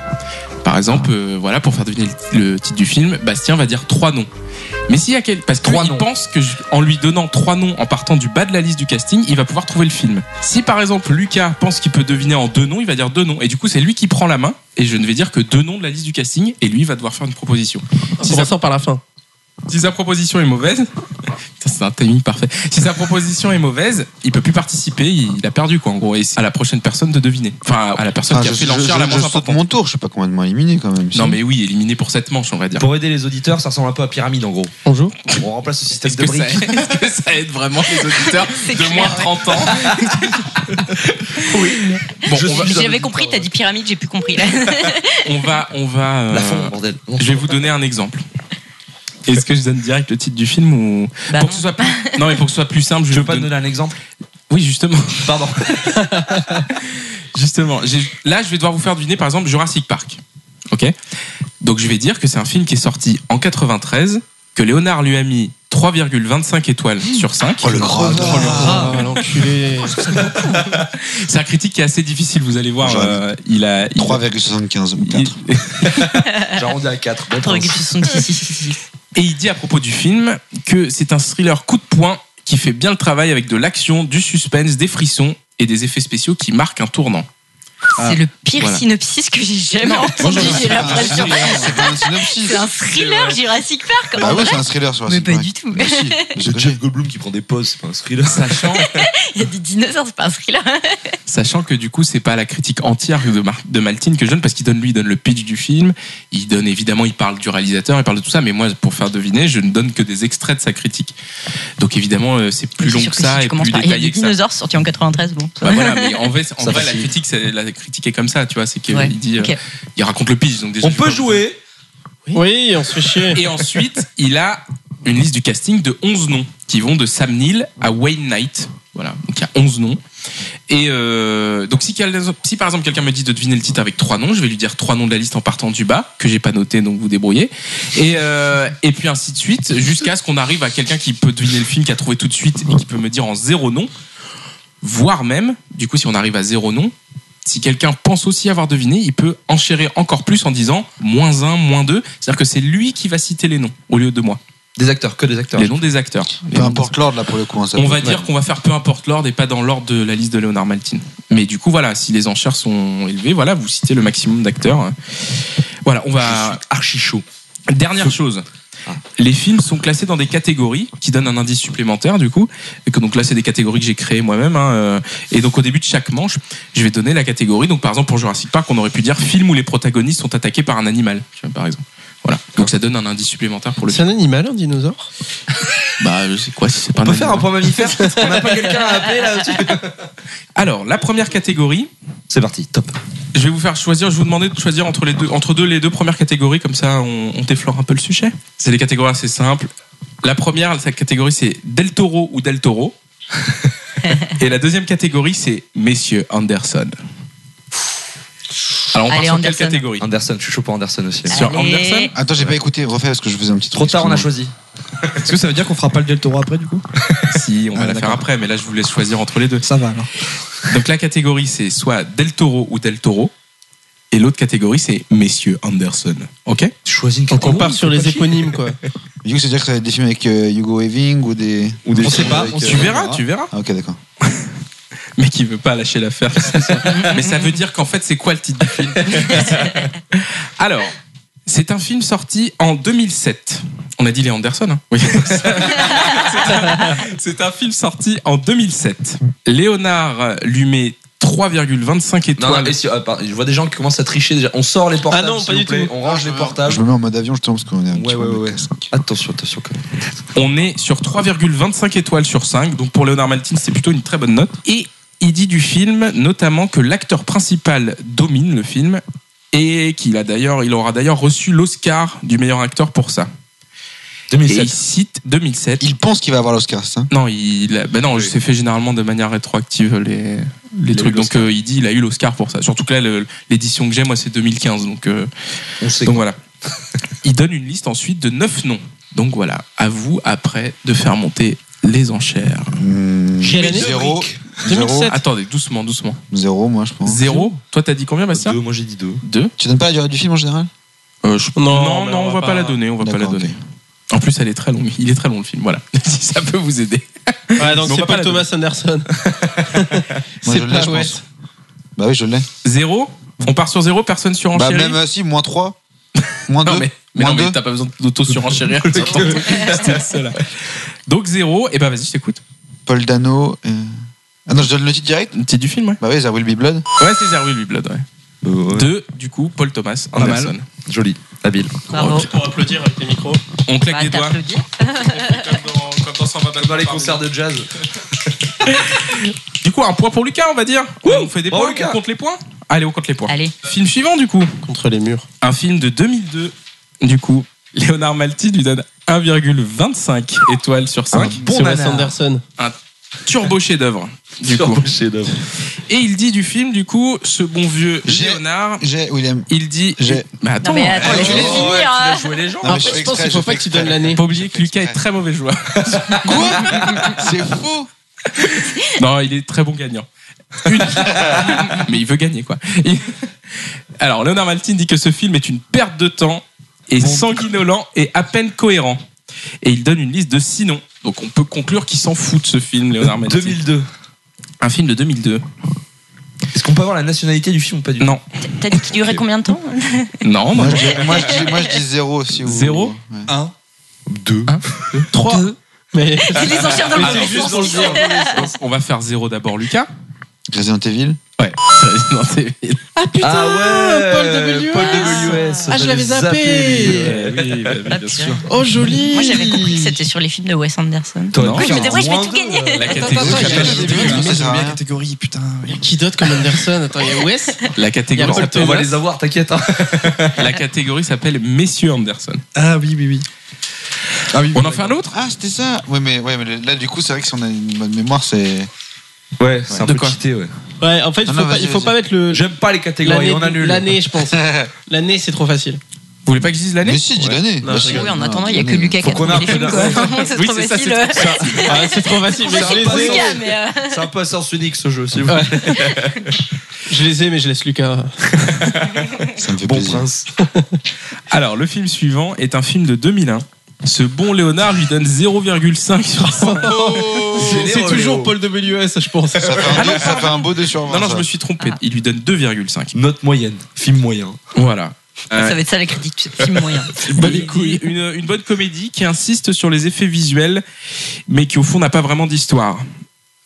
Speaker 1: Par exemple, euh, voilà, pour faire deviner le, le titre du film, Bastien va dire trois noms. Mais s'il y a quel... parce
Speaker 2: Trois
Speaker 1: qu'il
Speaker 2: noms.
Speaker 1: pense que je- en lui donnant trois noms en partant du bas de la liste du casting, il va pouvoir trouver le film. Si par exemple Lucas pense qu'il peut deviner en deux noms, il va dire deux noms et du coup c'est lui qui prend la main et je ne vais dire que deux noms de la liste du casting et lui va devoir faire une proposition.
Speaker 10: Si ça sort par la fin.
Speaker 1: Si sa proposition est mauvaise, *laughs* Putain, c'est un timing parfait. Si sa proposition est mauvaise, il peut plus participer, il il a perdu quoi en gros. Et c'est à la prochaine personne de deviner. Enfin, à la personne
Speaker 9: Ah,
Speaker 1: qui
Speaker 9: je,
Speaker 1: a fait
Speaker 9: je-
Speaker 1: l'enchère
Speaker 9: je-
Speaker 1: la
Speaker 9: je
Speaker 1: moins
Speaker 9: saute
Speaker 1: importante.
Speaker 9: mon tour, je sais pas combien de mois éliminé quand même. si.
Speaker 1: Non mais oui, éliminé pour cette manche, on va dire.
Speaker 2: Pour aider les auditeurs, ça ressemble un peu à pyramide en gros.
Speaker 10: Bonjour.
Speaker 2: On remplace le système
Speaker 1: Est-ce
Speaker 2: de
Speaker 1: que, ça,
Speaker 2: briques.
Speaker 1: est-ce que ça aide vraiment les auditeurs
Speaker 4: *laughs* C'est
Speaker 1: de
Speaker 4: clair,
Speaker 1: moins de
Speaker 4: ouais.
Speaker 1: 30 ans Oui. Bon,
Speaker 2: Je
Speaker 1: on va,
Speaker 2: suis-
Speaker 4: J'avais compris, t'as dit pyramide, j'ai plus compris.
Speaker 1: on va, on va, euh,
Speaker 2: La fond, bordel.
Speaker 1: je vais vous donner un exemple. Est-ce que je donne direct le titre du film ou pour
Speaker 4: Bah non.
Speaker 1: que ce soit plus... non mais pour que ce soit plus simple, je
Speaker 2: Tu
Speaker 1: vais
Speaker 2: veux
Speaker 1: vous
Speaker 2: pas te
Speaker 1: donner-
Speaker 2: donner un exemple
Speaker 1: Oui justement.
Speaker 2: Pardon. *laughs*
Speaker 1: Justement, j'ai- là, je vais devoir vous faire deviner, par exemple, Jurassic Park. Ok Donc, je vais dire que c'est un film qui est sorti en 93, que Léonard lui a mis 3,25 étoiles sur 5.
Speaker 9: Oh le grand.
Speaker 10: Ah, l'enculé.
Speaker 1: C'est un critique qui est assez difficile, vous allez voir.
Speaker 9: J'aurais
Speaker 1: euh, il a. il-
Speaker 9: 3,75 ou
Speaker 1: il-
Speaker 9: 4.
Speaker 2: J'arrondis à 4.
Speaker 4: Attends, Gus, ils sont ici.
Speaker 1: Et il dit à propos du film que c'est un thriller coup de poing qui fait bien le travail avec de l'action, du suspense, des frissons et des effets spéciaux qui marquent un tournant. Ah,
Speaker 4: C'est le pire
Speaker 1: voilà.
Speaker 4: synopsis que j'ai jamais
Speaker 1: Non,
Speaker 4: entendu,
Speaker 1: moi, j'en ai-
Speaker 4: j'ai l'impression.
Speaker 2: C'est pas un synopsis.
Speaker 4: C'est un thriller Jurassic Park, en
Speaker 9: Bah ouais,
Speaker 4: vrai.
Speaker 9: c'est un thriller sur
Speaker 4: Mais
Speaker 9: Jurassic
Speaker 4: pas
Speaker 9: Park.
Speaker 4: du tout.
Speaker 2: Mais si, C'est Jeff Goldblum qui prend des pauses, c'est pas un thriller.
Speaker 1: Sachant,
Speaker 4: Il y a des dinosaures, c'est pas un thriller.
Speaker 1: sachant que du coup, c'est pas la critique entière de, Mar- de Maltine que je donne parce qu'il donne lui, il donne le pitch du film. Il donne évidemment, il parle du réalisateur, il parle de tout ça. Mais moi, pour faire deviner, je ne donne que des extraits de sa critique. Donc évidemment, euh, c'est plus
Speaker 4: Je suis
Speaker 1: long
Speaker 4: sûre
Speaker 1: que ça
Speaker 4: si tu
Speaker 1: et
Speaker 4: commences
Speaker 1: plus
Speaker 4: par- Il y a des
Speaker 1: détaillé que ça.
Speaker 4: dinosaures sortis en 93, bon. ça
Speaker 1: Bah
Speaker 4: va.
Speaker 1: voilà, mais
Speaker 2: *laughs*
Speaker 1: en vrai, en
Speaker 2: Ça
Speaker 1: vrai,
Speaker 2: va,
Speaker 1: la
Speaker 2: si.
Speaker 1: critique, c'est- la critique est comme ça, tu vois, c'est qu'il
Speaker 4: Ouais,
Speaker 1: dit, euh,
Speaker 4: ok.
Speaker 1: il raconte le pitch. Donc déjà,
Speaker 2: On
Speaker 1: je
Speaker 2: peut
Speaker 1: pense-
Speaker 2: jouer.
Speaker 10: Oui, on se fait chier.
Speaker 1: Et ensuite, il a une liste du casting de 11 noms qui vont de Sam Neill à Wayne Knight. Voilà, donc il y a 11 noms. Et euh, donc, si, quel- si par exemple quelqu'un me dit de deviner le titre avec trois noms, je vais lui dire trois noms de la liste en partant du bas, que j'ai pas noté, donc vous débrouillez. Et, euh, et puis ainsi de suite, jusqu'à ce qu'on arrive à quelqu'un qui peut deviner le film, qui a trouvé tout de suite et qui peut me dire en zéro nom, voire même, du coup, si on arrive à zéro nom, si quelqu'un pense aussi avoir deviné, il peut enchérir encore plus en disant moins un, moins deux. C'est-à-dire que c'est lui qui va citer les noms au lieu de moi,
Speaker 2: Des acteurs, que des acteurs.
Speaker 1: les noms des acteurs.
Speaker 9: Peu importe l'ordre là pour le coup. hein, ça
Speaker 1: On
Speaker 9: peut-
Speaker 1: va dire qu'on va faire peu importe l'ordre et pas dans l'ordre de la liste de Léonard Maltin. Mais du coup, voilà, si les enchères sont élevées, voilà, vous citez le maximum d'acteurs. Voilà, on va. Archi chaud. Ah. Dernière chose. Les films sont classés dans des catégories qui donnent un indice supplémentaire, du coup. Et que donc là, c'est des catégories que j'ai créées moi-même. hein, euh, Et donc, au début de chaque manche, je vais donner la catégorie. Donc, par exemple, pour Jurassic Park, on aurait pu dire film où les protagonistes sont attaqués par un animal, tu vois, par exemple. Voilà. Donc, ça donne un indice supplémentaire pour le
Speaker 10: C'est
Speaker 1: film.
Speaker 10: un animal, un dinosaure
Speaker 1: Bah, je sais quoi si c'est pas
Speaker 2: On peut faire un
Speaker 1: animal.
Speaker 2: point mammifère On n'a pas quelqu'un à appeler là-dessus
Speaker 1: Alors, la première catégorie,
Speaker 2: C'est parti, top.
Speaker 1: Je vais vous faire choisir, je vais vous demander de choisir entre les deux, entre deux, les deux premières catégories, comme ça on, on t'effleure un peu le sujet. C'est des catégories assez simples. La première, cette catégorie, c'est Del Toro ou Del
Speaker 4: *laughs*
Speaker 1: Toro. Et la deuxième catégorie, c'est Messieurs Anderson. Alors on part
Speaker 4: Allez,
Speaker 1: sur
Speaker 4: Anderson.
Speaker 1: quelle catégorie
Speaker 8: Ah,
Speaker 2: Anderson, je suis chaud pour Anderson aussi.
Speaker 1: Sur
Speaker 4: Allez.
Speaker 1: Anderson
Speaker 9: Attends, j'ai pas écouté, refais parce que je faisais un petit
Speaker 2: Trop
Speaker 9: truc,
Speaker 2: tard, on a
Speaker 9: excuse-moi.
Speaker 2: choisi.
Speaker 8: Est-ce que ça veut dire qu'on fera pas le Del Toro après du coup
Speaker 1: Si, on va
Speaker 8: Ah,
Speaker 1: la faire
Speaker 8: d'accord.
Speaker 1: après, mais là je vous laisse choisir entre les deux.
Speaker 8: Ça va alors.
Speaker 1: Donc la catégorie, c'est soit Del Toro ou Del Toro. Et l'autre catégorie, c'est Messieurs Anderson. Ok
Speaker 2: Tu choisis une
Speaker 10: Donc on
Speaker 1: Oh,
Speaker 10: part sur les
Speaker 1: *laughs*
Speaker 10: éponymes, quoi.
Speaker 9: Du coup, c'est-à-dire que ça va être des films avec euh, Hugo Weaving ou des.
Speaker 8: Ou des-
Speaker 9: des
Speaker 8: On sait
Speaker 9: films
Speaker 8: pas,
Speaker 9: avec,
Speaker 8: on
Speaker 9: euh,
Speaker 1: Tu verras, tu verras.
Speaker 9: Ah, ok, d'accord.
Speaker 1: mais qui veut pas lâcher l'affaire.
Speaker 2: *laughs*
Speaker 1: mais ça veut dire qu'en fait, c'est quoi le titre du film Alors, c'est un film sorti en 2007. On a dit les Anderson, hein Oui. C'est un- *laughs* c'est un film sorti en 2007. Léonard lui met 3,25
Speaker 2: Non, non,
Speaker 1: étoiles.
Speaker 2: et si- ah, pardon, je vois des gens qui commencent à tricher déjà. On sort les portables.
Speaker 10: Ah non,
Speaker 2: s'il
Speaker 10: pas
Speaker 2: vous
Speaker 10: du
Speaker 2: plaît.
Speaker 10: tout.
Speaker 2: On range les portables.
Speaker 9: Je me mets en mode avion justement parce qu'on est un
Speaker 2: Ouais,
Speaker 9: petit
Speaker 2: ouais,
Speaker 9: peu
Speaker 2: ouais, ouais. Attention, attention quand même.
Speaker 1: On est sur 3,25 étoiles sur 5. Donc pour Léonard Maltin, c'est plutôt une très bonne note. Et il dit du film notamment que l'acteur principal domine le film et qu'il a d'ailleurs, il aura d'ailleurs reçu l'Oscar du meilleur acteur pour ça. Et il cite 2007.
Speaker 9: Il pense qu'il va avoir l'Oscar, c'est ça
Speaker 1: Non, il, a- ben non,
Speaker 2: Oui.
Speaker 1: c'est fait généralement de manière rétroactive les, les
Speaker 2: eu
Speaker 1: trucs. Donc
Speaker 2: l'Oscar.
Speaker 1: euh, il dit, il a eu l'Oscar pour ça. Surtout que là, le- l'édition que j'ai, moi, c'est 2015. Donc euh,
Speaker 2: On sait.
Speaker 1: donc voilà. *laughs* Il donne une liste ensuite de 9 noms. Donc voilà, à vous après de faire monter les enchères.
Speaker 10: Quelle année
Speaker 9: Zéro.
Speaker 10: 2007.
Speaker 1: Attendez, doucement, doucement.
Speaker 9: Zéro, moi, je pense.
Speaker 1: Zéro Toi, t'as dit combien, Bastien
Speaker 2: Deux, moi j'ai dit deux.
Speaker 1: 2
Speaker 9: Tu donnes pas la durée du film en général
Speaker 10: Non,
Speaker 1: Non,
Speaker 10: mais
Speaker 1: non, on va pas la donner, on va pas la
Speaker 9: D'accord,
Speaker 1: donner.
Speaker 9: ok.
Speaker 1: En plus, elle est très longue. Il est très long le film, voilà. *laughs* Si ça peut vous aider.
Speaker 10: Ouais, donc
Speaker 1: Mais on
Speaker 10: c'est
Speaker 1: va
Speaker 10: pas,
Speaker 1: pas la
Speaker 10: Thomas Anderson.
Speaker 9: Moi,
Speaker 10: c'est
Speaker 9: je l'ai,
Speaker 10: pas
Speaker 9: je
Speaker 10: ouais.
Speaker 9: pense. Bah oui, je l'ai.
Speaker 1: Zéro On part sur zéro, personne sur
Speaker 9: Bah,
Speaker 1: enchérie
Speaker 9: même euh, si, moins 3, moins 2.
Speaker 1: Non mais, mais non,
Speaker 9: moins
Speaker 1: mais
Speaker 9: deux.
Speaker 1: t'as pas besoin d'auto surenchérir. *laughs* C'était la seule. Donc zéro, et bah vas-y, je t'écoute.
Speaker 9: Paul Dano. euh, Ah non, je donne le titre direct
Speaker 1: C'est du film, ouais.
Speaker 9: Bah oui, There Will Be Blood.
Speaker 1: Ouais, c'est Zero Will Be Blood, ouais. Deux, du coup, Paul Thomas
Speaker 2: Pas mal.
Speaker 1: Anderson.
Speaker 2: Joli, habile.
Speaker 4: Bravo.
Speaker 10: Pour applaudir avec les micros.
Speaker 1: On claque
Speaker 4: Bah,
Speaker 1: des doigts.
Speaker 4: t'applaudis.
Speaker 2: Dans les concerts de jazz.
Speaker 1: Du coup, un point pour Lucas, on va dire. on fait des
Speaker 2: Bravo,
Speaker 1: points,
Speaker 2: Lucas.
Speaker 1: on compte les points. Allez, on compte les points.
Speaker 4: Allez.
Speaker 1: Film suivant, du coup.
Speaker 10: Contre les murs.
Speaker 1: Un film de 2002. Du coup, Léonard Malti lui donne 1,25 étoiles sur 5.
Speaker 10: Bon Thomas Anderson.
Speaker 1: Turbo chef-d'œuvre, du coup. Et il dit du film, du coup, ce bon vieux
Speaker 9: J'ai-
Speaker 1: Léonard.
Speaker 9: J'ai William.
Speaker 1: Il dit.
Speaker 9: J'ai-
Speaker 1: Mais attends,
Speaker 4: Non, mais attends,
Speaker 1: euh,
Speaker 4: laisse-le
Speaker 1: tu-
Speaker 4: finir,
Speaker 1: ouais, tu
Speaker 4: hein.
Speaker 1: vas jouer les gens.
Speaker 9: Non, mais je fais
Speaker 10: Après, Ah, je pense
Speaker 9: exprès,
Speaker 10: qu'il faut
Speaker 9: je
Speaker 10: pas
Speaker 9: fais
Speaker 10: que tu donnes
Speaker 9: exprès.
Speaker 10: l'année.
Speaker 1: Pas oublier que
Speaker 9: Je fais
Speaker 1: Lucas est
Speaker 9: exprès.
Speaker 1: très mauvais joueur.
Speaker 9: Quoi C'est faux
Speaker 1: Non, il est très bon gagnant. Une- Mais il veut gagner, quoi. Il- Alors, Leonard Maltin dit que ce film est une perte de temps est sanguinolent et à peine cohérent. Et il donne une liste de six noms. Donc on peut conclure qu'il s'en fout de ce film, Léonard Maltin.
Speaker 2: 2002.
Speaker 1: Un film de 2002.
Speaker 2: Est-ce qu'on peut avoir la nationalité du film ou pas du tout
Speaker 1: Non.
Speaker 4: T'as dit qu'il durait combien de temps
Speaker 1: Non, moi,
Speaker 9: Moi, je dis- moi, je dis- moi, je dis zéro si vous.
Speaker 1: Zéro
Speaker 9: Ouais.
Speaker 2: Un.
Speaker 9: Deux.
Speaker 10: 3 Mais
Speaker 4: C'est les enchères dans
Speaker 1: Ah,
Speaker 4: le
Speaker 1: non, juste dans le zéro. On va faire zéro d'abord, Lucas.
Speaker 9: Resident Evil.
Speaker 1: Ouais. *laughs* Non, c'est-
Speaker 10: Ah putain
Speaker 2: Ah ouais
Speaker 10: Paul W.S.
Speaker 2: Paul W.S.
Speaker 10: Ah, je l'avais zappé.
Speaker 1: Ouais, oui, bah,
Speaker 4: Ah,
Speaker 1: bien
Speaker 4: tiens.
Speaker 1: sûr.
Speaker 10: Oh joli
Speaker 4: Moi j'avais compris que c'était sur les films de Wes Anderson.
Speaker 2: T'aurais
Speaker 1: Non.
Speaker 2: pu
Speaker 4: Oui, Ah,
Speaker 2: faire
Speaker 4: je m'étais- ouais, je vais
Speaker 2: moins
Speaker 4: tout
Speaker 2: deux,
Speaker 4: gagner.
Speaker 2: euh.
Speaker 1: La
Speaker 10: Attends,
Speaker 1: catégorie,
Speaker 10: attends,
Speaker 1: s'appelle-
Speaker 10: j'ai-
Speaker 9: Ça sert à rien.
Speaker 8: catégorie, putain.
Speaker 10: Il y a Qui d'autre comme Anderson Attends, il y a Wes
Speaker 1: la catégorie
Speaker 10: Il y a
Speaker 1: s'appelle-
Speaker 2: On va les avoir, t'inquiète. hein.
Speaker 1: la catégorie s'appelle Messieurs Anderson.
Speaker 8: Ah oui, oui, oui.
Speaker 1: On en fait un autre
Speaker 9: Ah, c'était ça. Ouais, mais ouais, mais là, du coup, c'est vrai que si on a une bonne mémoire, c'est.
Speaker 2: Ouais, c'est un
Speaker 1: De
Speaker 2: peu
Speaker 1: quoi
Speaker 2: cheaté, ouais.
Speaker 10: Ouais, en fait, il
Speaker 9: Non,
Speaker 10: faut
Speaker 9: non,
Speaker 10: pas-
Speaker 9: vas-y,
Speaker 10: il faut
Speaker 9: vas-y.
Speaker 10: pas mettre le.
Speaker 2: J'aime pas les
Speaker 10: L'année,
Speaker 2: catégories, on annule.
Speaker 10: l'année, je pense. L'année, c'est trop facile.
Speaker 1: Vous voulez pas que je dise l'année
Speaker 9: Mais si, dis l'année. Bah,
Speaker 2: Non, je
Speaker 9: si.
Speaker 4: Oui, en
Speaker 9: Non,
Speaker 4: attendant, il
Speaker 9: dis
Speaker 4: n'y a que
Speaker 9: l'année.
Speaker 4: Lucas qui a
Speaker 2: Faut qu'on
Speaker 4: trouvé les films.
Speaker 2: arrête
Speaker 4: quoi.
Speaker 2: là.
Speaker 4: Vraiment, C'est
Speaker 1: Oui,
Speaker 4: trop
Speaker 1: c'est ça,
Speaker 4: facile.
Speaker 1: c'est trop-
Speaker 10: Ah, c'est trop facile.
Speaker 4: Moi,
Speaker 10: mais
Speaker 4: je
Speaker 10: je
Speaker 4: suis
Speaker 10: les
Speaker 4: pour
Speaker 10: ai.
Speaker 4: Lucas, mais. euh,
Speaker 2: C'est un peu à sens unique ce jeu, c'est vous.
Speaker 10: Je les ai, mais je laisse Lucas.
Speaker 9: Ça me fait
Speaker 2: Bon
Speaker 9: plaisir.
Speaker 2: prince.
Speaker 1: Alors, le film suivant est un film de 2001. Ce bon Léonard lui donne 0,5 sur 100.
Speaker 9: *laughs*
Speaker 10: c'est
Speaker 2: Généreux,
Speaker 10: toujours
Speaker 2: Oh, Léo.
Speaker 10: Paul W.S. je pense.
Speaker 9: Ça fait un beau- ça fait un beau 2 sur 20.
Speaker 1: Non, non, je me suis trompé. Il lui donne 2,5.
Speaker 2: Note moyenne, film moyen.
Speaker 1: Voilà. Euh,
Speaker 4: Ça va être ça la critique du film moyen.
Speaker 1: une, une- une bonne comédie qui insiste sur les effets visuels, mais qui au fond n'a pas vraiment d'histoire.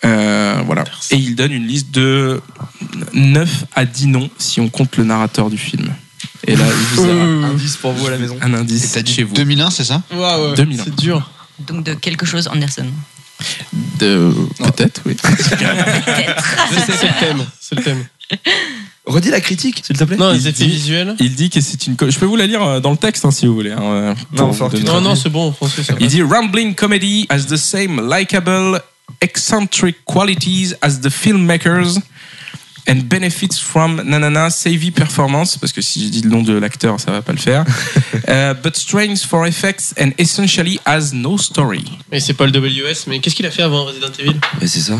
Speaker 1: Euh, voilà. Et il donne une liste de 9 à 10 noms si on compte le narrateur du film. Et là,
Speaker 10: Oh,
Speaker 1: je vous ai
Speaker 2: Indice pour vous à la maison.
Speaker 1: un indice
Speaker 9: T'as dit
Speaker 1: chez vous.
Speaker 9: 2001, c'est ça
Speaker 10: Waouh,
Speaker 1: 2001.
Speaker 10: c'est dur.
Speaker 4: Donc de quelque chose Anderson.
Speaker 1: De- Peut-être, oui.
Speaker 10: C'est le thème. C'est le thème.
Speaker 2: Redis la critique, s'il te plaît.
Speaker 10: Non,
Speaker 1: Il
Speaker 10: ils étaient
Speaker 1: dit-
Speaker 10: visuels.
Speaker 1: Il dit que c'est une. co- Je peux vous la lire euh, dans le texte hein, si vous voulez. hein, euh, pour
Speaker 2: faut
Speaker 1: vous
Speaker 2: que tu
Speaker 1: donner-
Speaker 10: Non, non, c'est bon en français. Ça va.
Speaker 1: Il dit Rambling comedy has the same likable, eccentric qualities as the filmmakers and benefits from nanana savvy performance. Parce que si je dis le nom de l'acteur, ça va pas
Speaker 2: *laughs*
Speaker 1: le faire. Euh, but strains for effects and essentially has no story.
Speaker 10: Mais c'est Paul W.S. Mais qu'est-ce qu'il a fait avant Resident Evil
Speaker 2: Mais c'est ça.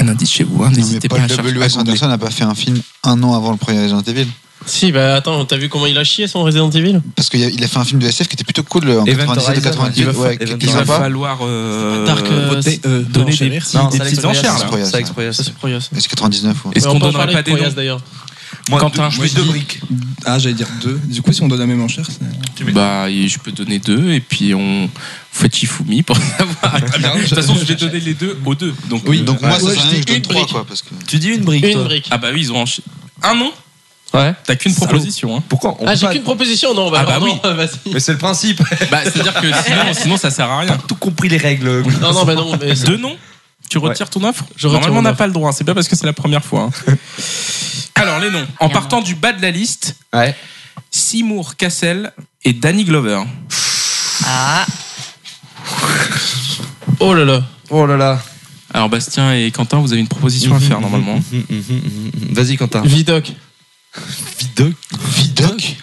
Speaker 1: Un indice chez vous, hein,
Speaker 9: Non, mais
Speaker 1: n'hésitez pas
Speaker 9: Paul
Speaker 1: à chercher. à
Speaker 9: W.S.
Speaker 1: googler.
Speaker 9: Anderson n'a pas fait un film un an avant le premier Resident Evil.
Speaker 10: Si, bah attends, t'as vu comment il a chié son Resident Evil
Speaker 9: Parce qu'il a, il a fait un film de SF qui était plutôt cool euh, en
Speaker 2: Event
Speaker 9: 97 ou
Speaker 2: Horizon,
Speaker 9: 98.
Speaker 2: ouais.
Speaker 9: Ouais,
Speaker 2: Event
Speaker 9: qui
Speaker 1: Il
Speaker 9: est
Speaker 1: va
Speaker 9: sympa.
Speaker 1: falloir euh,
Speaker 10: Dark, euh,
Speaker 1: voter,
Speaker 10: euh,
Speaker 1: donner
Speaker 10: non,
Speaker 1: des,
Speaker 10: Chalier.
Speaker 1: petits-
Speaker 2: Non,
Speaker 1: des
Speaker 2: ça
Speaker 1: petites
Speaker 2: l'expérience.
Speaker 1: enchères.
Speaker 9: C'est
Speaker 1: là.
Speaker 9: Proyas,
Speaker 2: Ça,
Speaker 9: ouais.
Speaker 2: Express.
Speaker 10: Ça, c'est Proyas.
Speaker 9: Et c'est 99. ouais.
Speaker 1: Est-ce
Speaker 10: Ouais,
Speaker 1: qu'on
Speaker 10: on peut en
Speaker 1: donnera
Speaker 10: parler
Speaker 1: pas
Speaker 10: de
Speaker 1: des
Speaker 10: Proyas,
Speaker 1: noms
Speaker 10: d'ailleurs.
Speaker 2: Moi,
Speaker 1: Quentin, je
Speaker 2: moi,
Speaker 1: peux
Speaker 2: deux
Speaker 1: dire-
Speaker 2: briques.
Speaker 8: Ah, j'allais dire deux. Du coup, si on donne la même enchère, c'est.
Speaker 1: Bah, et je peux donner deux et puis on vous faites Shifumi pour *laughs* savoir. De toute façon, je vais donner les deux aux deux. Ah, Donc, euh,
Speaker 9: Donc moi, ça sert à rien que je
Speaker 10: une
Speaker 9: donne 3
Speaker 10: brique.
Speaker 9: quoi. Parce que...
Speaker 2: Tu dis une brique.
Speaker 10: Une
Speaker 2: toi.
Speaker 10: brique.
Speaker 1: ah bah oui, ils ont enchaîné. Un nom
Speaker 10: Ouais.
Speaker 1: T'as qu'une
Speaker 2: Salaud.
Speaker 1: proposition. Hein.
Speaker 2: Pourquoi on
Speaker 10: Ah,
Speaker 2: peut
Speaker 10: j'ai
Speaker 2: pas-
Speaker 10: qu'une proposition, non, bah,
Speaker 1: Ah, bah
Speaker 10: alors,
Speaker 1: oui.
Speaker 10: non, *laughs* vas-y.
Speaker 2: Mais c'est le principe.
Speaker 1: Bah, c'est-à-dire que sinon, sinon, ça sert à rien.
Speaker 2: tout compris les règles.
Speaker 10: Non, non, bah non, mais
Speaker 1: Deux noms Tu retires ton offre
Speaker 10: Je retire
Speaker 1: Normalement, on
Speaker 10: mon
Speaker 1: n'a
Speaker 10: offre.
Speaker 1: pas le droit. hein. C'est pas parce que c'est la première fois.
Speaker 2: *laughs*
Speaker 1: hein. Alors, les noms. En
Speaker 4: Merde.
Speaker 1: partant du bas de la liste,
Speaker 2: Ouais.
Speaker 1: Seymour Cassel et Danny Glover.
Speaker 4: Ah,
Speaker 10: Oh là là.
Speaker 2: Oh là là.
Speaker 1: Alors, Bastien et Quentin, vous avez une proposition à faire normalement.
Speaker 2: Mhm, mhm, mhm. Vas-y, Quentin.
Speaker 10: Vidoc.
Speaker 2: Vidoc.
Speaker 9: Vidoc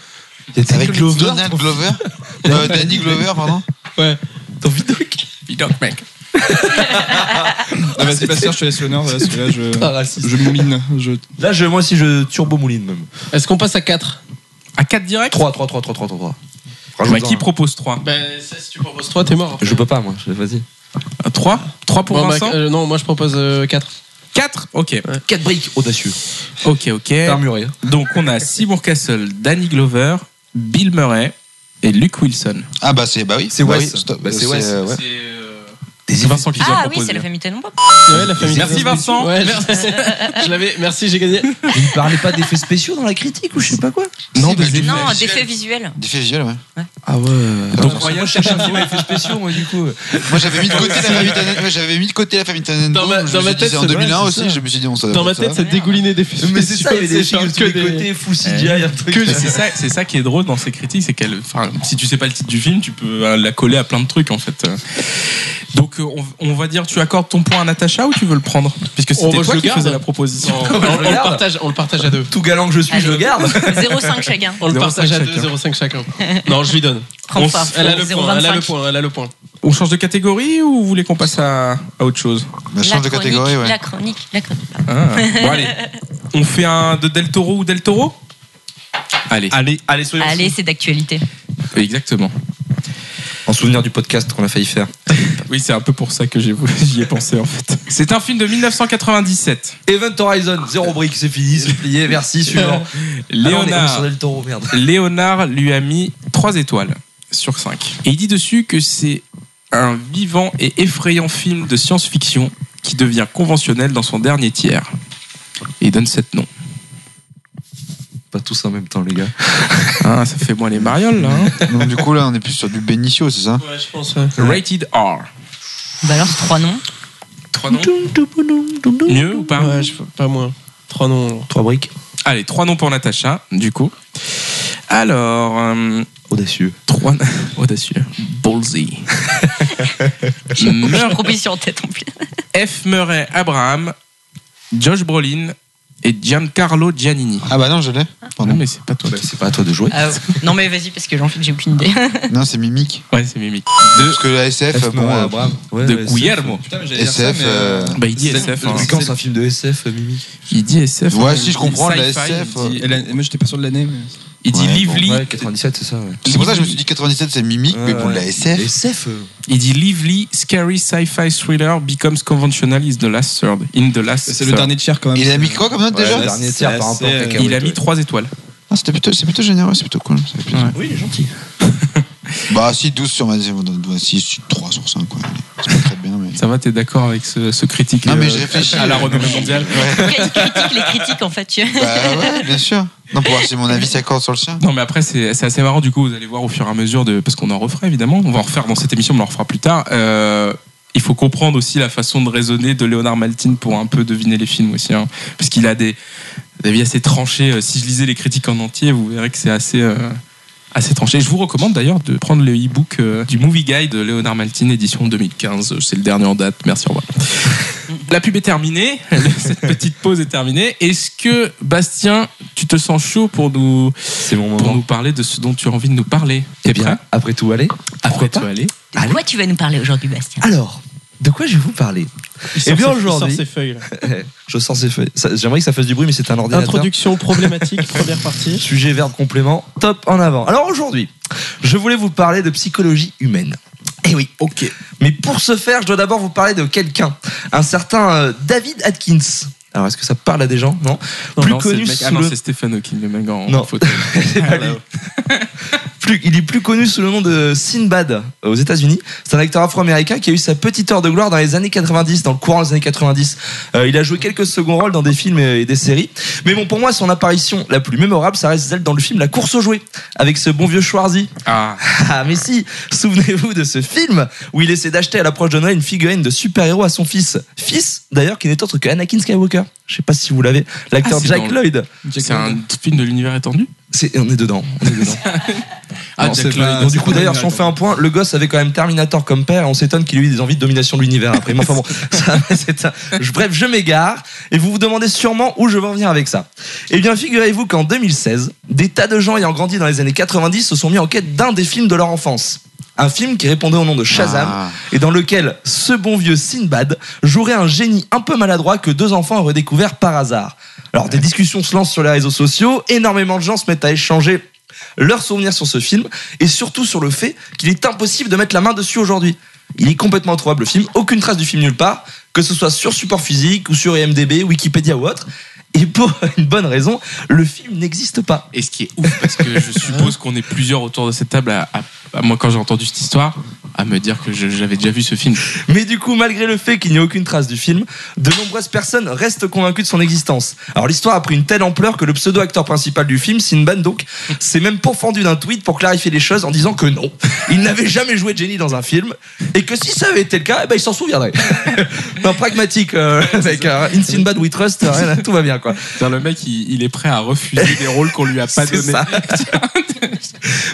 Speaker 2: Avec Glover.
Speaker 9: Donald Glover Euh, Danny Glover, pardon
Speaker 10: Ouais.
Speaker 2: Ton Vidoc.
Speaker 1: Vidoc, mec.
Speaker 8: Ah, vas-y, Bastien, je te laisse l'honneur. voilà, parce que Là,
Speaker 2: *laughs* Pas
Speaker 8: je.
Speaker 2: raciste.
Speaker 8: Je mine. Je...
Speaker 2: Là, je, moi aussi, je turbo mouline même.
Speaker 10: Est-ce qu'on passe à 4
Speaker 1: À 4 directs
Speaker 2: 3, 3, 3, 3, 3, 3. 3.
Speaker 1: Bah, Qui propose 3
Speaker 10: Bah, ça, si tu proposes 3, t'es mort.
Speaker 2: Je peux pas, moi. Vas-y.
Speaker 1: 3 3 Euh, pour
Speaker 10: Bon, bah,
Speaker 1: Vincent
Speaker 10: euh, non, moi je propose 4.
Speaker 1: 4 Ok.
Speaker 2: 4 briques. Audacieux.
Speaker 1: Ok, ok.
Speaker 2: Permuré.
Speaker 1: Donc on a Seymour Castle, Danny Glover, Bill Murray et Luke Wilson.
Speaker 9: Ah bah c'est bah oui.
Speaker 2: C'est
Speaker 9: bah
Speaker 2: Wes.
Speaker 9: oui, stop.
Speaker 2: Bah, c'est
Speaker 9: C'est,
Speaker 2: Wes.
Speaker 9: euh, ouais.
Speaker 1: C'est Vincent qui vient
Speaker 4: ah oui,
Speaker 1: proposer.
Speaker 4: c'est la famille Tenenbaum.
Speaker 10: Ouais, la famille.
Speaker 1: Merci, Vincent.
Speaker 10: Ouais, je je l'avais. Merci, j'ai gagné.
Speaker 2: Il ne parlait pas d'effets spéciaux dans la critique ou je sais pas quoi
Speaker 1: Non,
Speaker 9: Si, bah,
Speaker 1: des
Speaker 9: du-
Speaker 1: effets.
Speaker 4: Non,
Speaker 9: visuels.
Speaker 4: des faits visuels.
Speaker 9: Des faits visuels, ouais.
Speaker 2: Ah ouais.
Speaker 1: Donc,
Speaker 2: Donc, moi, je cherche un film à effets spéciaux, moi, du coup.
Speaker 9: Moi j'avais mis de côté la famille Tannen- ouais, j'avais mis de côté la famille Tannen-
Speaker 10: Dans ma-
Speaker 9: je
Speaker 10: dans
Speaker 9: me
Speaker 10: ma
Speaker 9: suis dit,
Speaker 10: tête,
Speaker 9: c'est en
Speaker 10: c'est vrai,
Speaker 9: 2001
Speaker 10: c'est
Speaker 9: aussi,
Speaker 10: ça.
Speaker 9: je me suis dit on s'en
Speaker 10: Dans ma tête, ça dégoulinait des fils.
Speaker 2: Mais c'est ça, il y a des Eh films de tous les
Speaker 10: que des-
Speaker 2: côtés, fou CGI, un truc.
Speaker 1: Mais c'est ça, c'est ça qui est drôle dans ces critiques, c'est qu'elle, enfin, si tu sais pas le titre du film, tu peux euh, la coller à plein de trucs en fait. Euh, Donc euh, on, on va dire, tu accordes ton point à Natacha ou tu veux le prendre Puisque
Speaker 10: Oh, bah,
Speaker 1: c'était
Speaker 10: je
Speaker 1: toi
Speaker 10: le
Speaker 1: qui
Speaker 10: garde.
Speaker 1: faisais la
Speaker 10: *laughs*
Speaker 1: proposition.
Speaker 10: On, on- on le
Speaker 2: Regarde.
Speaker 10: partage, on le partage à deux.
Speaker 2: Tout galant que je suis, je le
Speaker 4: Allez.
Speaker 2: garde.
Speaker 4: 0,5 chacun.
Speaker 10: On le
Speaker 1: 0,5
Speaker 10: partage à deux,
Speaker 1: chacun.
Speaker 10: 0,5 chacun. Non, je lui donne.
Speaker 4: Prends
Speaker 1: On
Speaker 4: pas.
Speaker 1: s-
Speaker 10: Elle a le point, elle a le
Speaker 4: 0,25.
Speaker 10: point, elle a le point.
Speaker 1: On change de catégorie ou vous voulez qu'on passe à, à autre chose
Speaker 9: Bah, change de
Speaker 4: chronique,
Speaker 9: catégorie, ouais.
Speaker 4: La chronique, la chronique.
Speaker 1: Ah. Bon allez, on fait un de Del Toro ou Del Toro Allez.
Speaker 2: Allez, allez, soyons
Speaker 4: Allez, c'est d'actualité.
Speaker 1: Exactement.
Speaker 2: En souvenir du *laughs* podcast qu'on a failli faire.
Speaker 1: Oui, c'est un peu pour ça que j'ai voulu- *laughs* j'y ai pensé en fait. C'est un film de 1997.
Speaker 2: Event Horizon, zéro brique, c'est fini, c'est plié, *laughs* merci, suivant. Ah non, on est- on est sur
Speaker 1: Léonard,
Speaker 2: Del Toro, merde.
Speaker 1: Léonard lui a mis 3 étoiles sur 5. Et il dit dessus que c'est un vivant et effrayant film de science-fiction qui devient conventionnel dans son dernier tiers. Et il donne 7 noms.
Speaker 2: Pas tous en même temps, les gars.
Speaker 1: *laughs* Ah, ça fait moins les marioles là. hein.
Speaker 9: Donc, du coup, là, on est plus sur du Benicio, c'est ça
Speaker 10: Ouais, je pense.
Speaker 1: Rated R.
Speaker 4: Bah alors, c'est trois noms.
Speaker 1: 3 noms Mieux ou pas
Speaker 10: Ouais, je, pas moins. Trois noms. alors.
Speaker 2: Trois briques.
Speaker 1: Allez, 3 noms pour Natacha, du coup. Alors, euh,
Speaker 2: Audacieux.
Speaker 1: Trois *laughs* audacieux. *laughs* Ballsy.
Speaker 4: J'ai une
Speaker 1: Mur-
Speaker 4: proposition en tête en plus.
Speaker 1: F. Murray Abraham, Josh Brolin et Giancarlo Giannini.
Speaker 9: Ah bah non, je l'ai.
Speaker 1: Non,
Speaker 9: Pardon.
Speaker 1: mais c'est pas toi.
Speaker 2: Bah, c'est pas à toi de jouer.
Speaker 4: Ah, non, mais vas-y, parce que j'en fais que j'ai aucune idée. *laughs*
Speaker 9: Non, c'est Mimique.
Speaker 1: Ouais, c'est Mimic.
Speaker 9: Parce que la SF, euh, bon, euh,
Speaker 2: Ouais,
Speaker 1: de
Speaker 2: ouais,
Speaker 1: Guillermo.
Speaker 3: Putain, mais j'allais dire ça,
Speaker 9: SF.
Speaker 3: mais, euh,
Speaker 9: euh,
Speaker 1: Bah, il dit
Speaker 3: C'est-
Speaker 1: SF. hein.
Speaker 2: c'est- C'est quand c'est un film de SF, euh, Mimi
Speaker 1: Il dit SF.
Speaker 9: Ouais,
Speaker 1: hein,
Speaker 9: si,
Speaker 1: il
Speaker 9: je
Speaker 1: dit
Speaker 9: comprends, la
Speaker 1: sci-fi,
Speaker 9: SF,
Speaker 1: il dit-
Speaker 9: euh,
Speaker 3: et la- Moi, j'étais pas sûr de l'année. mais-
Speaker 1: Il dit
Speaker 9: Ouais,
Speaker 1: lively.
Speaker 2: Ouais, 97, c'est ça, ouais.
Speaker 9: C'est pour ça que je me suis dit 97, c'est Mimique, mais bon, la SF.
Speaker 2: SF euh,
Speaker 1: Il dit lively, scary sci-fi thriller becomes conventional is the last third. In the last.
Speaker 3: C'est le
Speaker 1: third.
Speaker 3: dernier tiers quand même.
Speaker 9: Il a mis quoi comme note
Speaker 2: Ouais, bah,
Speaker 9: déjà
Speaker 2: le dernier
Speaker 3: c'est
Speaker 2: tiers par rapport
Speaker 3: assez,
Speaker 2: à
Speaker 3: euh,
Speaker 1: Il a mis 3 étoiles.
Speaker 9: Ah, c'était plutôt, c'est plutôt généreux, c'est plutôt cool. ça fait plaisir.
Speaker 2: Oui, il est gentil.
Speaker 9: *laughs* Bah, si 12 sur ma 6, 3 sur 5, quoi. C'est pas très bien, mais.
Speaker 1: Ça va, t'es d'accord avec ce, ce
Speaker 9: *laughs*
Speaker 1: critique
Speaker 9: Non, mais
Speaker 1: euh,
Speaker 9: j'ai réfléchi.
Speaker 1: à la renommée mondiale
Speaker 4: Quand ils critiquent les critiques, en fait, tu vois.
Speaker 9: Bah ouais, bien sûr. Non, pour voir si mon avis s'accorde sur le sien.
Speaker 1: Non, mais après, c'est c'est assez marrant. Du coup, vous allez voir au fur et à mesure de. Parce qu'on en refera évidemment. On va en refaire dans cette émission, on en refera plus tard. Euh, il faut comprendre aussi la façon de raisonner de Léonard Maltin pour un peu deviner les films aussi. hein. Parce qu'il a des, des avis assez tranchés. Euh, Si je lisais les critiques en entier, vous verrez que c'est assez. euh, Assez tranché. Je vous recommande d'ailleurs de prendre le e-book euh, du Movie Guide de Léonard Maltin, édition 2015. C'est le dernier en date. Merci, au revoir. La pub est terminée. *laughs* Cette petite pause est terminée. Est-ce que, Bastien, tu te sens chaud pour nous,
Speaker 2: C'est mon
Speaker 1: pour
Speaker 2: moment.
Speaker 1: nous parler de ce dont tu as envie de nous parler.
Speaker 2: Eh
Speaker 1: T'es
Speaker 2: bien,
Speaker 1: bien
Speaker 2: après tout, allez.
Speaker 1: Après toi, allez.
Speaker 4: De quoi tu vas nous parler aujourd'hui, Bastien
Speaker 2: Alors, de quoi je vais vous parler
Speaker 10: Il sort
Speaker 2: Eh bien,
Speaker 10: ses- il sort
Speaker 2: aujourd'hui-
Speaker 10: ses feuilles, là.
Speaker 2: Je sens ces feuilles. Ça- J'aimerais que ça fasse du bruit, mais c'est un ordinateur.
Speaker 10: Introduction problématique, première partie.
Speaker 2: Sujet, verbe, complément, top en avant. Alors aujourd'hui, je voulais vous parler de psychologie humaine. Eh oui, ok. Mais pour ce faire, je dois d'abord vous parler de quelqu'un, un certain euh, David Atkins. Alors est-ce que ça parle à des gens Non. Plus
Speaker 1: Non, c'est
Speaker 2: connu
Speaker 1: le mec-
Speaker 2: sous
Speaker 1: Ah non,
Speaker 2: le
Speaker 1: c'est Stéphane Hawking, le mec en
Speaker 2: Non.
Speaker 1: fauteuil.
Speaker 2: C'est pas lui. Plus- il est plus connu sous le nom de Sinbad euh, aux États-Unis. C'est un acteur afro-américain qui a eu sa petite heure de gloire dans les années 90, dans le courant des années 90. Euh, il a joué quelques seconds rôles dans des films et et des séries. Mais bon, pour moi, son apparition la plus mémorable, ça reste celle dans le film La course aux jouets, avec ce bon vieux Schwarzy. *laughs*
Speaker 1: Ah,
Speaker 2: Ah, mais si Souvenez-vous de ce film où il essaie d'acheter à l'approche de Noël une figurine de super-héros à son fils. Fils, d'ailleurs, qui n'est autre que Anakin Skywalker. Je sais pas si vous l'avez. L'acteur
Speaker 1: Ah, c'est
Speaker 2: Jack
Speaker 1: dans le-
Speaker 2: Lloyd.
Speaker 1: c'est un film de l'univers étendu
Speaker 2: C'est- On est dedans. On est dedans.
Speaker 1: Ah,
Speaker 3: Non,
Speaker 1: Jack
Speaker 3: c'est
Speaker 1: Lloyd.
Speaker 3: pas-
Speaker 2: Donc,
Speaker 3: c'est
Speaker 2: du coup,
Speaker 3: pas
Speaker 2: d'ailleurs, si
Speaker 3: Terminator.
Speaker 2: on fait un point, le gosse avait quand même Terminator comme père et on s'étonne qu'il ait eu des envies de domination de l'univers après. Mais enfin
Speaker 1: *laughs*
Speaker 2: bon, ça, *laughs* c'est un- je- bref, je m'égare et vous vous demandez sûrement où je veux en venir avec ça. Eh bien, figurez-vous qu'en 2016, des tas de gens ayant grandi dans les années 90 se sont mis en quête d'un des films de leur enfance. Un film qui répondait au nom de Shazam
Speaker 9: Ah.
Speaker 2: et dans lequel ce bon vieux Sinbad jouerait un génie un peu maladroit que deux enfants auraient découvert par hasard. Alors des discussions se lancent sur les réseaux sociaux, énormément de gens se mettent à échanger leurs souvenirs sur ce film et surtout sur le fait qu'il est impossible de mettre la main dessus aujourd'hui. Il est complètement introuvable le film, aucune trace du film nulle part, que ce soit sur support physique ou sur IMDb, Wikipédia ou autre. Et pour *laughs* une bonne raison, le film n'existe pas.
Speaker 1: Et ce qui est ouf, parce que je suppose qu'on est plusieurs autour de cette table, à, à- à- moi, quand j'ai entendu cette histoire, à me dire que je- j'avais déjà vu ce film.
Speaker 2: Mais du coup, malgré le fait qu'il n'y ait aucune trace du film, de nombreuses personnes restent convaincues de son existence. Alors l'histoire a pris une telle ampleur que le pseudo-acteur principal du film, Sinbad donc, s'est même pourfendu d'un tweet pour clarifier les choses en disant que non, il n'avait jamais joué de génie dans un film, et que si ça avait été le cas, eh ben, il s'en souviendrait. non, pragmatique, euh, mec, euh, in Sinbad we trust, euh, rien, tout va bien quoi.
Speaker 1: C'est-à-dire, le mec, il, il est prêt
Speaker 2: *laughs*
Speaker 1: à refuser des rôles qu'on lui a pas
Speaker 2: C'est
Speaker 1: donnés.
Speaker 2: ça. *laughs*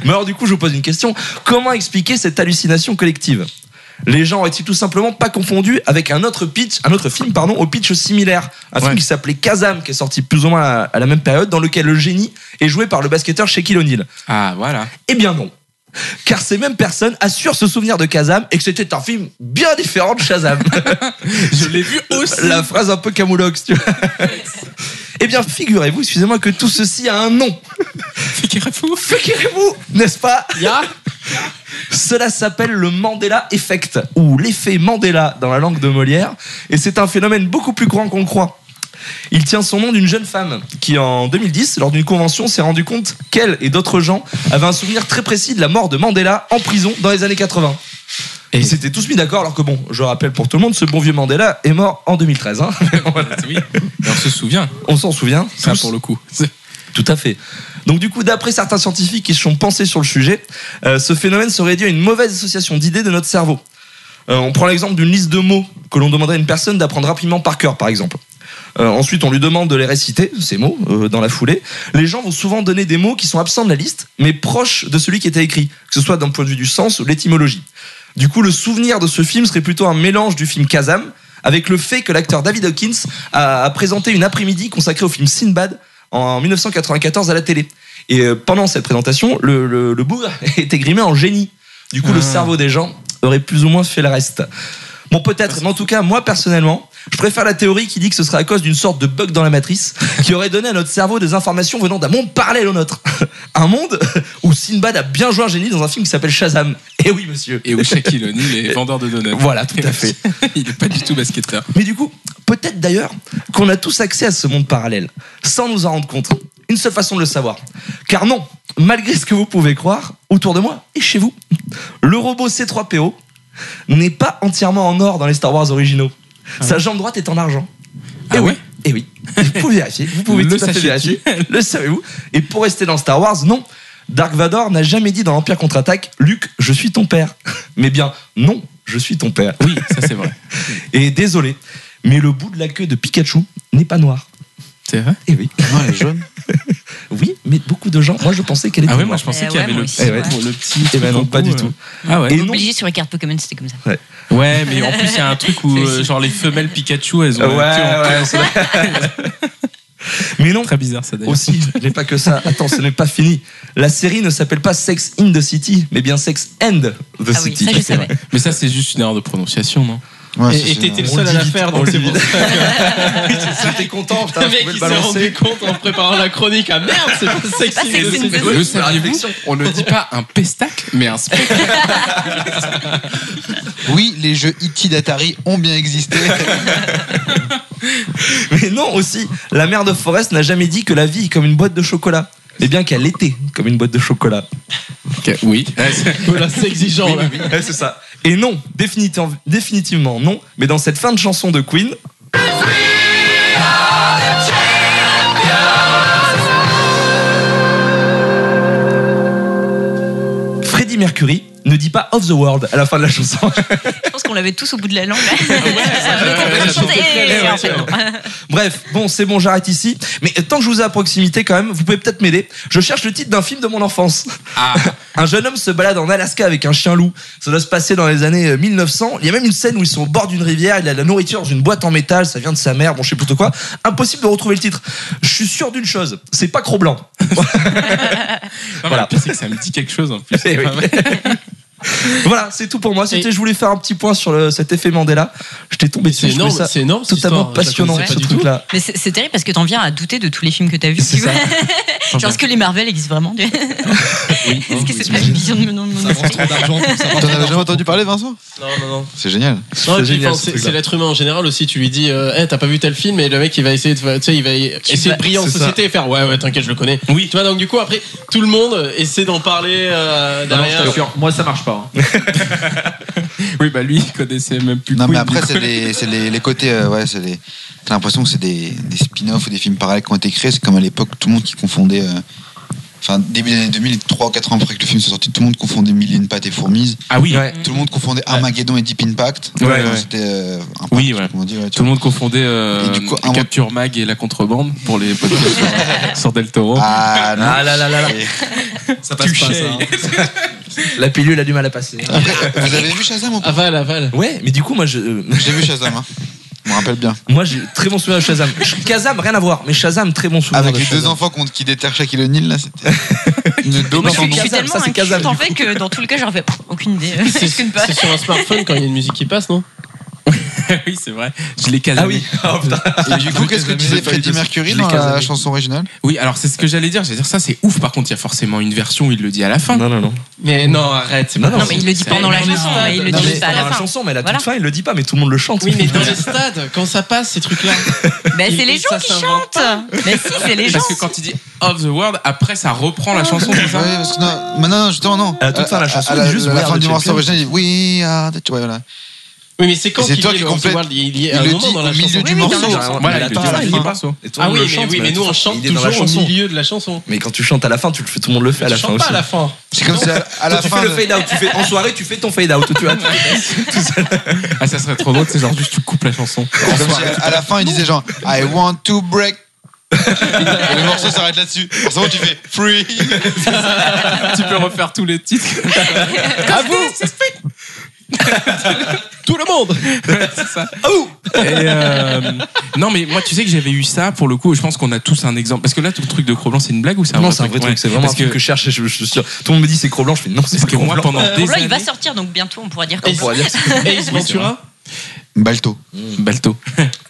Speaker 2: Mais alors du coup, je vous pose une question. Comment expliquer cette hallucination collective les gens auraient-ils tout simplement pas confondu avec un autre pitch, un autre film pardon, au pitch similaire, un film
Speaker 1: Ouais.
Speaker 2: qui s'appelait Kazam, qui est sorti plus ou moins à, à la même période, dans lequel le génie est joué par le basketteur Shaquille O'Neal.
Speaker 1: Ah, voilà.
Speaker 2: Eh bien non, car ces mêmes personnes assurent se souvenir de Kazam et que c'était un film bien différent de Shazam.
Speaker 1: *laughs* Je l'ai vu aussi.
Speaker 2: La phrase un peu camoulox, tu vois. Eh bien, figurez-vous, excusez-moi, que tout ceci a un nom.
Speaker 1: Fekirefou
Speaker 2: Fekirefou, n'est-ce pas
Speaker 1: Ya
Speaker 2: Cela s'appelle le Mandela Effect, ou l'effet Mandela dans la langue de Molière, et c'est un phénomène beaucoup plus grand qu'on le croit. Il tient son nom d'une jeune femme qui, en 2010, lors d'une convention, s'est rendu compte qu'elle et d'autres gens avaient un souvenir très précis de la mort de Mandela en prison dans les années 80. Et ils s'étaient tous mis d'accord, alors que bon, je rappelle pour tout le monde, ce bon vieux Mandela est mort en 2013. hein. Voilà.
Speaker 1: Oui, Et on se souvient,
Speaker 2: On s'en souvient.
Speaker 1: ça
Speaker 2: tous.
Speaker 1: pour le coup.
Speaker 2: *laughs* Tout à fait. Donc du coup, d'après certains scientifiques qui se sont pensés sur le sujet, euh, ce phénomène serait dû à une mauvaise association d'idées de notre cerveau. Euh, on prend l'exemple d'une liste de mots que l'on demanderait à une personne d'apprendre rapidement par cœur, par exemple. Euh, ensuite, on lui demande de les réciter, ces mots, euh, dans la foulée. Les gens vont souvent donner des mots qui sont absents de la liste, mais proches de celui qui était écrit, que ce soit d'un point de vue du sens ou de l'étymologie. Du coup, le souvenir de ce film serait plutôt un mélange du film Kazam avec le fait que l'acteur David Hawkins a, a présenté une après-midi consacrée au film Sinbad en 1994 à la télé. Et euh, pendant cette présentation, le, le, le bougre *laughs* était grimé en génie. Du coup, le cerveau des gens aurait plus ou moins fait le reste. Bon, peut-être, mais en tout cas, moi personnellement, je préfère la théorie qui dit que ce serait à cause d'une sorte de bug dans la matrice qui aurait donné à notre cerveau des informations venant d'un monde parallèle au nôtre. *laughs* Un monde où Sinbad a bien joué un génie dans un film qui s'appelle Shazam. Eh oui, monsieur.
Speaker 1: Et où Shaquille O'Neal est vendeur de donuts.
Speaker 2: Voilà, tout à fait.
Speaker 1: *laughs* Il n'est pas du tout basketteur.
Speaker 2: Mais du coup, peut-être d'ailleurs qu'on a tous accès à ce monde parallèle, sans nous en rendre compte. Une seule façon de le savoir. Car non, malgré ce que vous pouvez croire, autour de moi et chez vous, le robot C3PO n'est pas entièrement en or dans les Star Wars originaux. Sa jambe droite est en argent.
Speaker 1: Ah
Speaker 2: Eh
Speaker 1: ouais
Speaker 2: oui, et oui. Vous pouvez vérifier, vous pouvez
Speaker 1: *laughs* Le
Speaker 2: tout à fait
Speaker 1: sachez-tu.
Speaker 2: vérifier. Le savez-vous Et pour rester dans Star Wars, non. Dark Vador n'a jamais dit dans l'Empire contre-attaque Luke, je suis ton père. Mais bien, non, je suis ton père.
Speaker 1: Oui, ça c'est vrai.
Speaker 2: Et désolé, mais le bout de la queue de Pikachu n'est pas noir.
Speaker 1: C'est vrai
Speaker 2: Eh oui.
Speaker 9: Non, elle est jaune.
Speaker 2: *laughs* Oui, mais beaucoup de gens, moi je pensais qu'elle était
Speaker 1: Ah ouais,
Speaker 2: noire.
Speaker 1: moi je pensais
Speaker 4: Eh
Speaker 1: qu'il y
Speaker 4: ouais,
Speaker 1: avait
Speaker 4: moi
Speaker 1: le
Speaker 4: aussi,
Speaker 1: petit,
Speaker 2: ouais.
Speaker 1: pour le petit.
Speaker 2: Eh ben non,
Speaker 1: truc au
Speaker 2: pas du
Speaker 1: bout,
Speaker 2: tout.
Speaker 1: euh. Ah ouais.
Speaker 2: Et non.
Speaker 4: Obligé sur les cartes Pokémon, c'était comme ça.
Speaker 1: Ouais, mais en plus il y a un truc
Speaker 2: *laughs*
Speaker 1: où euh, genre les femelles Pikachu, elles
Speaker 2: Ouais,
Speaker 1: ont un petit-
Speaker 2: ouais, c'est vrai. *laughs* mais non,
Speaker 1: Très bizarre ça d'ailleurs.
Speaker 2: aussi, je n'ai pas que ça. Attends, ce n'est pas fini. La série ne s'appelle pas Sex in the City, mais bien Sex and the
Speaker 4: Ah oui,
Speaker 2: City.
Speaker 4: ça
Speaker 2: *laughs*
Speaker 4: je savais.
Speaker 1: Mais ça c'est juste une erreur de prononciation, non
Speaker 9: Ouais,
Speaker 10: Et et
Speaker 9: c'est-
Speaker 10: t'étais le
Speaker 9: c'est-
Speaker 10: seul à la faire, donc c'est pour ça que
Speaker 2: J'étais content, putain,
Speaker 10: le
Speaker 2: je
Speaker 10: mec
Speaker 2: pouvais le
Speaker 10: il s'est rendu
Speaker 2: balancer.
Speaker 10: compte en préparant la chronique. Ah merde, c'est pas
Speaker 4: pas
Speaker 10: sexy.
Speaker 4: sexy,
Speaker 10: le
Speaker 4: c'est
Speaker 10: site.
Speaker 4: une
Speaker 1: Le saviez-vous On ne dit pas un pestac, mais un spectacle.
Speaker 3: Oui, les jeux E.T. d'Atari ont bien existé.
Speaker 2: Mais non, aussi, la mère de Forrest n'a jamais dit que la vie est comme une boîte de chocolat. Mais bien qu'elle était comme une boîte de chocolat.
Speaker 1: Oui.
Speaker 10: Voilà, c'est exigeant. là.
Speaker 2: Ouais, c'est ça. Et non, définitive- définitivement non, mais dans cette fin de chanson de Queen. Freddie Mercury ne dit pas Of the World à la fin de la chanson.
Speaker 4: Je pense qu'on l'avait tous au bout de la langue. là. *laughs*
Speaker 1: ouais,
Speaker 4: Ça
Speaker 1: ouais,
Speaker 4: me Eh, en fait, non.
Speaker 2: Bref, bon, c'est bon, j'arrête ici. Mais euh, tant que je vous ai à proximité, quand même, vous pouvez peut-être m'aider. Je cherche le titre d'un film de mon enfance.
Speaker 1: Ah.
Speaker 2: *laughs* Un jeune homme se balade en Alaska avec un chien loup. Ça doit se passer dans les années euh, 1900. Il y a même une scène où ils sont au bord d'une rivière. Il a de la nourriture dans une boîte en métal. Ça vient de sa mère. Bon, je sais plutôt quoi. Impossible de retrouver le titre. Je suis sûr d'une chose. C'est pas Cro-Blanc. *laughs*
Speaker 1: Voilà.
Speaker 2: Voilà.
Speaker 1: Le pire, c'est que ça me dit quelque chose en plus.
Speaker 2: Eh
Speaker 1: c'est
Speaker 2: oui.
Speaker 1: pas vrai.
Speaker 2: *laughs* Voilà, c'est tout pour moi. C'était, je voulais faire un petit point sur le- cet effet Mandela. Je t'ai tombé dessus. Je
Speaker 10: C'est
Speaker 2: trouvais
Speaker 10: énorme,
Speaker 2: ça
Speaker 10: c'est énorme. cette
Speaker 2: totalement
Speaker 10: histoire. Je la
Speaker 2: passionnant, ce
Speaker 10: connaissais pas du tout.
Speaker 2: truc-là.
Speaker 4: Mais c'est c'est terrible parce que t'en viens à douter de tous les films que t'as vus.
Speaker 2: C'est
Speaker 4: tu vois.
Speaker 2: ça.
Speaker 4: Genre, est-ce que les Marvel existent vraiment tu vois Est-ce que c'est pas une vision de mon monde
Speaker 9: *laughs* T'en avais jamais entendu parler, Vincent
Speaker 10: Non, non, non.
Speaker 9: C'est génial.
Speaker 10: Non, et puis,
Speaker 2: génial,
Speaker 10: enfin,
Speaker 2: ce
Speaker 10: C'est
Speaker 2: truc-là.
Speaker 10: c'est l'être humain en général aussi. Tu lui dis, euh, Eh, t'as pas vu tel film, et le mec il va essayer de, faire- tu sais, il va essayer
Speaker 4: vas-
Speaker 10: de briller en
Speaker 2: C'est ça.
Speaker 10: société et faire, ouais, ouais, t'inquiète, je le connais. Oui. Tu vois, donc du coup, après, tout le monde essaie d'en parler euh, derrière.
Speaker 11: Moi, ça marche pas.
Speaker 1: Oui, bah lui, il connaissait même plus.
Speaker 9: Non, mais
Speaker 1: Queen,
Speaker 9: après,
Speaker 1: du *laughs*
Speaker 9: c'est
Speaker 1: coup.
Speaker 9: les, c'est les, les côtés. euh, ouais, c'est les. T'as l'impression que c'est des, des spin-offs ou des films parallèles qui ont été créés. C'est comme à l'époque, tout le monde qui confondait. euh, Enfin, début des années 2000, 3 ou 4 ans après que le film soit sorti, tout le monde confondait Mille et une pattes et fourmis.
Speaker 1: Ah oui.
Speaker 2: Ouais.
Speaker 9: Tout le monde confondait Armageddon et Deep Impact.
Speaker 1: Ouais,
Speaker 9: Enfin,
Speaker 1: ouais.
Speaker 9: C'était. euh, Impact,
Speaker 1: Oui,
Speaker 9: je sais pas
Speaker 1: ouais.
Speaker 9: comment dire, ouais, tu
Speaker 1: Tout le monde confondait euh,
Speaker 9: Et du coup,
Speaker 1: les
Speaker 9: un-
Speaker 1: Capture Mag et la contrebande pour les podcasts sur Del Toro.
Speaker 9: vois. Ah, non.
Speaker 2: Ah là là là là.
Speaker 1: ça
Speaker 2: passe pas, ça, hein. *laughs* La pilule a du mal à passer. hein.
Speaker 9: Après, vous avez vu Shazam ou pas
Speaker 10: Aval, aval.
Speaker 2: Ouais, mais du coup, moi, je, euh,
Speaker 9: J'ai vu Shazam, hein. Je me rappelle bien.
Speaker 2: moi, j'ai très bon souvenir de Shazam. Ch- Kazam, rien à voir, mais Shazam, très bon souvenir.
Speaker 9: Avec
Speaker 2: de
Speaker 9: les deux
Speaker 2: Shazam.
Speaker 9: enfants contre qui déterrent Shaquille O'Neal, là, c'était une daube
Speaker 4: Moi, je
Speaker 9: sans
Speaker 4: suis,
Speaker 9: nom.
Speaker 4: je suis
Speaker 2: Kazam,
Speaker 4: tellement
Speaker 2: ça, c'est
Speaker 4: inculte,
Speaker 2: Kazam,
Speaker 4: en
Speaker 2: du
Speaker 4: fait que dans tout le cas, j'en fais aucune idée.
Speaker 10: C'est
Speaker 4: Je connais pas.
Speaker 10: c'est sur un smartphone quand il y a une musique qui passe, non
Speaker 1: *laughs* oui, c'est vrai. Je l'ai casé.
Speaker 2: Ah oui. Oh, putain.
Speaker 9: Et du coup, qu'est-ce que disait Freddie Mercury dans la chanson originale
Speaker 1: Oui, alors c'est ce que j'allais dire. J'allais dire ça, c'est ouf. Par contre, il y a forcément une version où il le dit à la fin.
Speaker 2: Non, non, non.
Speaker 10: Mais non, arrête. c'est
Speaker 2: Non,
Speaker 10: pas
Speaker 2: non,
Speaker 4: Non, mais
Speaker 10: possible.
Speaker 4: il le dit
Speaker 1: C'est-
Speaker 4: pendant la
Speaker 10: Non, mais-
Speaker 4: chanson, mais il le
Speaker 10: Non,
Speaker 4: dit
Speaker 10: mais-
Speaker 4: pas à
Speaker 2: Dans
Speaker 4: la
Speaker 2: la
Speaker 4: fin.
Speaker 2: chanson, mais à la toute
Speaker 4: Voilà.
Speaker 2: fin, il le dit pas, mais tout le monde le chante.
Speaker 10: Oui, mais dans les stades, quand ça passe, ces trucs-là.
Speaker 4: Ben,
Speaker 10: Il-
Speaker 4: c'est les
Speaker 10: ça
Speaker 4: gens qui
Speaker 10: s'invente
Speaker 4: chantent. Mais si, c'est les gens.
Speaker 1: Parce que quand il dit Of the World, après, ça reprend la chanson. c'est
Speaker 9: Ouais,
Speaker 1: ça
Speaker 9: parce que non, mais non, non, justement, non.
Speaker 2: À la toute fin, la chanson,
Speaker 9: à
Speaker 2: il
Speaker 9: la,
Speaker 2: dit juste
Speaker 9: à la
Speaker 2: We
Speaker 9: fin
Speaker 2: are
Speaker 9: du
Speaker 2: the
Speaker 9: morceau
Speaker 2: champions.
Speaker 9: original, il dit Oui, ah, tu vois, voilà.
Speaker 10: Oui, mais c'est quand
Speaker 9: C'est
Speaker 10: il
Speaker 9: toi
Speaker 10: dit
Speaker 9: qui
Speaker 10: le Off the
Speaker 9: complète.
Speaker 10: World, il y est
Speaker 9: Il
Speaker 10: à un
Speaker 9: le
Speaker 10: moment
Speaker 9: dit
Speaker 10: dans
Speaker 9: au
Speaker 10: la
Speaker 9: milieu
Speaker 10: chanson.
Speaker 9: du
Speaker 10: Oui, oui,
Speaker 9: morceau.
Speaker 10: non, mais-
Speaker 1: Voilà, il le dit à la
Speaker 2: il
Speaker 1: fin.
Speaker 2: est pas. Et tout le
Speaker 10: Ah
Speaker 2: monde
Speaker 10: oui,
Speaker 2: le
Speaker 10: mais,
Speaker 2: chante,
Speaker 10: oui, mais
Speaker 2: à
Speaker 10: nous
Speaker 2: la toute
Speaker 10: on
Speaker 2: fin,
Speaker 10: chante
Speaker 2: il est dans la
Speaker 10: toujours au
Speaker 2: chanson.
Speaker 10: milieu de la chanson.
Speaker 2: Mais quand tu chantes à la fin, tu le fais, tout le monde le fait à
Speaker 10: Tu
Speaker 2: la fin
Speaker 10: chantes pas à
Speaker 2: aussi.
Speaker 10: la fin.
Speaker 9: C'est comme si à, à
Speaker 2: Toi,
Speaker 9: la
Speaker 2: tu
Speaker 9: fin.
Speaker 2: fais
Speaker 9: le-
Speaker 2: le fade out, tu fais en soirée, tu fais ton fade out, tu vois. tu-
Speaker 1: Ah, ça serait trop drôle, c'est genre juste tu coupes la chanson.
Speaker 9: comme si à, à la fin, il disait genre I want to break. Et le morceau s'arrête là-dessus. Forcément, tu fais free.
Speaker 1: *laughs* tu peux refaire tous les titres.
Speaker 10: À vous
Speaker 1: *laughs*
Speaker 10: Tout le monde
Speaker 1: c'est ça. Et, euh, non, mais moi, tu sais que j'avais eu ça pour le coup. et Je pense qu'on a tous un exemple. Parce que là, tout le truc de Cro-Blanc, c'est une blague ou c'est un
Speaker 2: Non,
Speaker 1: vrai
Speaker 2: c'est un vrai
Speaker 1: truc
Speaker 2: truc,
Speaker 1: Ouais.
Speaker 2: c'est vraiment
Speaker 1: Parce
Speaker 2: un truc
Speaker 1: que-
Speaker 2: que je cherche. et Je, je suis sûr. Tout le monde me dit c'est Cro-Blanc, je fais non, c'est
Speaker 1: Parce
Speaker 2: pas
Speaker 1: que moi,
Speaker 2: Cro-Blanc. Euh,
Speaker 1: pendant des
Speaker 4: Là, il
Speaker 1: années,
Speaker 4: va sortir, donc bientôt on pourra dire
Speaker 10: Et
Speaker 4: comme
Speaker 10: on pourra
Speaker 2: dire ça.
Speaker 10: Et Ace
Speaker 1: Ah,
Speaker 10: Ventura
Speaker 9: Balto.
Speaker 1: Balto.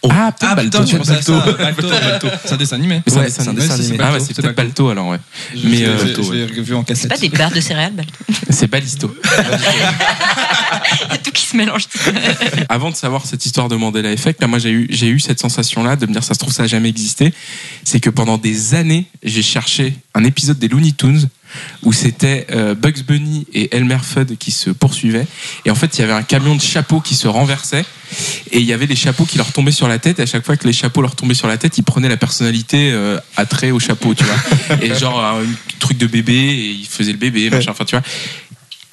Speaker 1: Ah, peut-être Balto.
Speaker 2: putain, je pensais à ça.
Speaker 8: Balto, Balto. C'est un dessin animé.
Speaker 1: Mais c'est un
Speaker 2: Ouais,
Speaker 1: dessin
Speaker 2: c'est un
Speaker 1: animé,
Speaker 2: dessin
Speaker 1: c'est-
Speaker 2: animé. Bah,
Speaker 1: Ah ouais, c'est peut-être Balto alors, ouais. Mais,
Speaker 8: Mais
Speaker 1: euh,
Speaker 2: Balto,
Speaker 8: je l'ai revu en
Speaker 4: C'est
Speaker 8: cassette.
Speaker 4: pas des barres de céréales, Balto.
Speaker 1: C'est Balisto.
Speaker 4: Il y a tout qui se mélange.
Speaker 1: Avant de savoir cette histoire de Mandela Effect, là, moi, j'ai eu, j'ai eu cette sensation-là de me dire, ça se trouve, ça n'a jamais existé. C'est que pendant des années, j'ai cherché un épisode des Looney Tunes où c'était euh, Bugs Bunny et Elmer Fudd qui se poursuivaient. Et en fait, il y avait un camion de chapeaux qui se renversait et il y avait les chapeaux qui leur tombaient sur la tête. Et à chaque fois que les chapeaux leur tombaient sur la tête, ils prenaient la personnalité euh, à trait au chapeau, tu vois. Et genre, un truc de bébé et ils faisaient le bébé, machin, enfin, tu vois.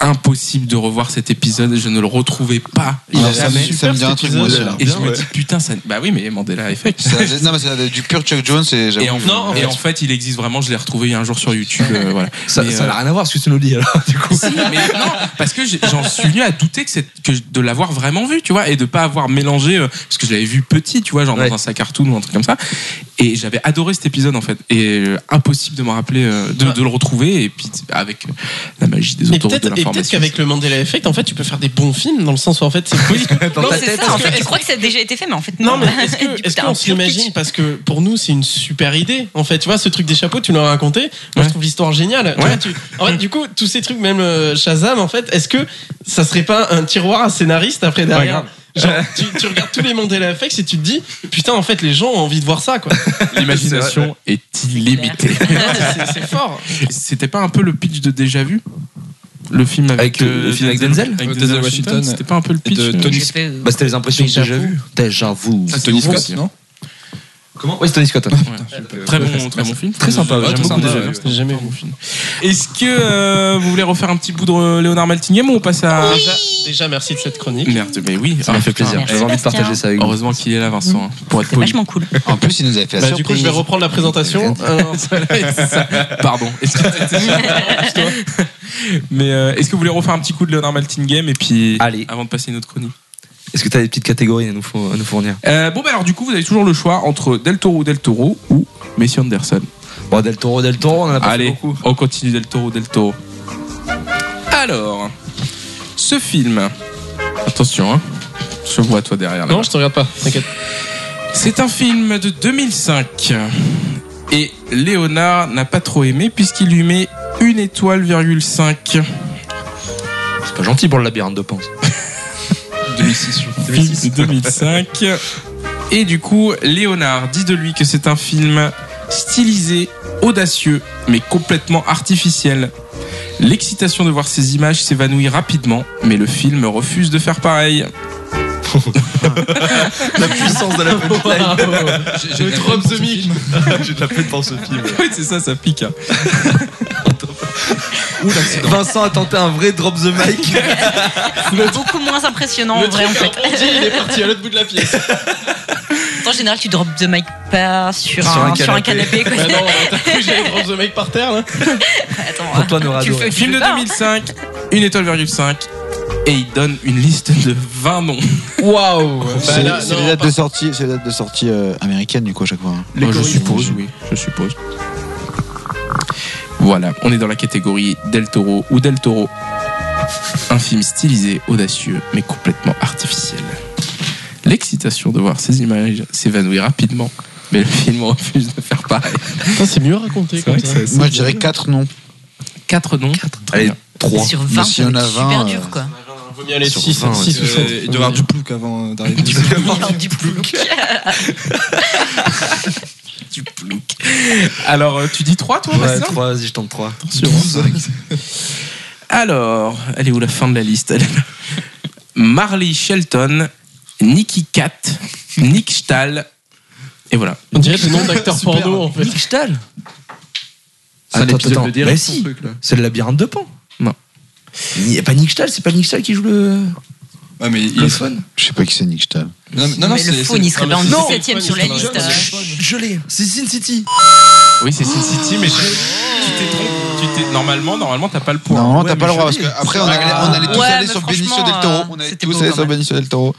Speaker 1: Impossible de revoir cet épisode, je ne le retrouvais pas.
Speaker 9: Il a
Speaker 1: jamais.
Speaker 9: ça, me- ça me dit un truc, moi aussi.
Speaker 1: Et je me dis putain ça bah oui mais
Speaker 2: *laughs*
Speaker 1: Mandela effect.
Speaker 9: C'est- Non, mais c'est du pur Chuck Jones et
Speaker 1: Et en,
Speaker 9: j'avoue.
Speaker 10: Non, en
Speaker 1: et
Speaker 10: fait-
Speaker 1: en fait, il existe vraiment. Je l'ai retrouvé un jour sur YouTube. euh, voilà.
Speaker 2: Ça
Speaker 1: Mais,
Speaker 2: ça
Speaker 1: euh,
Speaker 2: n'a rien à bah, voir ce que tu nous dis alors, du coup.
Speaker 1: si, *laughs* mais non, parce que j'ai- j'en suis venu à douter que, c'est- que de l'avoir vraiment vu, tu vois, et de pas avoir mélangé, euh, parce que je l'avais vu petit, tu vois, genre
Speaker 2: Ouais.
Speaker 1: dans un sac cartoon ou un truc comme ça. Et j'avais adoré cet épisode en fait. Et euh, impossible de me rappeler, euh, de, de le retrouver. Et puis t- avec euh, la magie des
Speaker 10: Et
Speaker 1: autoroutes de
Speaker 10: peut-être et peut-être
Speaker 1: l'information.
Speaker 10: qu'avec le Mandela Effect, en fait, tu peux faire des bons films dans le sens où en fait, c'est possible.
Speaker 2: Dans ta
Speaker 4: Oui, c'est
Speaker 2: tête,
Speaker 4: ça, en
Speaker 10: parce que-
Speaker 4: fait, tu crois que ça a déjà été fait, mais en fait,
Speaker 10: Non,
Speaker 4: non. *laughs*
Speaker 10: mais est-ce que-
Speaker 4: Du coup,
Speaker 10: est-ce
Speaker 4: t'as
Speaker 10: qu'on
Speaker 4: un pur
Speaker 10: s'imagine
Speaker 4: pitch.
Speaker 10: Parce que pour nous, c'est une super idée. En fait, tu vois, ce truc des chapeaux, tu l'as raconté. Moi,
Speaker 1: Ouais.
Speaker 10: je trouve l'histoire géniale. Tu
Speaker 1: Ouais.
Speaker 10: vois, tu- En fait, du coup, tous ces trucs, même euh, Shazam, en fait, est-ce que ça serait pas un tiroir à scénariste après derrière Genre,
Speaker 1: Euh.
Speaker 10: tu, tu regardes tous les Mandela Effects et tu te dis, putain, en fait, les gens ont envie de voir ça, quoi.
Speaker 1: *laughs* L'imagination est
Speaker 4: *laughs*
Speaker 1: illimitée.
Speaker 10: C'est c'est fort.
Speaker 1: C'était pas un peu le pitch de déjà vu le film
Speaker 2: Avec
Speaker 1: avec,
Speaker 2: le- le film avec Denzel
Speaker 1: avec
Speaker 8: Denzel
Speaker 1: Denzel
Speaker 8: Washington,
Speaker 1: Washington, c'était pas un peu le
Speaker 8: et
Speaker 1: pitch
Speaker 8: de
Speaker 1: euh,
Speaker 8: Tony
Speaker 4: J'ai fait, euh,
Speaker 2: Bah, c'était les impressions que j'ai déjà vues. Déjà vous.
Speaker 1: Ah, Tony Scott,
Speaker 8: non
Speaker 2: Comment Oui, c'est Tony Scott.
Speaker 1: Très bon, très bon film.
Speaker 2: Très sympa, ouais,
Speaker 1: J'aime
Speaker 2: très
Speaker 1: beaucoup
Speaker 2: sympa,
Speaker 1: déjà
Speaker 2: ouais,
Speaker 1: vu.
Speaker 2: ouais.
Speaker 10: euh,
Speaker 1: J'ai jamais vu le film. Est-ce que euh, vous voulez refaire un petit bout de euh, Léonard Maltingham ou on passe à.
Speaker 10: Déjà, déjà, merci de cette chronique.
Speaker 1: Merde, mais oui, ah,
Speaker 2: Ça m'a fait plaisir.
Speaker 4: Merci,
Speaker 2: J'avais envie de
Speaker 4: Bastien.
Speaker 2: partager ça avec vous.
Speaker 1: Heureusement qu'il est là, Vincent, hein, pour être
Speaker 4: C'est
Speaker 1: poli.
Speaker 4: vachement cool.
Speaker 9: En plus, il nous avait fait la
Speaker 10: Bah, du coup, je
Speaker 9: surprise.
Speaker 10: vais reprendre
Speaker 1: *laughs*
Speaker 10: la présentation. Ah, Alors,
Speaker 2: *laughs*
Speaker 1: Pardon. Est-ce que t'étais- Mais euh, est-ce que vous voulez refaire un petit coup de Léonard Maltingham et puis
Speaker 2: Allez.
Speaker 1: avant de passer à notre chronique
Speaker 2: Est-ce que t'as des petites catégories à nous, fou- à nous fournir
Speaker 1: Euh, Bon, bah alors du coup, vous avez toujours le choix entre Del Toro, Del Toro ou Messi Anderson.
Speaker 2: Bon, Del Toro, Del Toro, on en a pas fait
Speaker 1: Allez,
Speaker 2: beaucoup.
Speaker 1: on continue Del Toro, Del Toro. Alors, ce film. Attention, hein. Je vois toi derrière. là.
Speaker 10: non, je te regarde pas.
Speaker 4: *laughs*
Speaker 10: T'inquiète.
Speaker 1: C'est un film de 2005. Et Léonard n'a pas trop aimé puisqu'il lui met une étoile, virgule 5.
Speaker 2: C'est pas Bah, gentil pour le labyrinthe de Pense.
Speaker 1: 2006, Film de 2005. Et du coup, Léonard dit de lui que c'est un film stylisé, audacieux, mais complètement artificiel. L'excitation de voir ces images s'évanouit rapidement, mais le film refuse de faire pareil.
Speaker 2: La puissance de la *laughs* punchline.
Speaker 10: Le drop the mic.
Speaker 2: *laughs* J'ai de la peine pour ce film.
Speaker 1: Oui, c'est ça, ça pique. hein.
Speaker 2: Vincent a tenté un vrai drop the mic.
Speaker 4: Beaucoup moins impressionnant en
Speaker 10: Le
Speaker 4: vrai, en
Speaker 10: truc
Speaker 4: fait.
Speaker 10: rebondit, il est parti à l'autre bout de la pièce.
Speaker 4: En général, tu drops the mic pas sur,
Speaker 2: Sur un
Speaker 4: un, sur un
Speaker 2: canapé.
Speaker 4: canapé. quoi.
Speaker 1: Ah
Speaker 10: Bah non, t'as cru j'allais prendre The Mec par terre là
Speaker 4: Attends,
Speaker 2: *laughs* Antoine aura
Speaker 4: tu
Speaker 2: adoré.
Speaker 4: fais- tu
Speaker 1: Film
Speaker 4: fais
Speaker 1: de
Speaker 4: pas, hein.
Speaker 1: 2005, une étoile, 5. Et il donne une liste de 20 noms.
Speaker 10: Waouh
Speaker 9: C'est c'est les dates de sortie, c'est les dates de sortie euh, américaines du coup à chaque fois. hein.
Speaker 1: Moi, je suppose, oui, je suppose. Voilà, on est dans la catégorie Del Toro ou Del Toro. Un film stylisé, audacieux, mais complètement artificiel. l'excitation de voir ces images s'évanouit rapidement. Mais le film refuse de faire pareil.
Speaker 10: Ça, c'est mieux raconté
Speaker 1: C'est
Speaker 10: comme
Speaker 1: vrai que
Speaker 10: ça.
Speaker 1: ça-
Speaker 3: Moi, je dirais 4 noms.
Speaker 1: Quatre noms.
Speaker 2: Allez, 3.
Speaker 4: Sur
Speaker 9: Mais
Speaker 4: 20,
Speaker 9: s'il y en a
Speaker 4: c'est super
Speaker 9: 20,
Speaker 4: dur,
Speaker 9: euh,
Speaker 4: quoi.
Speaker 10: Vaut mieux aller
Speaker 2: Sur
Speaker 10: 6
Speaker 2: vingt,
Speaker 10: ou 7.
Speaker 8: Euh, il doit y avoir du plouc avant euh, d'arriver.
Speaker 4: Du plouc.
Speaker 1: Du plouc. Alors, euh, tu dis 3 toi,
Speaker 2: Ouais,
Speaker 1: Bastien
Speaker 2: 3, vas-y, je tente 3.
Speaker 1: Alors, elle est où la fin de la liste Elle est là. Marley Shelton, Nicky Cat, Nick Stahl, et voilà.
Speaker 10: On dirait des noms d'acteurs porno en fait.
Speaker 1: Stahl
Speaker 8: Ah,
Speaker 2: Attends, attends, mais si. C'est le labyrinthe de Pan.
Speaker 1: Non.
Speaker 2: Il n'y a pas Nick Stahl, c'est pas Nick Stahl qui joue le.
Speaker 8: Ouais, mais
Speaker 2: le
Speaker 8: il
Speaker 2: fun.
Speaker 9: Je sais pas qui c'est Nick Stahl.
Speaker 8: Non,
Speaker 4: Non, mais le faune, il serait pas en
Speaker 10: c'est-
Speaker 4: 17ème sur la
Speaker 10: Non,
Speaker 4: liste.
Speaker 10: mais
Speaker 4: euh.
Speaker 2: Je l'ai, c'est Sin City.
Speaker 1: Oui, c'est Sin City, mais tu
Speaker 2: Oh.
Speaker 1: tu t'es trompé. Tu t'es- Normalement, normalement, t'as pas le point.
Speaker 9: Normalement,
Speaker 2: ouais,
Speaker 9: t'as
Speaker 2: mais
Speaker 9: pas le droit
Speaker 2: je
Speaker 9: parce que après, on allait, on allait tous
Speaker 4: Ouais,
Speaker 9: aller
Speaker 4: mais
Speaker 9: sur Benicio
Speaker 4: franchement,
Speaker 9: del Toro.
Speaker 4: euh,
Speaker 9: On allait
Speaker 4: c'était
Speaker 9: tous
Speaker 4: beau
Speaker 9: aller
Speaker 4: quand
Speaker 9: sur
Speaker 4: même.
Speaker 9: Benicio del Toro.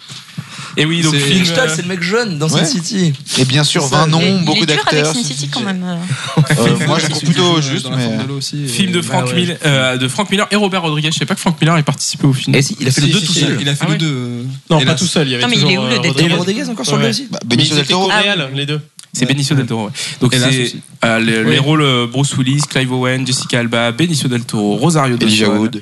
Speaker 1: Et oui, donc
Speaker 8: C'est-
Speaker 1: film.
Speaker 2: Nick Stahl,
Speaker 1: euh,
Speaker 2: c'est le mec jeune dans
Speaker 9: Ouais.
Speaker 2: Sin City.
Speaker 9: Et bien sûr, 20
Speaker 4: Il est-
Speaker 9: noms,
Speaker 4: il
Speaker 9: beaucoup
Speaker 4: est dur
Speaker 9: d'acteurs.
Speaker 4: avec Sin City quand même. euh.
Speaker 9: Euh, Moi, je trouve plutôt juste, mais.
Speaker 1: Film de Frank,
Speaker 10: ouais.
Speaker 1: Miller, euh, de Frank Miller et Robert Rodriguez. Je sais pas que Frank Miller ait participé au film.
Speaker 2: Et si, il a fait le 2 tout seul.
Speaker 8: Il a fait
Speaker 1: Ah
Speaker 8: le
Speaker 1: ouais.
Speaker 8: 2.
Speaker 10: Non,
Speaker 8: Et
Speaker 10: pas
Speaker 8: là,
Speaker 10: tout seul. Il y avait
Speaker 4: Non, mais il
Speaker 10: toujours,
Speaker 4: est où, le
Speaker 10: euh, Ah
Speaker 4: Del
Speaker 2: Et
Speaker 4: Toro
Speaker 10: Rodriguez
Speaker 2: Rodriguez encore sur le
Speaker 10: Ouais.
Speaker 2: aussi
Speaker 9: Bah,
Speaker 10: Mais
Speaker 9: Benicio
Speaker 10: ils
Speaker 9: del
Speaker 10: étaient
Speaker 9: Toro.
Speaker 10: coréens, les deux.
Speaker 1: C'est Benicio del Toro. ouais. Donc
Speaker 8: Et Nas
Speaker 1: c'est
Speaker 8: aussi.
Speaker 1: euh, les,
Speaker 10: Oui.
Speaker 1: les rôles euh, Bruce Willis, Clive Owen, Jessica Alba, Benicio del Toro, Rosario
Speaker 9: Elijah
Speaker 1: Dawson,
Speaker 9: Wood.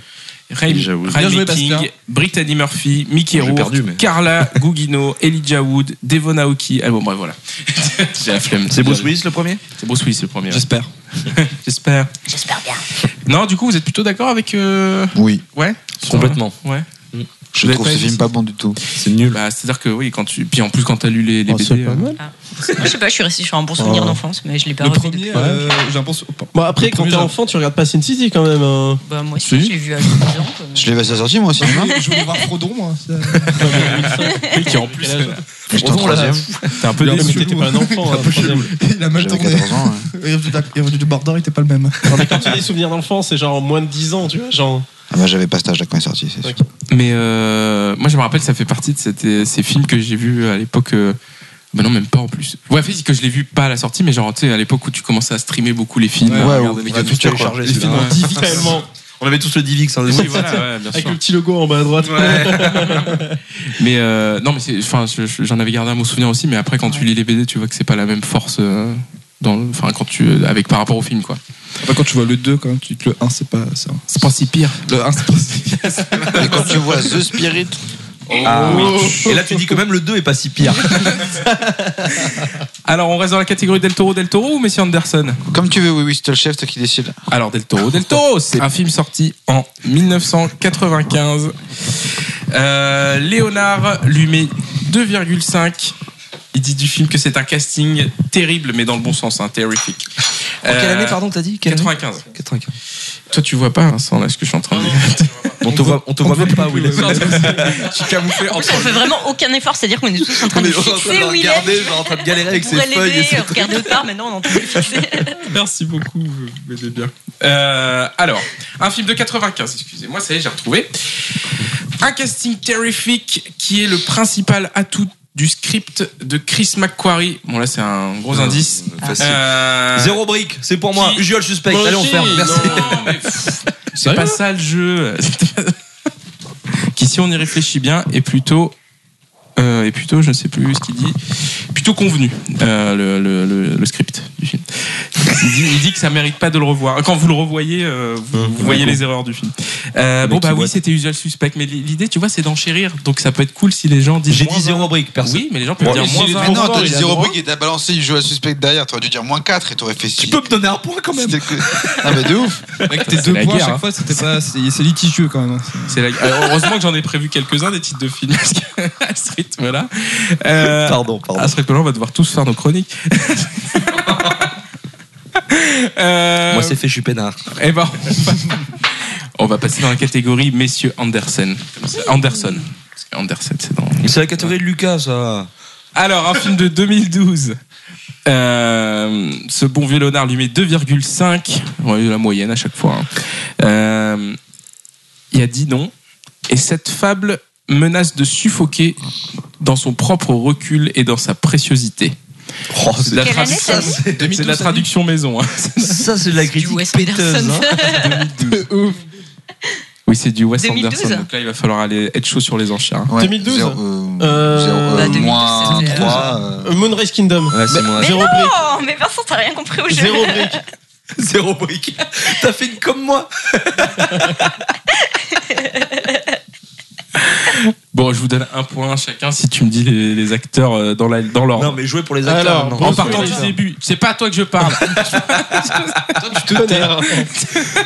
Speaker 1: Ray,
Speaker 9: Elijah Wood.
Speaker 1: Ray
Speaker 8: Bien joué,
Speaker 1: King,
Speaker 8: Bastien.
Speaker 1: Brittany Murphy, Mickey
Speaker 2: J'ai
Speaker 1: Rourke,
Speaker 2: perdu, mais-
Speaker 1: Carla Gugino, Elijah Wood, Devon Aoki. Ah bon, bref, voilà. J'ai la flemme.
Speaker 2: C'est Bruce Willis le premier
Speaker 1: C'est Bruce Willis le premier. ouais.
Speaker 8: J'espère.
Speaker 1: *laughs* J'espère.
Speaker 4: J'espère bien.
Speaker 1: Non, du coup, vous êtes plutôt d'accord avec. euh,
Speaker 9: Oui,
Speaker 1: Ouais
Speaker 2: Complètement.
Speaker 1: Ouais.
Speaker 9: je
Speaker 1: Vous avez
Speaker 9: trouve
Speaker 1: pas
Speaker 9: ce
Speaker 1: aimé
Speaker 9: film pas bon du tout.
Speaker 2: C'est nul.
Speaker 1: Bah, C'est-à-dire que oui, quand tu. Puis en plus, quand t'as lu les, les
Speaker 8: Oh, c'est
Speaker 1: BD.
Speaker 8: pas
Speaker 1: euh,
Speaker 8: mal.
Speaker 4: Moi, je sais pas, je suis restée sur un bon souvenir d'enfance, mais je l'ai pas
Speaker 8: Le
Speaker 4: revu
Speaker 8: premier,
Speaker 4: depuis.
Speaker 8: euh, j'ai un bon sou-
Speaker 10: Bon, après,
Speaker 8: Le
Speaker 10: quand
Speaker 8: premier,
Speaker 10: t'es
Speaker 8: j'ai-
Speaker 10: enfant, tu regardes pas Sin City quand même. hein.
Speaker 4: Bah, moi aussi,
Speaker 1: Si.
Speaker 4: je l'ai vu à 12 ans. quoi.
Speaker 9: Je l'ai vu à sa sortie, moi, au cinéma.
Speaker 8: *laughs* Je voulais voir Frodon, moi. ça-
Speaker 1: Oui, qui en plus.
Speaker 10: Quel âge
Speaker 1: euh,
Speaker 9: J'étais en
Speaker 2: Frodon, là.
Speaker 9: troisième.
Speaker 1: T'es un peu
Speaker 8: Il a
Speaker 10: Mais
Speaker 1: déçu.
Speaker 8: chelou.
Speaker 10: t'étais pas un enfant. hein, troisième.
Speaker 8: Il a mal
Speaker 9: J'avais
Speaker 8: tourné.
Speaker 9: 14 ans. ouais.
Speaker 8: Il est revenu de la- il est revenu du Mordor, il était pas le même.
Speaker 10: Non, mais quand tu as des souvenirs d'enfance, c'est genre moins de 10 ans, tu vois. Genre,
Speaker 9: Ah bah, j'avais pas cet âge-là quand il est sorti, c'est sûr.
Speaker 1: Mais euh, moi, je me rappelle, ça fait partie de cette- euh, ces films que j'ai vus à l'époque. euh, bah non, même pas en plus. Ouais, fait, c'est que je l'ai vu pas à la sortie, mais genre, tu sais, à l'époque où tu commençais à streamer beaucoup les films.
Speaker 9: Ouais,
Speaker 1: Regarde,
Speaker 9: ou
Speaker 1: les
Speaker 9: vidéo
Speaker 1: vidéos.
Speaker 9: future, quoi.
Speaker 2: téléchargé,
Speaker 8: Il fait
Speaker 2: celui-là.
Speaker 8: dans 10 vies,
Speaker 10: tellement.
Speaker 2: On avait tous le Divix. Hein,
Speaker 1: Oui,
Speaker 2: dessus.
Speaker 1: voilà, ouais, bien
Speaker 10: Avec
Speaker 1: sûr.
Speaker 10: le petit logo en bas à droite.
Speaker 1: Ouais. mais euh, non, mais c'est- enfin, je- je- j'en avais gardé un mon souvenir aussi, mais après, quand tu lis les BD, tu vois que c'est pas la même force. euh, dans le- Enfin, quand tu. euh, Avec par rapport au film, quoi.
Speaker 8: Enfin, quand tu vois le 2, quand même, tu te le 1, c'est pas ça.
Speaker 1: C'est pas si pire.
Speaker 8: Le 1, c'est pas ça.
Speaker 9: Et quand tu vois The Spirit,
Speaker 1: oh.
Speaker 2: Ah,
Speaker 10: Oh.
Speaker 2: oui. Euh, Et là, tu dis que même le 2 est pas si pire.
Speaker 1: Alors, on reste dans la catégorie Del Toro, Del Toro ou Messi Anderson
Speaker 9: comme tu veux, oui, oui, c'est toi le chef, toi qui décide.
Speaker 1: Alors Del Toro, Del Toro, c'est un film sorti en 1995. Euh, Léonard lui met 2,5. Il dit du film que c'est un casting terrible, mais dans le bon sens, hein, terrifique.
Speaker 2: En quelle année,
Speaker 1: Euh,
Speaker 2: pardon, t'as dit Quelle année
Speaker 1: 95.
Speaker 2: 95.
Speaker 1: Toi, tu vois pas, Vincent, là, ce que je suis en train de dire.
Speaker 2: On te voit, on te voit même pas, Will.
Speaker 1: je suis camouflé
Speaker 4: En plus, on fait vraiment aucun effort, c'est-à-dire qu'on est tous en
Speaker 2: *laughs*
Speaker 4: train
Speaker 2: On
Speaker 4: de
Speaker 2: est en train
Speaker 4: fixer
Speaker 2: de
Speaker 4: où il est.
Speaker 2: regarder, genre en train de galérer avec
Speaker 4: On
Speaker 2: ses
Speaker 4: pourrait
Speaker 2: feuilles et
Speaker 4: l'aider,
Speaker 2: ses
Speaker 4: on regarde autre part, maintenant on est en train de le fixer.
Speaker 1: Merci beaucoup, vous m'aidez bien. Euh, alors, un film de 95, excusez-moi, ça y est, j'ai retrouvé. Un casting terrifique qui est le principal atout du script de Chris McQuarrie. Bon, là, c'est un gros indice. Euh,
Speaker 2: Zéro brique, c'est pour moi.
Speaker 1: Qui-
Speaker 2: Usual suspect.
Speaker 10: Moi
Speaker 2: Allez, on
Speaker 10: aussi,
Speaker 2: ferme. Merci.
Speaker 1: Non, *laughs* mais pff, c'est pas ça le jeu. qui, si on y réfléchit bien, est plutôt. euh, est plutôt, je ne sais plus ce qu'il dit, plutôt convenu, euh, le, le- le- le script du film. Il dit, il dit que ça mérite pas de le revoir. Quand vous le revoyez, euh, vous, vous voyez les erreurs du film. Euh, bon, bah oui, c'était Usual Suspect, mais l'idée, tu vois, c'est d'enchérir. Donc ça peut être cool si les gens disent.
Speaker 2: J'ai
Speaker 1: moins
Speaker 2: dit zéro brique, personne.
Speaker 1: Oui, mais les gens peuvent
Speaker 2: Bon,
Speaker 1: dire
Speaker 2: mais
Speaker 1: moins
Speaker 2: si les
Speaker 1: vingt.
Speaker 9: Mais non, t'as dit
Speaker 8: il a
Speaker 9: 0
Speaker 8: droit.
Speaker 9: brick et t'as balancé du jeu à suspect derrière. T'aurais dû dire moins 4 et t'aurais fait 6.
Speaker 2: Tu peux me donner un point quand même.
Speaker 9: Ah bah de ouf.
Speaker 8: Mec, tes
Speaker 1: C'est
Speaker 8: deux
Speaker 1: la
Speaker 8: points à
Speaker 1: guerre,
Speaker 8: chaque
Speaker 1: hein.
Speaker 8: fois, c'était pas. C'est c'est litigieux quand même. hein.
Speaker 1: C'est la- Alors, heureusement que j'en ai prévu quelques-uns des titres de films *laughs* parce que à ce rythme-là. euh,
Speaker 2: Pardon, pardon.
Speaker 1: À ce rythme-là, on va devoir tous faire nos chroniques. Euh,
Speaker 2: Moi, c'est fait, je suis peinard.
Speaker 1: eh ben, on, va, on va passer dans la catégorie Messieurs Andersen. Comme ça, Anderson. Parce que Andersen, c'est dans.
Speaker 2: C'est la catégorie de Lucas, ça.
Speaker 1: Alors, un film de 2012. Euh, ce bon vieux Léonard lui met 2,5. On a eu la moyenne à chaque fois. hein. Euh, il a dit non. Et cette fable menace de suffoquer dans son propre recul et dans sa préciosité.
Speaker 2: Oh,
Speaker 1: C'est de la,
Speaker 4: Quelle
Speaker 1: trad-
Speaker 4: année, ça,
Speaker 1: c'est- c'est de la traduction maison. hein.
Speaker 2: Ça, c'est de la
Speaker 4: Du
Speaker 2: critique
Speaker 4: Wes
Speaker 2: péteuse.
Speaker 4: Anderson.
Speaker 2: hein.
Speaker 1: Oui, c'est du Wes
Speaker 4: 2012.
Speaker 1: Anderson. Donc là, il va falloir aller être chaud sur les enchères. hein.
Speaker 10: *laughs*
Speaker 9: Ouais,
Speaker 10: 2012.
Speaker 9: zéro, euh,
Speaker 10: Euh,
Speaker 9: zéro, euh,
Speaker 10: bah, 2012,
Speaker 9: moins
Speaker 4: c'était-
Speaker 9: 3.
Speaker 10: Euh, Moonrise Kingdom.
Speaker 1: Ouais, c'est moi.
Speaker 4: Mais
Speaker 10: Zéro
Speaker 4: non
Speaker 10: brique.
Speaker 4: Mais Vincent, t'as rien compris au jeu.
Speaker 10: Zéro brique.
Speaker 2: *laughs* Zéro brique. T'as fait une comme moi.
Speaker 1: Bon, je vous donne un point chacun si tu me dis les, les acteurs euh, dans, la, dans l'ordre.
Speaker 2: Non, mais jouer pour les acteurs.
Speaker 10: Alors,
Speaker 2: non.
Speaker 1: en
Speaker 10: Bruce
Speaker 1: partant
Speaker 10: Willis.
Speaker 1: du début, c'est pas à toi que
Speaker 2: *laughs*
Speaker 1: je parle.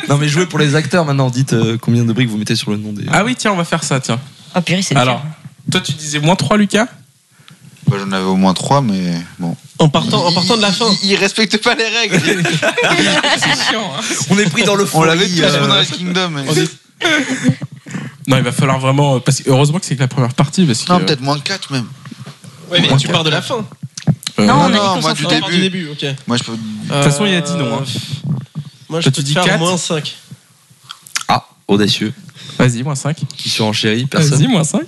Speaker 2: Non, mais jouer pour les acteurs maintenant. Dites euh, combien de briques vous mettez sur le nom des.
Speaker 1: ah oui, tiens, on va faire ça, tiens.
Speaker 4: Oh purée, c'est
Speaker 1: Alors, toi, tu disais moins 3, Lucas
Speaker 9: Bah, J'en avais au moins 3, mais bon.
Speaker 10: En partant, en partant de la fin.
Speaker 9: Il, il respecte pas les règles.
Speaker 1: C'est chiant, hein.
Speaker 2: *laughs* On est pris dans le
Speaker 9: On l'avait tous
Speaker 2: euh,
Speaker 9: dans Moonrise Kingdom. mais-
Speaker 1: Non, il va falloir vraiment. euh, Parce que heureusement que c'est que la première partie. Parce que,
Speaker 9: Non, peut-être moins 4 même.
Speaker 10: Ouais, mais tu pars de la fin.
Speaker 1: euh,
Speaker 4: Non, on a dit
Speaker 9: non,
Speaker 4: qu'on
Speaker 9: moi,
Speaker 4: s'en
Speaker 9: du
Speaker 10: On
Speaker 4: foutait.
Speaker 10: part du début, ok. De
Speaker 9: Moi, je peux.
Speaker 10: toute
Speaker 1: façon, il a dit non, hein.
Speaker 10: Euh, Moi,
Speaker 1: Toi,
Speaker 10: je
Speaker 1: tu
Speaker 10: peux te
Speaker 1: dis
Speaker 10: faire
Speaker 1: quatre.
Speaker 10: moins 5.
Speaker 2: Ah, audacieux.
Speaker 1: Vas-y, moins 5.
Speaker 2: Qui surenchérit,
Speaker 1: Vas-y,
Speaker 2: personne.
Speaker 1: moins 5.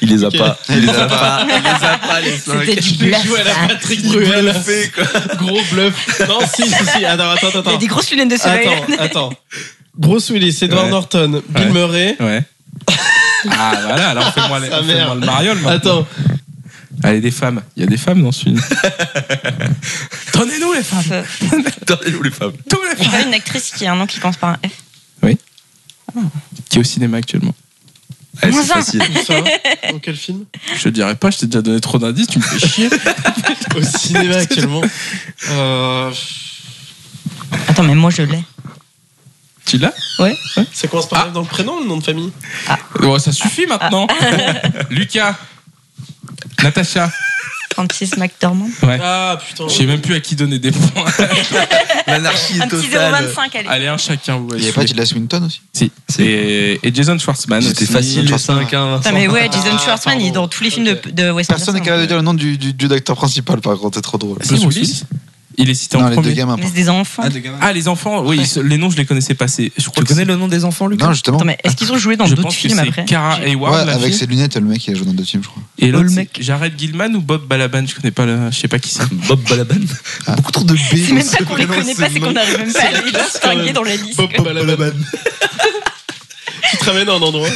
Speaker 2: Il les a
Speaker 10: Ok.
Speaker 2: pas. Il les a pas. Il les a pas, les cinq.
Speaker 4: C'était du
Speaker 10: Je
Speaker 4: *laughs* bluff.
Speaker 10: joue à la
Speaker 4: ça.
Speaker 10: Patrick Bruel. *laughs* Gros bluff. Non, si, si, si. Attends, attends,
Speaker 4: Il y a
Speaker 10: attends.
Speaker 4: des grosses lunettes de soleil.
Speaker 10: Attends, attends. Bruce Willis, Edward
Speaker 1: Ouais.
Speaker 10: Norton, Bill
Speaker 1: Ouais.
Speaker 10: Murray.
Speaker 2: *laughs*
Speaker 1: Ouais. Ah, voilà, alors fais-moi les-
Speaker 10: Sa
Speaker 1: fais-moi
Speaker 10: mère.
Speaker 1: le mariole. maintenant.
Speaker 10: Attends,
Speaker 1: Allez, des femmes. Il y a des femmes dans ce
Speaker 2: *laughs*
Speaker 1: film. Donnez-nous les femmes.
Speaker 4: Ça-
Speaker 2: Attendez-nous, les femmes.
Speaker 1: Tous les
Speaker 4: Il y
Speaker 1: femmes.
Speaker 4: a une actrice qui a un nom qui commence par un F.
Speaker 1: Qui est au cinéma actuellement
Speaker 2: Eh,
Speaker 4: Moins
Speaker 2: c'est
Speaker 4: un.
Speaker 2: facile.
Speaker 10: où ça Dans quel film
Speaker 1: Je te dirais pas, je t'ai déjà donné trop d'indices, tu me fais chier.
Speaker 10: Au cinéma actuellement. Euh,
Speaker 4: Attends, mais moi je l'ai.
Speaker 1: tu l'as
Speaker 10: ça commence par F dans le prénom, le nom de famille
Speaker 1: Bon, ça suffit maintenant. Lucas. Natacha.
Speaker 4: 36 McDormand.
Speaker 1: Ouais.
Speaker 10: Ah putain.
Speaker 1: Je sais même plus à qui donner des points.
Speaker 2: L'anarchie
Speaker 4: Un
Speaker 2: est
Speaker 4: petit
Speaker 2: totale.
Speaker 4: 0,25, allez.
Speaker 1: Allez, un chacun. vous
Speaker 9: Il n'y
Speaker 1: voyez.
Speaker 9: a pas Tilda Swinton aussi
Speaker 1: Si. Et, et Jason
Speaker 9: Ah,
Speaker 1: Schwartzman.
Speaker 2: C'était
Speaker 1: aussi.
Speaker 2: facile, les
Speaker 9: Vincent.
Speaker 2: 5, hein, Vincent.
Speaker 4: Putain, mais ouais, Jason
Speaker 10: Ah,
Speaker 4: Schwartzman, il est dans
Speaker 10: pardon.
Speaker 4: tous les films de, de Wes
Speaker 9: Personne n'est
Speaker 4: Anderson.
Speaker 9: capable de dire le nom du, du, du acteur principal, par contre, c'est trop drôle.
Speaker 1: Bruce
Speaker 10: Bruce
Speaker 1: Willis. Il est cité en
Speaker 9: Non, les deux
Speaker 1: premier.
Speaker 9: gamins.
Speaker 4: Mais c'est des enfants.
Speaker 1: Ah, les enfants, oui, ils se- les noms, je les connaissais pas. c'est- Je
Speaker 2: Tu
Speaker 1: crois que
Speaker 2: connais
Speaker 1: c'est-
Speaker 2: le nom des enfants, Lucas
Speaker 9: Non, justement.
Speaker 4: Attends, mais est-ce qu'ils ont joué dans
Speaker 1: Je
Speaker 4: d'autres
Speaker 1: pense que
Speaker 4: films
Speaker 1: c'est
Speaker 4: après
Speaker 1: Kara
Speaker 9: Ouais,
Speaker 1: Hayward. la
Speaker 9: avec
Speaker 1: fille.
Speaker 9: ses lunettes, le mec, il a joué dans deux films, je crois.
Speaker 1: Et l'autre,
Speaker 4: Olmec.
Speaker 1: c'est Jared Gilman ou Bob Balaban, je connais pas, le... je sais pas qui c'est.
Speaker 2: Bob Balaban. Beaucoup trop de B.
Speaker 4: C'est même pas qu'on les connaît pas, c'est qu'on n'arrive même pas à les distinguer dans la liste.
Speaker 10: Bob Balaban. tu te ramènes à un endroit.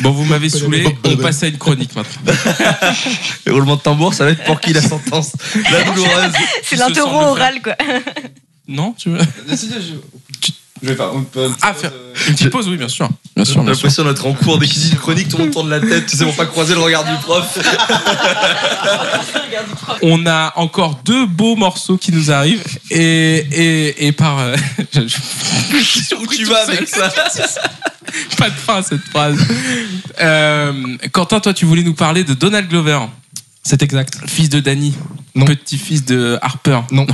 Speaker 1: Bon, vous m'avez saoulé, on passe à une chronique maintenant.
Speaker 2: Le *laughs* roulement de tambour, ça va être pour qui la sentence La douloureuse.
Speaker 4: C'est
Speaker 1: Je sens
Speaker 4: l'interro
Speaker 1: le
Speaker 4: oral, quoi.
Speaker 1: Non, tu veux
Speaker 8: Je vais faire.
Speaker 1: Ah, faire
Speaker 2: euh,
Speaker 1: une petite pause, oui, bien sûr. Bien sûr,
Speaker 2: J'ai
Speaker 1: bien sûr.
Speaker 2: l'impression d'être en cours dès qu'il dit une chronique, tout le monde tourne la tête, tu sais, pour pas croiser le regard du
Speaker 1: *laughs*
Speaker 2: prof.
Speaker 1: On a encore deux beaux morceaux qui nous arrivent et, et, et par. euh, *laughs* je- je- je suis
Speaker 2: Où tu
Speaker 1: tout
Speaker 2: vas
Speaker 1: seul.
Speaker 2: avec ça
Speaker 1: Pas de fin à cette phrase. Euh, Quentin, toi, tu voulais nous parler de Donald Glover,
Speaker 8: C'est exact.
Speaker 1: fils de Danny,
Speaker 8: Non.
Speaker 1: petit-fils de Harper.
Speaker 8: Non.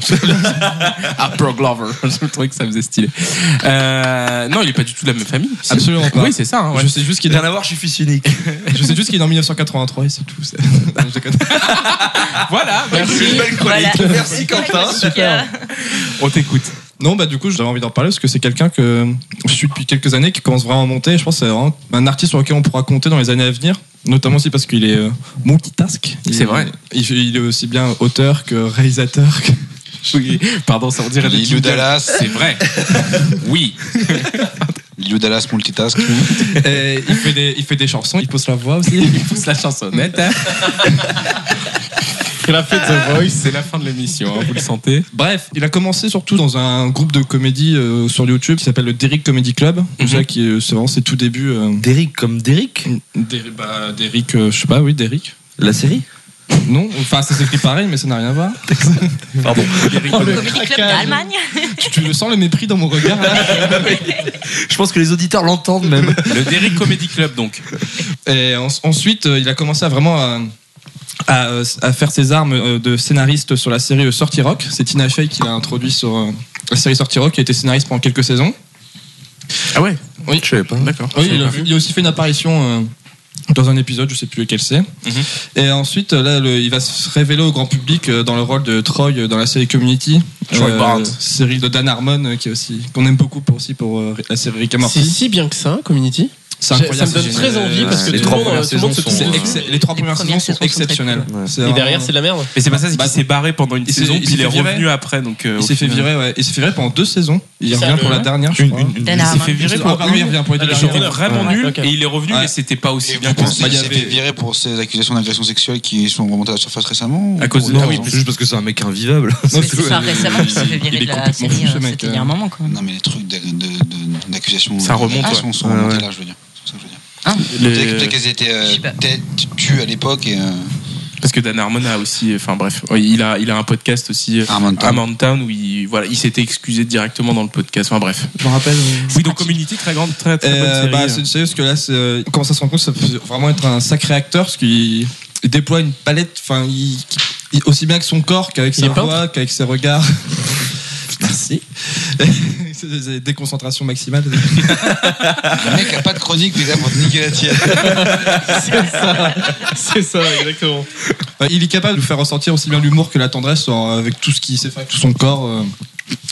Speaker 1: Harper Glover, *laughs* je trouvais que ça faisait stylé. Euh, non, il est pas du tout de la même famille.
Speaker 8: *laughs*
Speaker 1: Ah,
Speaker 8: Absolument pas.
Speaker 1: Oui, c'est ça. hein, ouais.
Speaker 8: Je sais juste *laughs* qu'il est,
Speaker 2: Rien à voir, Ah, je suis fils unique.
Speaker 8: je sais juste qu'il est en 1983 et c'est tout. C'est- *laughs* Non, je déconne.
Speaker 1: *laughs* Voilà, merci.
Speaker 2: Une belle chronique.
Speaker 4: Voilà.
Speaker 2: Merci Quentin.
Speaker 4: Super.
Speaker 1: On t'écoute.
Speaker 8: Non, bah du coup, j'avais envie d'en parler parce que c'est quelqu'un que je suis depuis quelques années, qui commence vraiment à monter. Je pense que c'est vraiment un artiste sur lequel on pourra compter dans les années à venir. Notamment aussi parce qu'il est euh, multitask. Il-
Speaker 1: C'est vrai.
Speaker 8: Il, il est aussi bien auteur que réalisateur. que-
Speaker 1: Oui, pardon, ça on dirait des
Speaker 9: Lilou
Speaker 1: jingles.
Speaker 9: Dallas. *laughs*
Speaker 1: C'est vrai. Oui.
Speaker 9: Lou Dallas multitask.
Speaker 8: Et Euh, il, fait des, il fait des chansons, il pose la
Speaker 2: *laughs*
Speaker 8: voix aussi.
Speaker 1: Il pousse la chansonnette. hein. Il a fait The Voice, c'est la fin de l'émission, hein, vous le sentez.
Speaker 8: Bref, il a commencé surtout dans un groupe de comédie euh, sur YouTube qui s'appelle le Derrick Comedy Club. Déjà qui est- c'est vraiment ses tout débuts. euh,
Speaker 2: Derrick comme Derrick
Speaker 8: Derrick, bah, Derrick, euh, je sais pas, oui, Derrick.
Speaker 2: La série
Speaker 8: Non, enfin ça s'écrit pareil, mais ça n'a rien à voir. *laughs*
Speaker 2: Pardon.
Speaker 4: *laughs* Comedy Club d'Allemagne.
Speaker 8: Tu, tu le sens le mépris dans mon regard là.
Speaker 2: Je pense que les auditeurs l'entendent même.
Speaker 1: Le Derrick Comedy Club, donc.
Speaker 8: Et en- ensuite, euh, il a commencé à vraiment à, à, euh, à faire ses armes euh, de scénariste sur la série euh, Sortie Rock. C'est Tina Fey qui l'a introduit sur euh, la série Sortie Rock, qui a été scénariste pendant quelques saisons.
Speaker 1: Ah ouais
Speaker 8: Oui.
Speaker 2: Je savais pas.
Speaker 1: D'accord.
Speaker 8: Oui, il a, il a aussi fait une apparition euh, dans un épisode, je sais plus lequel c'est. Et ensuite, euh, là, le- il va se révéler au grand public euh, dans le rôle de Troy euh, dans la série Community.
Speaker 1: Troy Barnes.
Speaker 8: Série de Dan Harmon, euh, qui est aussi qu'on aime beaucoup pour, aussi pour euh, la série Rick and Morty.
Speaker 10: C'est si bien que ça, Community
Speaker 8: C'est
Speaker 10: J'ai-
Speaker 8: incroyable,
Speaker 10: ça me
Speaker 8: c'est
Speaker 10: donne très
Speaker 8: génial.
Speaker 10: envie parce que
Speaker 8: Les
Speaker 10: tout
Speaker 8: trois
Speaker 10: le monde,
Speaker 8: premières
Speaker 10: tout le monde se
Speaker 8: saisons
Speaker 10: tourne
Speaker 8: sont-
Speaker 10: dessus.
Speaker 8: c'est- les trois premières saisons
Speaker 10: premières
Speaker 8: sont
Speaker 10: saisons très
Speaker 8: exceptionnelles.
Speaker 10: cool.
Speaker 8: C'est
Speaker 10: Et
Speaker 8: vraiment-
Speaker 10: derrière, c'est de la merde.
Speaker 1: Mais c'est pas ça, c'est
Speaker 8: Bah,
Speaker 1: qu'il s'est barré pendant une
Speaker 8: il s'est-
Speaker 1: saison,
Speaker 8: il
Speaker 1: puis
Speaker 8: s'est
Speaker 1: il est
Speaker 8: fait virer.
Speaker 1: revenu après. Donc, euh,
Speaker 8: Il
Speaker 1: au
Speaker 8: s'est fait
Speaker 1: final.
Speaker 8: virer, ouais. Il s'est fait virer pendant deux saisons. Il
Speaker 10: Ça,
Speaker 8: revient pour
Speaker 10: le-
Speaker 8: la dernière, je crois.
Speaker 4: Dan
Speaker 1: Il s'est
Speaker 4: Harmon.
Speaker 1: fait virer
Speaker 8: Ah,
Speaker 1: pour
Speaker 8: pardon, il
Speaker 1: une.
Speaker 8: revient pour les
Speaker 10: Ah,
Speaker 8: deux
Speaker 10: d'accord.
Speaker 1: J'étais
Speaker 8: dernières.
Speaker 1: vraiment
Speaker 10: Ouais,
Speaker 1: nul
Speaker 10: ok.
Speaker 1: et il est revenu,
Speaker 12: Ouais.
Speaker 1: mais c'était pas aussi
Speaker 9: Et
Speaker 1: bien
Speaker 9: vous
Speaker 1: que
Speaker 9: pensez
Speaker 8: Bah, il
Speaker 9: qu'il
Speaker 8: y
Speaker 9: s'est
Speaker 8: avait-
Speaker 9: fait virer pour ces accusations d'agression sexuelle qui sont remontées à la surface récemment
Speaker 1: À cause de-
Speaker 9: la
Speaker 1: Ah oui,
Speaker 2: C'est juste parce que c'est un mec invivable.
Speaker 4: Mais c'est ça, récemment, il s'est fait
Speaker 8: il
Speaker 4: virer
Speaker 8: est
Speaker 4: de la
Speaker 8: complètement
Speaker 4: série.
Speaker 8: fou, ce
Speaker 4: euh,
Speaker 8: mec,
Speaker 4: C'était il y
Speaker 8: euh.
Speaker 4: a un moment, quoi.
Speaker 9: Non, mais les trucs d'a- de- de- d'accusations.
Speaker 1: Ça remonte,
Speaker 9: d'agression
Speaker 1: ouais.
Speaker 9: sont
Speaker 1: Ouais,
Speaker 9: remontés
Speaker 1: ouais.
Speaker 9: là, je veux dire. C'est ça que je veux dire.
Speaker 1: Le-
Speaker 9: Peut-être peut-être qu'elles étaient
Speaker 4: Je sais pas.
Speaker 9: euh, peut-être tues à l'époque et. euh,
Speaker 1: Parce que Dan Harmon a aussi, enfin bref, il a, il a un podcast aussi, euh,
Speaker 8: Ah,
Speaker 9: Harmon Town.
Speaker 1: Harmon Town, où il, voilà, il s'était excusé directement dans le podcast. Enfin bref.
Speaker 8: Je me rappelle. euh,
Speaker 1: Oui, donc Community, très grande, très, très bonne
Speaker 8: Euh,
Speaker 1: série. hein.
Speaker 8: bah, c'est une série parce que là, c'est, euh, il commence à se rendre compte, que ça peut vraiment être un sacré acteur parce qu'il il déploie une palette, enfin, il, il- aussi bien avec son corps qu'avec
Speaker 10: Il
Speaker 8: sa
Speaker 10: est peintre
Speaker 8: voix, qu'avec ses regards. Merci. *laughs* C'est des déconcentrations maximales.
Speaker 1: Ah bah.
Speaker 9: Le mec a pas de chronique, déjà, pour te niquer la tienne.
Speaker 10: C'est ça, exactement.
Speaker 8: Enfin, Bah, Il est capable de nous faire ressortir aussi bien l'humour que la tendresse euh, avec tout ce qu'il sait faire, avec tout son corps. euh,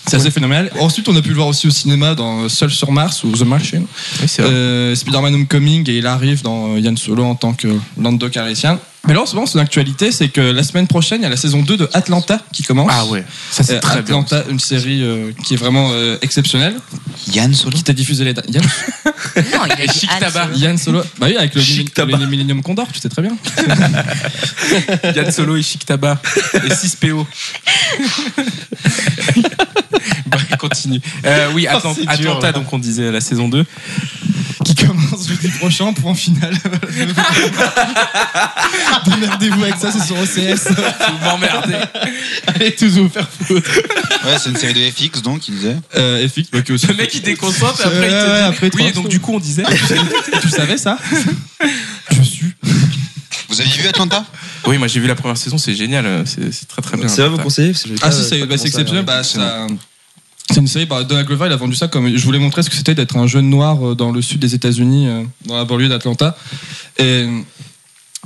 Speaker 8: C'est assez phénoménal. Ensuite, on a pu le voir aussi au cinéma dans Seul sur Mars ou The Martian.
Speaker 1: Oui, c'est vrai.
Speaker 8: Euh, Spider-Man Homecoming et il arrive dans euh, Yann Solo en tant que Lando Calrissian. Mais là, en ce moment, son actualité, c'est que la semaine prochaine, il y a la saison 2 de Atlanta qui commence.
Speaker 1: ah ouais, ça c'est
Speaker 8: Euh,
Speaker 1: très bien.
Speaker 8: Atlanta, une série euh, qui est vraiment euh, exceptionnelle,
Speaker 9: Yann Solo.
Speaker 8: qui t'a diffusé les dates. Yann,
Speaker 4: Non, il a dit
Speaker 1: Chic
Speaker 4: Anne
Speaker 1: tabac.
Speaker 4: Solo.
Speaker 8: Yann Solo, bah oui, avec le,
Speaker 1: Chic
Speaker 8: Millen-
Speaker 1: tabac.
Speaker 8: le Millennium Condor, tu sais très bien.
Speaker 1: Yann Solo et Chic Tabac et 6 PO. bah, continue. Euh, oui, Atlant-
Speaker 8: c'est dur,
Speaker 1: Atlanta,
Speaker 8: là.
Speaker 1: donc on disait la saison 2.
Speaker 8: Qui commence jeudi prochain pour en finale. *laughs* Démerdez-vous avec ça, c'est sur OCS.
Speaker 1: Vous m'emmerdez.
Speaker 8: Allez tous vous faire foutre.
Speaker 9: Ouais, c'est une série de FX, donc, il disait.
Speaker 8: Euh, Effic, bah, qui est aussi-
Speaker 1: Le mec il déconcentre et après
Speaker 8: Ouais,
Speaker 1: il te
Speaker 8: ouais,
Speaker 1: dit.
Speaker 8: après, il te
Speaker 1: oui, et
Speaker 8: rassure.
Speaker 1: donc du coup on disait.
Speaker 8: tu savais
Speaker 1: *laughs*
Speaker 8: ça Je suis.
Speaker 9: Vous aviez vu Atlanta
Speaker 1: oui, moi j'ai vu la première saison, c'est génial, euh, c'est c'est très très bien.
Speaker 2: C'est vrai, vous conseillez Parce que j'ai
Speaker 8: Ah
Speaker 2: pas-
Speaker 8: si,
Speaker 2: j'ai
Speaker 8: c'est
Speaker 2: pas
Speaker 8: bah,
Speaker 2: commencé
Speaker 8: c'est
Speaker 2: à
Speaker 8: exceptionnel.
Speaker 2: regarder.
Speaker 8: Bah, ça- c'est une série. Bah, Donald Glover, il a vendu ça comme. Je voulais montrer ce que c'était d'être un jeune noir euh, dans le sud des États-Unis, euh, dans la banlieue d'Atlanta. Et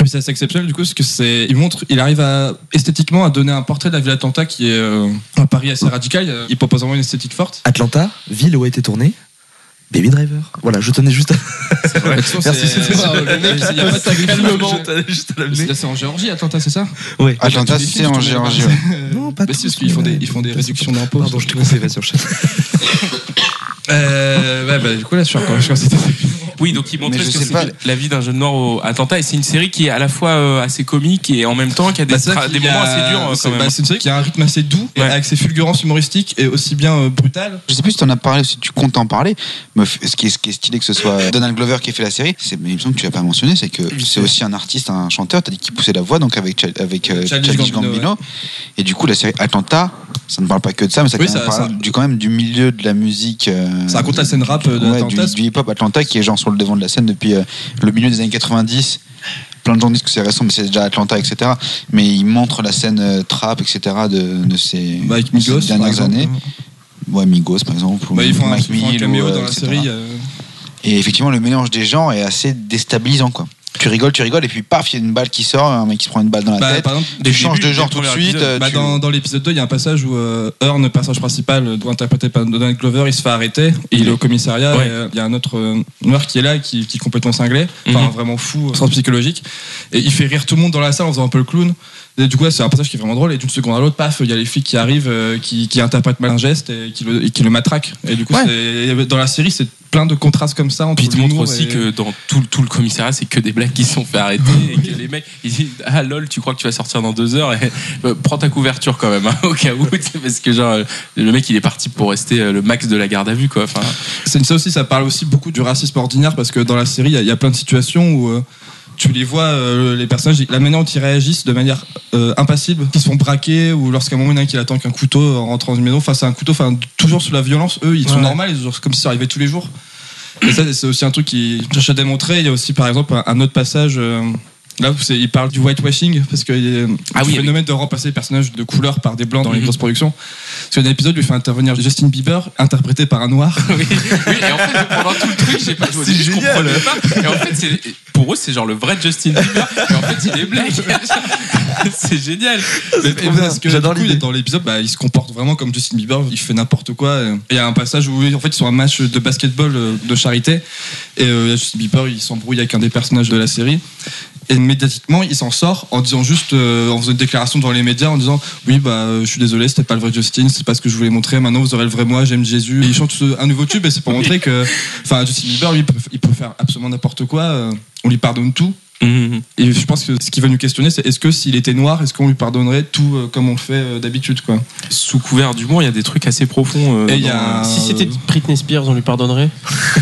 Speaker 8: oui, c'est assez exceptionnel du coup, parce que c'est. Il montre, il arrive à esthétiquement à donner un portrait de la ville d'Atlanta qui est euh, un pari assez radical. euh, Il propose vraiment une esthétique forte.
Speaker 2: Atlanta, ville où a été tournée Baby Driver. Voilà, je tenais juste à. *laughs*
Speaker 8: De toute façon,
Speaker 2: Merci,
Speaker 8: c'est-
Speaker 2: c'est-
Speaker 8: Waouh, le mec, il y a pas de calmement.
Speaker 2: Je tenais juste à
Speaker 8: C'est
Speaker 2: l'amener. Ah,
Speaker 8: là, c'est en Géorgie, Atlanta, c'est ça
Speaker 2: Oui.
Speaker 9: Atlanta, c'est en Géorgie. ouais.
Speaker 2: Non, pas
Speaker 8: Bah, si,
Speaker 2: tous,
Speaker 8: parce qu'ils font
Speaker 2: mais-
Speaker 8: des, ils font des réductions d'impôts.
Speaker 2: Pardon, je te conseille, vas-y, enchaîne.
Speaker 8: Euh, ouais, bah, du coup, là, je suis encore. je suis encore-
Speaker 1: Oui, donc il montrait
Speaker 9: Mais je
Speaker 1: ce que
Speaker 9: sais
Speaker 1: c'est
Speaker 9: pas.
Speaker 1: la vie d'un jeune noir au Atlanta. Et c'est une série qui est à la fois euh, assez comique et en même temps qui a des,
Speaker 8: Bah, c'est vrai
Speaker 1: tra-
Speaker 8: qu'il
Speaker 1: des
Speaker 8: y a-
Speaker 1: moments assez durs euh,
Speaker 8: c'est-
Speaker 1: quand même.
Speaker 8: bah, c'est une série qui a un rythme assez doux, et
Speaker 1: Ouais.
Speaker 8: avec ses fulgurances humoristiques et aussi bien euh, brutales.
Speaker 9: Je sais plus si t'en as parlé ou si tu comptes en parler, mais f- ce qui est, ce qui est stylé que ce soit Donald Glover qui ait fait la série, c'est, mais il me semble que tu l'as pas mentionné, c'est que c'est aussi un artiste, un chanteur, t'as dit qu'il poussait la voix, donc avec, Chal- avec euh,
Speaker 8: Childish
Speaker 9: Childish
Speaker 8: Gambino,
Speaker 9: Gambino. Et du coup, la série Atlanta, ça ne parle pas que de ça, mais ça,
Speaker 8: Oui,
Speaker 9: quand même
Speaker 8: ça-
Speaker 9: parle
Speaker 8: ça-
Speaker 9: Du, quand même du milieu de la musique. euh,
Speaker 8: Ça raconte la scène rap euh, de
Speaker 9: ouais,
Speaker 8: l'Atlanta.
Speaker 9: du, du hip-hop Atlanta qui est genre sur le devant de la scène depuis euh, le milieu des années 90. Plein de gens disent que c'est récent, mais c'est déjà Atlanta, etc. Mais il montre la scène euh, trap, etc. de, de ces,
Speaker 8: Bah, avec
Speaker 9: de ces
Speaker 8: Migos, par
Speaker 9: dernières
Speaker 8: exemple.
Speaker 9: années. Ouais, Migos par exemple. ou
Speaker 8: Bah, ils font un,
Speaker 9: Mike
Speaker 8: ils font un
Speaker 9: Mill,
Speaker 8: caméo
Speaker 9: ou, euh,
Speaker 8: dans la
Speaker 9: etc.
Speaker 8: série. euh,
Speaker 9: Et effectivement, le mélange des gens est assez déstabilisant, quoi. Tu rigoles, tu rigoles, et puis paf, il y a une balle qui sort, un mec qui se prend une balle dans la
Speaker 8: bah,
Speaker 9: tête.
Speaker 8: par exemple,
Speaker 9: Tu changes
Speaker 1: débuts,
Speaker 9: de genre
Speaker 1: des
Speaker 9: tout de
Speaker 1: premiers
Speaker 9: suite.
Speaker 1: épisodes.
Speaker 9: euh,
Speaker 8: bah,
Speaker 9: tu-
Speaker 8: dans, dans l'épisode 2, il y a un passage où euh, Earn, le personnage principal, euh, interprété par Donald Glover, il se fait arrêter. Et il est au commissariat.
Speaker 1: Ouais.
Speaker 8: et, euh, Il y a un autre euh, noir qui est là, qui, qui est complètement cinglé, enfin
Speaker 1: Mhm.
Speaker 8: vraiment fou, euh, sans psychologique. Et il fait rire tout le monde dans la salle en faisant un peu le clown. Et du coup, là, c'est un passage qui est vraiment drôle. Et d'une seconde à l'autre, paf, il y a les flics qui arrivent, euh, qui, qui interprètent mal un geste et qui le, et qui le matraquent. Et du coup,
Speaker 1: Ouais.
Speaker 8: c'est- dans la série, c'est plein de contrastes comme ça. Entre
Speaker 1: Puis il te montre
Speaker 8: l'humour
Speaker 1: aussi
Speaker 8: et-
Speaker 1: que dans tout, le- tout le commissariat, c'est que des blagues qui se sont fait *laughs* arrêter et que les mecs ils disent Ah lol, tu crois que tu vas sortir dans deux heures et, euh, Prends ta couverture quand même, hein, *laughs* au cas où. tu sais, Parce que genre, euh, le mec il est parti pour rester euh, le max de la garde à vue quoi. Enfin,
Speaker 8: C'est ça aussi, ça parle aussi beaucoup du racisme ordinaire parce que dans la série, il y a- il y, a plein de situations où euh, tu les vois, euh, les personnages, la manière dont ils réagissent de manière euh, impassible, qui se font braquer ou lorsqu'à un moment, il y en a un qui l'attend qu'un couteau en rentrant dans une maison, face à un couteau, enfin, toujours sous la violence, eux, ils sont
Speaker 1: Ouais.
Speaker 8: normaux, ils sont comme si ça arrivait tous les jours. Et ça, c'est aussi un truc qui cherche à démontrer. Il y a aussi, par exemple, un- un autre passage. euh, Là, c'est- il parle du whitewashing parce que euh,
Speaker 1: Ah
Speaker 8: le
Speaker 1: oui, Mhm.
Speaker 8: phénomène de remplacer les personnages de couleur par des blancs dans les grosses productions. Parce que dans l'épisode, il fait intervenir Justin Bieber, interprété par un noir.
Speaker 1: pendant tout le truc, j'ai *laughs* pas joué. Je comprenais pas. Et en fait, c'est- pour eux, c'est genre le vrai Justin Bieber. Et en fait, il est *laughs* black. c'est génial.
Speaker 8: Mais- mais parce que du coup, il est dans l'épisode, bah, il se comporte vraiment comme Justin Bieber, il fait n'importe quoi. euh. Il y a un passage où en fait ils sont à un match de basketball euh, de charité et euh, Justin Bieber il s'embrouille avec un des personnages de la série. Et médiatiquement, il s'en sort en disant juste, euh, en faisant une déclaration devant les médias, en disant oui bah euh, je suis désolé, c'était pas le vrai Justin, c'est pas ce que je voulais montrer. Maintenant vous aurez le vrai moi, j'aime Jésus. Et il chante ce- un nouveau tube et c'est pour montrer que, enfin Justin Bieber lui il peut, il peut faire absolument n'importe quoi, euh, on lui pardonne tout.
Speaker 1: Hum,
Speaker 8: Et je pense que ce qui va nous questionner, c'est est-ce que s'il était noir, est-ce qu'on lui pardonnerait tout euh, comme on le fait euh, d'habitude quoi
Speaker 1: Sous couvert d'humour, il y a des trucs assez profonds. euh,
Speaker 8: Et il y a
Speaker 10: Si c'était Britney Spears, on lui pardonnerait.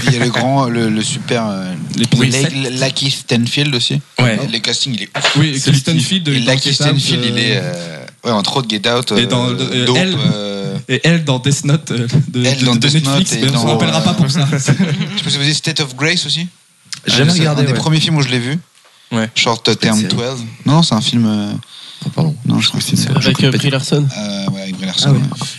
Speaker 9: Il y a le grand, le, le super. euh,
Speaker 10: L'épisode
Speaker 9: Lake-
Speaker 10: sept.
Speaker 9: Lucky Stanfield aussi.
Speaker 1: Ouais.
Speaker 9: Le casting, il est ouf.
Speaker 8: Oui,
Speaker 9: C'est lui
Speaker 8: Keith
Speaker 9: qui-
Speaker 8: Stanfield,
Speaker 9: et
Speaker 8: il est dans
Speaker 9: Lucky
Speaker 8: Get Out,
Speaker 9: Stanfield, il est.
Speaker 8: euh,
Speaker 9: euh, ouais, entre autres, Get Out.
Speaker 8: Et dans, euh,
Speaker 9: Dope,
Speaker 8: elle-
Speaker 9: euh,
Speaker 8: Et elle dans Death Note euh, de,
Speaker 9: Elle
Speaker 8: de-
Speaker 9: dans
Speaker 8: de
Speaker 9: Death Note
Speaker 8: Netflix,
Speaker 9: et
Speaker 8: mais on
Speaker 9: dans,
Speaker 8: se rappellera
Speaker 9: euh, *laughs*
Speaker 8: pas pour ça.
Speaker 9: Je sais pas si vous avez State of Grace aussi.
Speaker 8: J'ai
Speaker 9: Euh,
Speaker 8: jamais
Speaker 9: c'est
Speaker 8: regardé,
Speaker 9: Un des
Speaker 8: ouais.
Speaker 9: premiers films où je l'ai vu.
Speaker 1: Ouais.
Speaker 9: Short Term
Speaker 8: série. Oh,
Speaker 9: 12. Non, non, c'est un film. euh,
Speaker 13: pardon.
Speaker 9: Non, je crois que c'est une
Speaker 10: Avec euh, Brie Larson.
Speaker 9: Euh, ouais, avec Brie Larson.
Speaker 8: Ah ouais.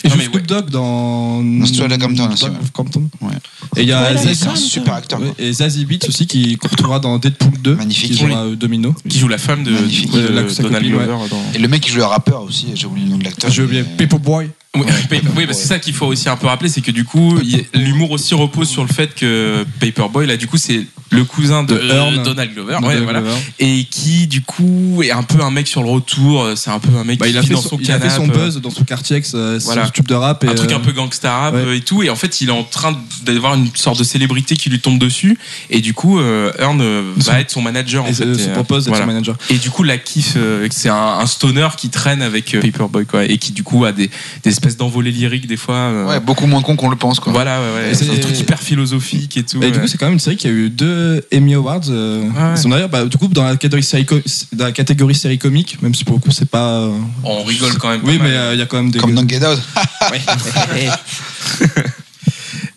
Speaker 9: ouais.
Speaker 8: Et je Snoop Dogg dans.
Speaker 9: Dans Straight Outta Compton aussi,
Speaker 8: Straight
Speaker 9: ouais.
Speaker 8: Outta Compton.
Speaker 9: Ouais.
Speaker 8: Et il y a
Speaker 9: Ouais,
Speaker 8: Zazie-
Speaker 9: c'est un super acteur.
Speaker 8: ouais, et Zazie Beetz aussi qui qu'on retrouvera dans Deadpool 2.
Speaker 9: Magnifique.
Speaker 8: Qui joue à, euh, Domino. Euh,
Speaker 1: Qui joue la femme de,
Speaker 9: Magnifique.
Speaker 1: de-
Speaker 8: Ouais, la-
Speaker 1: de
Speaker 8: sa
Speaker 1: Donald
Speaker 8: copine, ouais.
Speaker 1: Glover. dans-
Speaker 9: Et le mec qui joue le rappeur aussi, j'ai oublié le nom de l'acteur.
Speaker 8: J'ai oublié. Paperboy.
Speaker 1: Oui,
Speaker 8: *laughs*
Speaker 1: Paper- oui, parce que c'est ça qu'il faut aussi un peu rappeler, c'est que du coup, il- l'humour aussi repose sur le fait que Paperboy, là, du coup, c'est le cousin de, euh,
Speaker 8: De Earn.
Speaker 1: Donald
Speaker 8: De
Speaker 1: Glover, Ah ouais,
Speaker 8: Donald
Speaker 1: voilà.
Speaker 8: Glover.
Speaker 1: et qui, du coup, est un peu un mec sur le retour. euh, C'est un peu un mec
Speaker 8: Bah,
Speaker 1: qui
Speaker 8: il, a
Speaker 1: vit
Speaker 8: fait
Speaker 1: dans
Speaker 8: son,
Speaker 1: son
Speaker 8: il a fait son
Speaker 1: canapé, euh,
Speaker 8: buzz dans son quartier avec sa-
Speaker 1: Voilà.
Speaker 8: son tube de rap. Et,
Speaker 1: un truc
Speaker 8: euh,
Speaker 1: un peu gangsta rap
Speaker 8: ouais.
Speaker 1: euh, et tout. Et en fait, il est en train d'avoir une sorte de célébrité qui lui tombe dessus. Et du coup, euh, Earn euh,
Speaker 8: Son-
Speaker 1: va être son manager. en
Speaker 8: et
Speaker 1: fait,
Speaker 8: se-
Speaker 1: et,
Speaker 8: se
Speaker 1: euh,
Speaker 8: propose d'être
Speaker 1: voilà.
Speaker 8: son manager.
Speaker 1: Et du coup, la kiff, euh, c'est un, un stoner qui traîne avec euh, Paperboy, quoi, et qui du coup a des, des espèces d'envolées lyriques des fois. euh,
Speaker 9: Ouais, beaucoup moins con qu'on le pense, quoi.
Speaker 1: Voilà, ouais, ouais.
Speaker 8: Et
Speaker 1: C'est un
Speaker 8: c'est-
Speaker 1: truc hyper philosophique et tout.
Speaker 8: Et du
Speaker 1: ouais.
Speaker 8: coup, c'est quand même une série qui a eu deux Emmy Awards. euh,
Speaker 1: Ah ouais.
Speaker 8: Ils sont d'ailleurs, bah, du coup, dans la catégorie série, co- dans la catégorie série comique, même si pour le coup, c'est pas. euh,
Speaker 1: on rigole quand même.
Speaker 8: Oui,
Speaker 1: pas
Speaker 8: mais
Speaker 1: mal.
Speaker 8: euh, il y a quand même des.
Speaker 9: Comme dans Get Out.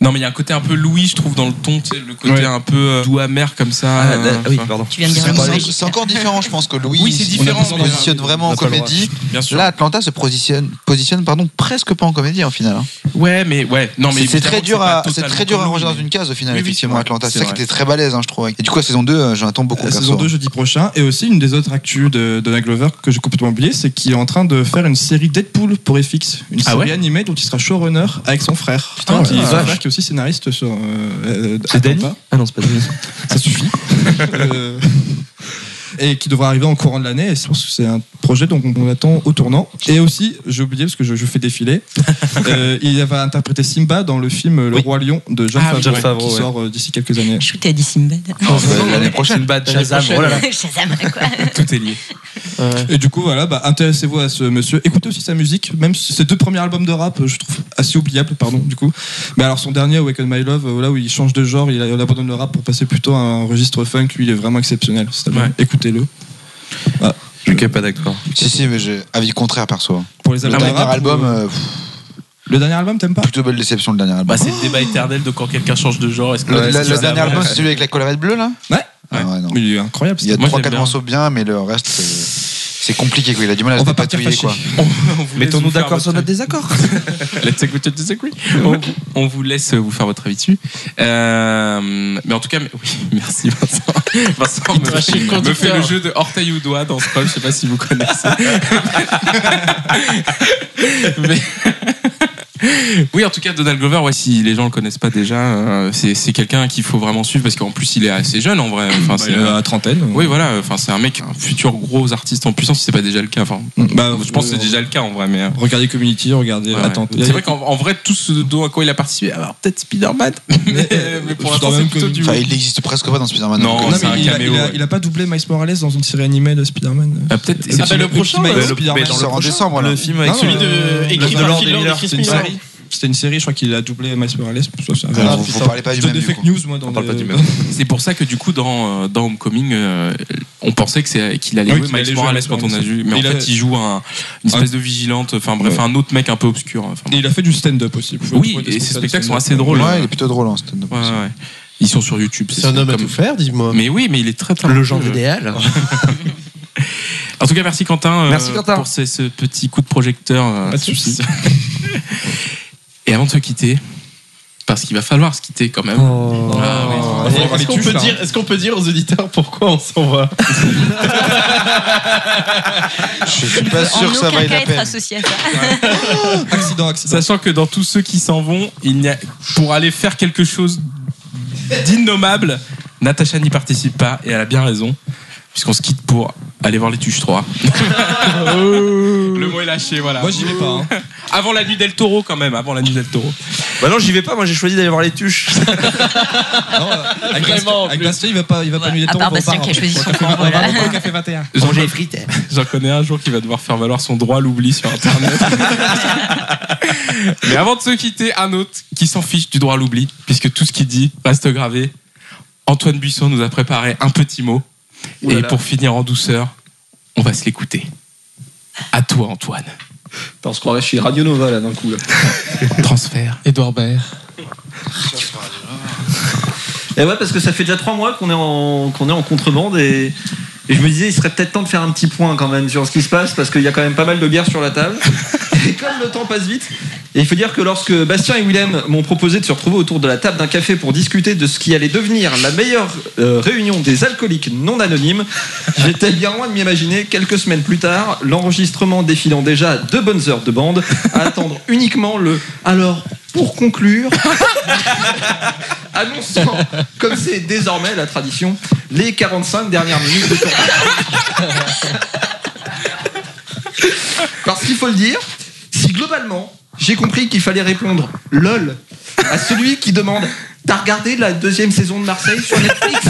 Speaker 1: Non, mais il y a un côté un peu Louis, je trouve, dans le ton, tu sais, le côté
Speaker 8: Ouais.
Speaker 1: un peu euh, doux amer comme ça.
Speaker 2: Ah,
Speaker 1: euh,
Speaker 2: là- ah oui,
Speaker 1: enfin.
Speaker 2: pardon.
Speaker 4: Tu viens de dire
Speaker 9: C'est
Speaker 4: un
Speaker 9: encore-
Speaker 4: mot magique.
Speaker 9: c'est encore différent, je pense, que Louis
Speaker 1: Oui, c'est
Speaker 9: on
Speaker 1: différent,
Speaker 9: se
Speaker 1: mais-
Speaker 9: positionne vraiment
Speaker 8: on
Speaker 9: en
Speaker 8: a pas le droit.
Speaker 9: comédie.
Speaker 1: Bien sûr.
Speaker 9: Là, Atlanta se positionne, positionne pardon, presque pas en comédie, en final. hein.
Speaker 1: Ouais, mais ouais. Non,
Speaker 9: C'est-
Speaker 1: mais
Speaker 9: c'est
Speaker 1: évidemment
Speaker 9: très
Speaker 1: que
Speaker 9: dur
Speaker 1: c'est pas
Speaker 9: à, c'est
Speaker 1: totalement
Speaker 9: très dur à
Speaker 1: commun,
Speaker 9: ranger dans
Speaker 1: mais-
Speaker 9: une case, au final,
Speaker 1: Oui, oui,
Speaker 9: effectivement,
Speaker 1: c'est
Speaker 9: Atlanta.
Speaker 1: vrai,
Speaker 9: C'est
Speaker 1: c'est
Speaker 9: ça qui
Speaker 1: vrai.
Speaker 9: était très balèze, hein, je trouve. Et du coup, la saison 2, euh, j'en attends beaucoup.
Speaker 8: La
Speaker 9: perso,
Speaker 8: saison 2
Speaker 9: hein.
Speaker 8: jeudi prochain et aussi une des autres actus de, de Donald Glover que j'ai complètement oublié c'est qu'il est en train de faire une série Deadpool pour FX une
Speaker 1: Ah
Speaker 8: série
Speaker 1: ouais
Speaker 8: animée dont il sera showrunner avec son frère
Speaker 2: Putain,
Speaker 8: qui,
Speaker 2: ouais.
Speaker 8: son
Speaker 2: vache.
Speaker 8: frère qui est aussi scénariste sur euh, euh,
Speaker 2: C'est Danny
Speaker 8: Atlanta.
Speaker 2: Ah non, c'est pas Danny.
Speaker 8: *laughs* ça suffit Euh, et qui devra arriver en courant de l'année et je pense que c'est un projet dont on attend au tournant et aussi j'ai oublié parce que je, je
Speaker 2: *laughs*
Speaker 8: fais défiler euh, il va interpréter Simba dans le film Le
Speaker 2: Oui.
Speaker 8: Roi Lion de John
Speaker 2: Ah oui,
Speaker 8: Favreau
Speaker 2: John Favreau,
Speaker 8: qui
Speaker 2: ouais.
Speaker 8: sort euh, d'ici quelques années
Speaker 4: Chou, t'as dit Simbad.
Speaker 1: Ah,
Speaker 9: Ouais, L'année prochaine.
Speaker 2: Sinbad, Shazam, oh là là.
Speaker 4: *laughs* Shazam, quoi.
Speaker 1: Tout est lié.
Speaker 10: Ouais.
Speaker 8: Et du coup, voilà, bah, intéressez-vous à ce monsieur. Écoutez aussi sa musique, même si ses deux premiers albums de rap, euh, je trouve assez oubliables, pardon, du coup. Mais alors, son dernier, Awaken My Love, euh, voilà, où il change de genre, il, il abandonne le rap pour passer plutôt à un registre funk, lui, il est vraiment exceptionnel. cet album.
Speaker 1: Ouais.
Speaker 8: Écoutez-le.
Speaker 2: Je pas d'accord.
Speaker 9: Si, si, mais j'ai avis contraire, perso.
Speaker 1: Ah,
Speaker 8: Pour les
Speaker 9: Le
Speaker 8: albums de
Speaker 9: dernier
Speaker 8: rap,
Speaker 9: album,
Speaker 8: ou-
Speaker 9: euh, pff,
Speaker 8: Le dernier album, t'aimes pas
Speaker 9: plutôt belle déception, le dernier album.
Speaker 1: Bah, c'est le débat éternel de quand quelqu'un change de genre. Est-ce que
Speaker 9: Le,
Speaker 1: est-ce
Speaker 9: le-
Speaker 1: qu'il
Speaker 9: le
Speaker 1: va
Speaker 9: dernier
Speaker 1: avoir-
Speaker 9: album, c'est celui avec la collerette bleue, là
Speaker 8: Ouais.
Speaker 9: Ah ouais, non.
Speaker 8: Mais il est incroyable.
Speaker 9: Il y a
Speaker 1: Moi,
Speaker 9: 3-4
Speaker 1: j'aime bien.
Speaker 9: morceaux bien, mais le reste, c'est c'est compliqué, quoi. Il a du mal à
Speaker 8: On
Speaker 9: se
Speaker 8: va partir
Speaker 9: dépatouiller,
Speaker 8: fâché.
Speaker 9: quoi.
Speaker 1: *laughs* On vous laisse
Speaker 2: Mettons-nous
Speaker 1: vous faire
Speaker 2: d'accord sur
Speaker 1: votre
Speaker 2: notre désaccord.
Speaker 1: Let's take what you disagree. On, on vous laisse vous faire votre avis dessus. Euh, mais en tout cas, mais- oui, *laughs* merci Vincent. Vincent me,
Speaker 10: te rachète le
Speaker 1: fait, me
Speaker 10: conducteur.
Speaker 1: fait le jeu de orteil ou doigt dans Scroll, je sais pas si vous *laughs* connaissez. Mais- *laughs* Oui, en tout cas, Donald Glover, ouais, si les gens le connaissent pas déjà, euh, c'est c'est quelqu'un qu'il faut vraiment suivre parce qu'en plus, il est assez jeune en vrai. Enfin,
Speaker 8: Bah,
Speaker 1: c'est-
Speaker 8: il est à trentaine.
Speaker 1: oui, voilà, enfin, c'est un mec, un futur gros artiste en puissance, si c'est pas déjà le cas. Enfin,
Speaker 8: Bah,
Speaker 1: je pense que c'est
Speaker 8: euh,
Speaker 1: déjà le cas en vrai, mais. euh,
Speaker 8: Regardez Community, regardez
Speaker 1: Ouais, ouais.
Speaker 8: Attends.
Speaker 1: C'est vrai qu'en en vrai, tout ce dont à quoi il a participé, alors peut-être Spider-Man, *laughs* mais, mais
Speaker 8: euh, Je
Speaker 1: pour l'instant,
Speaker 8: dois
Speaker 1: c'est
Speaker 8: même
Speaker 1: plutôt
Speaker 8: que-
Speaker 1: du.
Speaker 9: Enfin, il n'existe presque pas dans Spider-Man.
Speaker 1: Non,
Speaker 9: donc,
Speaker 8: Non,
Speaker 9: euh,
Speaker 1: c'est
Speaker 8: mais
Speaker 1: un
Speaker 8: il, a,
Speaker 1: caméo,
Speaker 8: il a-
Speaker 1: ouais.
Speaker 8: il a pas doublé Miles Morales dans une série animée de Spider-Man.
Speaker 1: Ah, peut-être.
Speaker 8: Ah, bah,
Speaker 10: le prochain,
Speaker 8: petit
Speaker 10: euh,
Speaker 8: Miles
Speaker 10: le-
Speaker 8: Spider-Man.
Speaker 9: il sort en décembre, là.
Speaker 2: Le film avec
Speaker 8: Non,
Speaker 10: Celui
Speaker 8: euh,
Speaker 10: de, écrit
Speaker 8: le
Speaker 10: par
Speaker 8: Lord
Speaker 10: Phil Lord et Chris
Speaker 8: c'est une
Speaker 10: Miller.
Speaker 8: série. C'était une série, je crois qu'il a doublé Miles Morales. Ça, ça,
Speaker 9: Alors, Ah, vous- vous parlez pas du
Speaker 8: plutôt
Speaker 9: même,
Speaker 8: des
Speaker 9: du
Speaker 8: fake
Speaker 9: coup.
Speaker 8: news, moi, dans
Speaker 2: On parle
Speaker 8: le-
Speaker 2: pas du même.
Speaker 1: C'est pour ça que du coup, dans, euh, dans Homecoming, euh, on pensait que c'est- qu'il allait
Speaker 8: Ah Oui,
Speaker 1: jouer
Speaker 8: qu'il allait
Speaker 1: Miles
Speaker 8: jouer
Speaker 1: Morales
Speaker 8: Miles
Speaker 1: quand on a
Speaker 8: Morales.
Speaker 1: vu, mais
Speaker 8: Il
Speaker 1: en
Speaker 8: a-
Speaker 1: fait, il joue un, une espèce de vigilante, enfin bref, un autre mec un peu obscur. enfin,
Speaker 8: Et il a fait du stand-up aussi. Vous pouvez
Speaker 1: Oui,
Speaker 8: trouver des
Speaker 1: et ses
Speaker 8: spectacles de
Speaker 1: spectacles sont
Speaker 8: stand-up.
Speaker 1: assez drôles.
Speaker 9: Ouais, il est plutôt drôle en stand-up.
Speaker 1: ouais, ouais, ouais. Ils sont sur YouTube.
Speaker 14: C'est un homme à tout faire, dis-moi.
Speaker 1: Mais oui, mais il est très
Speaker 2: Le genre idéal.
Speaker 1: *laughs* En tout cas, merci Quentin, euh,
Speaker 2: Merci, Quentin.
Speaker 1: pour ce, ce petit coup de projecteur. euh,
Speaker 2: Pas de souci.
Speaker 1: *laughs* Et avant de se quitter, parce qu'il va falloir se quitter quand même.
Speaker 2: Oh.
Speaker 1: Ah, oui.
Speaker 10: Est-ce qu'on peut, dire- est-ce qu'on peut dire aux auditeurs pourquoi on s'en va
Speaker 9: Je suis
Speaker 4: En aucun cas être associé à ça.
Speaker 1: Ah, *laughs* accident, Sachant que dans tous ceux qui s'en vont, il n'y a, pour aller faire quelque chose d'innommable, Natacha n'y participe pas et elle a bien raison, puisqu'on se quitte pour aller voir les Tuches *laughs* 3. Le mot est lâché, voilà. Moi j'y vais pas. hein. Avant la nuit del Toro quand même, avant la nuit del Toro.
Speaker 2: Bah non, j'y vais pas, moi j'ai choisi d'aller voir les
Speaker 1: *laughs*
Speaker 2: tuches.
Speaker 15: Avec Bastien- avec Bastien, il va pas, il va pas nous les
Speaker 4: À
Speaker 15: temps,
Speaker 4: part
Speaker 15: on va
Speaker 4: Bastien
Speaker 15: pas,
Speaker 4: qui a
Speaker 15: hein.
Speaker 4: choisi son
Speaker 15: On va
Speaker 4: camp,
Speaker 15: pas
Speaker 1: *laughs*
Speaker 4: voilà. *laughs*
Speaker 15: au Café 21.
Speaker 1: J'en
Speaker 14: hein.
Speaker 1: *laughs* J'en connais un jour qui va devoir faire valoir son droit à l'oubli sur
Speaker 14: *laughs*
Speaker 1: Internet. Mais avant de se quitter, un autre qui s'en fiche du droit à l'oubli, puisque tout ce qu'il dit reste gravé. Antoine Buisson nous a préparé un petit mot.
Speaker 14: Ouh là
Speaker 1: et
Speaker 14: là.
Speaker 1: pour finir en douceur, on va se l'écouter. À toi, Antoine.
Speaker 14: Attends, on se croirait chez Radio Nova là d'un coup. Là.
Speaker 1: Transfert.
Speaker 10: Edouard Baer.
Speaker 8: Et Eh ouais, parce que ça fait déjà trois mois qu'on est en, qu'on est en contrebande et, et je me disais, il serait peut-être temps de faire un petit point quand même sur ce qui se passe parce qu'il y a quand même pas mal de bières sur la table. Et comme le temps passe vite, et il faut dire que lorsque Bastien et Willem m'ont proposé de se retrouver autour de la table d'un café pour discuter de ce qui allait devenir la meilleure euh, réunion des alcooliques non anonymes, j'étais bien loin de m'imaginer quelques semaines plus tard l'enregistrement défilant déjà à deux bonnes heures de bande à attendre uniquement le alors pour conclure annonçant, comme c'est désormais la tradition, les 45 dernières minutes de tournage. Parce qu'il faut le dire, si globalement, j'ai compris qu'il fallait répondre LOL à celui qui demande T'as regardé la deuxième saison de Marseille sur Netflix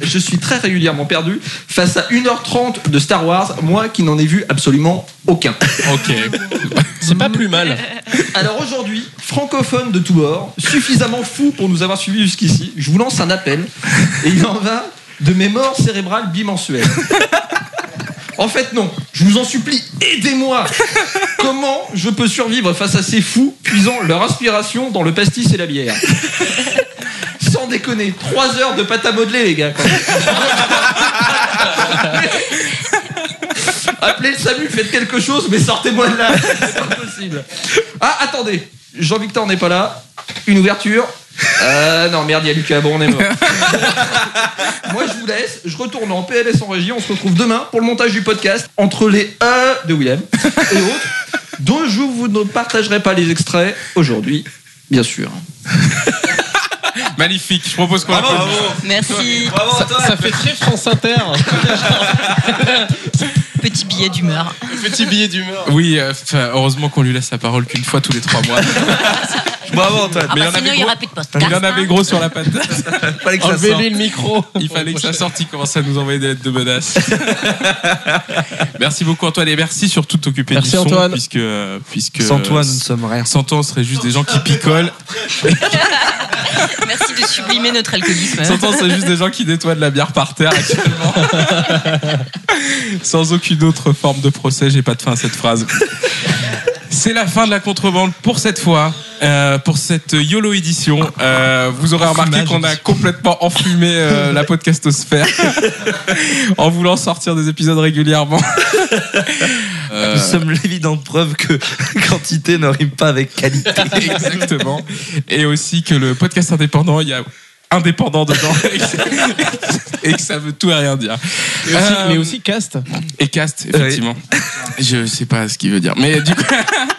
Speaker 8: je suis très régulièrement perdu face à 1h30 de Star Wars, moi qui n'en ai vu absolument aucun.
Speaker 1: Ok.
Speaker 10: C'est pas plus mal.
Speaker 8: Alors aujourd'hui, francophone de tous bords, suffisamment fou pour nous avoir suivis jusqu'ici, je vous lance un appel et il en va de mes morts cérébrales bimensuelles. En fait, non. Je vous en supplie, aidez-moi. Comment je peux survivre face à ces fous puisant leur inspiration dans le pastis et la bière Sans déconner, 3 heures de pâte à modeler, les gars. quand même. Appelez le SAMU, faites quelque chose, mais sortez-moi de
Speaker 1: *laughs*
Speaker 8: là. C'est impossible. Ah, attendez. Jean-Victor n'est pas là. Une ouverture. Euh, non, merde, il y a Lucas. Bon, on est
Speaker 1: *laughs*
Speaker 8: mort. Moi, je vous laisse. Je retourne en PLS en régie. On se retrouve demain pour le montage du podcast entre les E de Willem et
Speaker 1: *laughs*
Speaker 8: autres, dont je vous ne partagerai pas les extraits aujourd'hui, bien sûr.
Speaker 1: Magnifique, je propose qu'on l'applaudisse.
Speaker 4: Merci.
Speaker 1: Ça- Antoine. ça fait
Speaker 10: très France *laughs* Inter.
Speaker 4: Petit billet d'humeur. Ah,
Speaker 10: Petit billet d'humeur.
Speaker 1: Oui, euh, enfin, heureusement qu'on lui laisse la parole qu'une fois tous les trois
Speaker 14: *laughs*
Speaker 1: mois. Bravo, Antoine.
Speaker 4: Ah
Speaker 1: Mais il
Speaker 4: bah
Speaker 1: en avait
Speaker 4: sinon, il n'y
Speaker 1: gros.
Speaker 4: aura plus de podcast.
Speaker 1: Il en avait gros sur la patate.
Speaker 2: Fallait
Speaker 4: que ça Enlevez-lui sorte.
Speaker 10: le micro.
Speaker 1: Il fallait que ça sorte. Il commençait à nous envoyer des lettres
Speaker 2: *laughs*
Speaker 1: de menaces. merci beaucoup Antoine et merci surtout de t'occuper
Speaker 2: Merci,
Speaker 1: du son
Speaker 2: Antoine.
Speaker 1: puisque euh, puisque
Speaker 2: Sans toi, nous ne
Speaker 1: sommes rien. Sans toi, on serait juste des gens qui picolent.
Speaker 4: Merci de sublimer
Speaker 1: *laughs*
Speaker 4: notre alcoolisme.
Speaker 1: Sans toi, on serait juste des gens qui nettoient de la bière par terre actuellement. *laughs* Sans aucune autre forme de procès, j'ai pas de fin à cette phrase. C'est la fin de la contrebande pour cette fois, euh, pour cette YOLO édition. Euh, vous aurez remarqué qu'on a complètement enfumé euh, la podcastosphère en voulant sortir des épisodes régulièrement. Euh,
Speaker 2: Nous sommes l'évidente preuve que *laughs* quantité ne rime pas avec qualité.
Speaker 1: *laughs* Exactement. Et aussi que le podcast indépendant, il y a indépendant dedans *laughs* et que- et que ça veut tout et rien dire.
Speaker 10: Et aussi-
Speaker 1: Euh,
Speaker 10: mais aussi cast.
Speaker 1: Et cast, effectivement. Je sais pas ce qu'il veut dire. Mais du coup,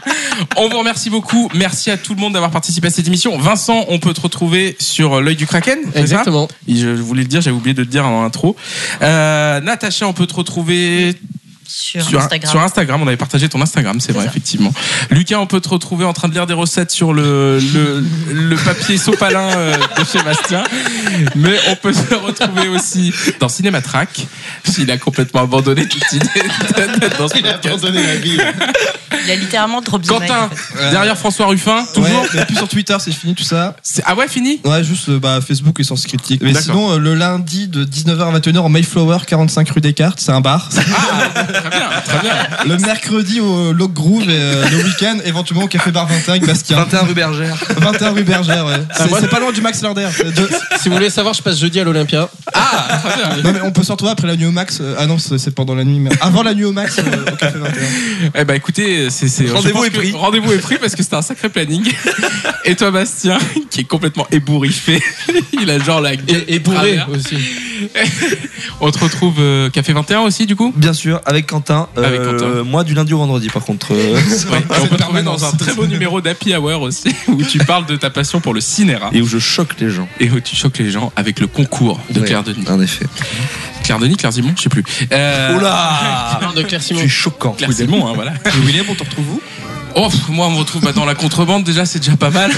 Speaker 1: *laughs* on vous remercie beaucoup. Merci à tout le monde d'avoir participé à cette émission. Vincent, on peut te retrouver sur l'œil du Kraken. c'est ça
Speaker 10: *laughs* Exactement.
Speaker 1: Et je voulais le dire, j'avais oublié de le dire en intro. Euh, Natacha, on peut te retrouver.
Speaker 4: Sur, Instagram.
Speaker 1: sur Instagram, on avait partagé ton Instagram, c'est vrai, effectivement. Lucas, on peut te retrouver en train de lire des recettes sur le, le, le papier sopalin euh, de chez Bastien. Mais on peut se retrouver aussi dans Cinématrack. Il a complètement abandonné toute idée de- de- dans ce podcast.
Speaker 4: Il a littéralement drop the
Speaker 1: Quentin,
Speaker 4: mic.
Speaker 1: derrière François Ruffin, toujours.
Speaker 15: Ouais, mais plus sur Twitter, c'est fini tout ça.
Speaker 1: Ah ouais, fini
Speaker 15: Ouais, juste euh, bah, Facebook et Sens Critique. Mais
Speaker 1: D'accord.
Speaker 15: sinon, euh, le lundi
Speaker 8: de 19h à 21h au Mayflower, 45 rue Descartes. C'est un bar.
Speaker 15: Ah,
Speaker 8: Le mercredi au Log Groove et euh, le week-end, éventuellement au Café Bar 21 avec Bastien.
Speaker 2: 21 rue Bergère.
Speaker 8: 21 rue Bergère, ouais.
Speaker 10: Ah,
Speaker 8: C'est
Speaker 10: moi-
Speaker 8: c'est pas loin du Max Larder. c'est deux-
Speaker 10: Si vous voulez savoir, je passe jeudi à l'Olympia.
Speaker 8: Non, mais on peut se retrouver après la nuit au Max. euh, ah non, c'est c'est pendant la nuit. Mais avant la nuit au Max, euh, au Café 21.
Speaker 1: Eh ben écoutez, c'est c'est- je
Speaker 8: Rendez-vous
Speaker 1: pense
Speaker 8: est
Speaker 1: que-
Speaker 8: pris.
Speaker 1: Rendez-vous est pris parce que c'était un sacré planning. Et toi Bastien, qui est complètement ébouriffé, *laughs* il a genre la gueule
Speaker 10: et bourré
Speaker 1: aussi. On te retrouve euh, Café 21 aussi du coup
Speaker 2: *laughs* Bien sûr, avec Quentin.
Speaker 1: Avec
Speaker 2: Euh,
Speaker 1: Quentin.
Speaker 2: Moi, du lundi au vendredi, par contre. euh,
Speaker 1: *laughs* Ouais, et on peut te retrouver dans un très beau numéro d'Happy Hour aussi, *laughs* où tu parles de ta passion pour le cinéma.
Speaker 2: Et où je choque les gens.
Speaker 1: Et où tu choques les gens avec le concours de
Speaker 2: Ouais,
Speaker 1: Claire Denis.
Speaker 2: En effet.
Speaker 1: Claire Denis, Claire Simon, je sais plus. Euh,
Speaker 2: Oula
Speaker 1: *laughs*
Speaker 10: Non, de Claire Simon.
Speaker 2: Tu es choquant.
Speaker 1: Claire Simon, hein, voilà.
Speaker 8: William, on te retrouve où
Speaker 1: Oh, pff, moi, on me retrouve bah, dans la contrebande déjà, c'est déjà pas mal.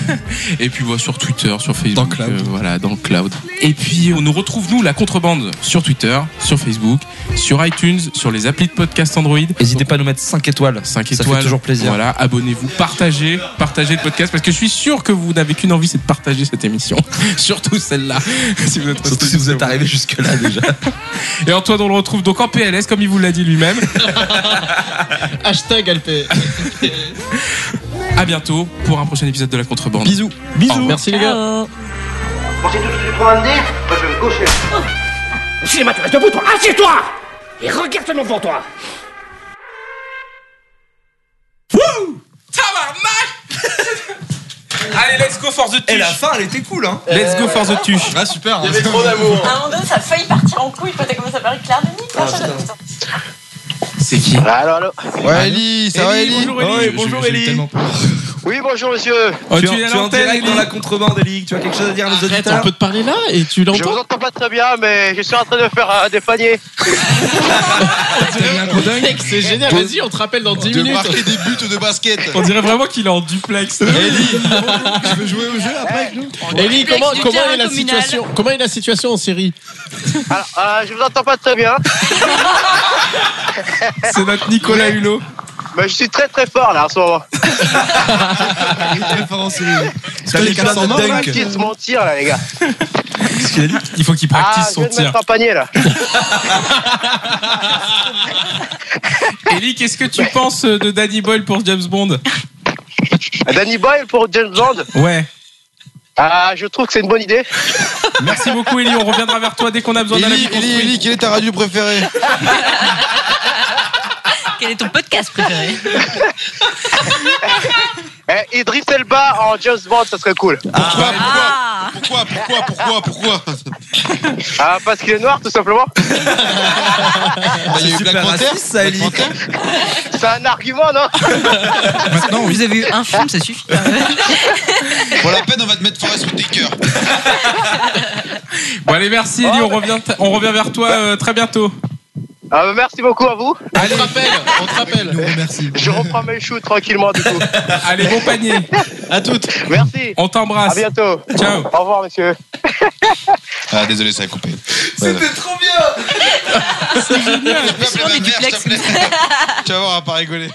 Speaker 1: *laughs* Et puis, voilà, sur Twitter, sur Facebook. Dans cloud. voilà, dans le cloud. Et puis, on nous retrouve, nous, la contrebande, sur Twitter, sur Facebook, sur iTunes, sur les applis de podcast Android.
Speaker 2: N'hésitez pas à nous mettre 5 étoiles.
Speaker 1: 5
Speaker 2: Ça
Speaker 1: étoiles.
Speaker 2: fait toujours plaisir.
Speaker 1: Voilà, abonnez-vous, partagez, partagez le podcast parce que je suis sûr que vous n'avez qu'une envie, c'est de partager cette émission. *laughs* Surtout celle-là. *laughs* Si vous êtes
Speaker 2: Surtout si vous êtes arrivé jusque-là déjà.
Speaker 1: Et Antoine, on le retrouve donc en PLS, comme il vous l'a dit lui-même.
Speaker 10: Hashtag Alpé.
Speaker 1: À bientôt pour un prochain épisode de la contrebande.
Speaker 8: Bisous.
Speaker 1: Bisous.
Speaker 10: Merci les gars.
Speaker 6: Pensez tout de suite prendre un dé Moi, je vais me gaucher.
Speaker 16: Cinéma, tu restes debout, toi Assieds-toi Et regarde seulement devant toi
Speaker 1: Wouh Allez, let's go for the tuche.
Speaker 17: Et la fin, elle était cool, hein.
Speaker 1: Let's go for the tuche.
Speaker 8: Ah, super.
Speaker 17: Il y avait trop d'amour.
Speaker 4: À un moment donné, ça a failli partir en couille quand t'as commencé à parler de Claire Denis.
Speaker 1: C'est qui
Speaker 5: Allô, allô
Speaker 1: Ouais, Ellie, ça va, Ellie
Speaker 5: Bonjour,
Speaker 2: Oh,
Speaker 1: Ouais,
Speaker 5: Ellie.
Speaker 1: Ah bonjour, Ellie.
Speaker 5: Oui, bonjour, monsieur.
Speaker 1: Oh,
Speaker 2: tu,
Speaker 1: tu
Speaker 2: es,
Speaker 1: es à
Speaker 2: tu es en
Speaker 1: l'antenne,
Speaker 2: direct
Speaker 1: Ellie.
Speaker 2: dans la contrebande, Ellie. Tu as quelque chose à dire à nos auditeurs
Speaker 10: on peut te parler là et tu
Speaker 5: Ah, Je vous
Speaker 10: l'entends
Speaker 5: entends pas très bien, mais je suis en train de faire euh, des paniers.
Speaker 10: Mec, C'est génial, vas-y, on te rappelle dans 10 minutes.
Speaker 11: des buts de basket.
Speaker 1: On dirait vraiment qu'il est en *laughs* duplex.
Speaker 8: Je veux jouer au jeu après avec nous
Speaker 10: Ellie,
Speaker 5: Complexe
Speaker 10: comment,
Speaker 5: du
Speaker 10: comment
Speaker 5: terrain
Speaker 10: est la
Speaker 5: communal.
Speaker 10: situation Comment est la situation en Syrie
Speaker 5: Alors, euh, je vous entends pas très bien.
Speaker 1: C'est notre Nicolas Hulot.
Speaker 5: Mais je suis très très fort là en ce moment.
Speaker 2: T'as des cartes en
Speaker 5: Je
Speaker 2: dunk.
Speaker 5: practice mon tir là les gars.
Speaker 1: Il faut qu'il
Speaker 5: Ah,
Speaker 1: practice
Speaker 5: je
Speaker 1: son
Speaker 5: vais me
Speaker 1: tir.
Speaker 5: mettre un panier là.
Speaker 1: Ellie, qu'est-ce que tu penses de Danny Boyle pour James Bond
Speaker 5: Danny Eh ben, Boyle pour James Bond.
Speaker 1: Ouais.
Speaker 5: Ah, je trouve que c'est une bonne idée.
Speaker 1: Merci beaucoup, Ellie. On reviendra vers toi dès qu'on a besoin d'un
Speaker 11: Ellie,
Speaker 1: ami
Speaker 11: Ellie,
Speaker 1: construit.
Speaker 11: Ellie, quelle est ta radio préférée
Speaker 4: Quel est ton podcast préféré
Speaker 5: Eh, Idris Elba en James Bond, ça serait cool.
Speaker 4: Ah
Speaker 11: Pourquoi Pourquoi Pourquoi Pourquoi
Speaker 5: Ah, parce qu'il est noir tout simplement.
Speaker 11: Bah, Il y a eu Black Panther. Black Panther.
Speaker 5: C'est un argument, non
Speaker 4: Maintenant, Vous avez eu un film, ça suffit.
Speaker 11: Pour la peine, on va te mettre Forest Whitaker.
Speaker 1: Bon, allez, merci, Ellie.
Speaker 10: Oh.
Speaker 1: On revient, on revient vers toi euh, très bientôt.
Speaker 5: Ah, bah, Merci beaucoup à vous.
Speaker 10: On te rappelle, on te rappelle.
Speaker 8: Merci.
Speaker 5: Je reprends mes shoots tranquillement du coup.
Speaker 1: Allez, bon panier.
Speaker 10: À toutes.
Speaker 5: Merci.
Speaker 1: On
Speaker 5: À
Speaker 1: t'embrasse.
Speaker 5: bientôt.
Speaker 1: Ciao.
Speaker 5: Au revoir, monsieur.
Speaker 11: Ah, désolé, ça a coupé.
Speaker 6: C'était trop bien
Speaker 11: Je peux appeler ma mère, s'il te plaît. Tu vas voir, elle va pas rigoler.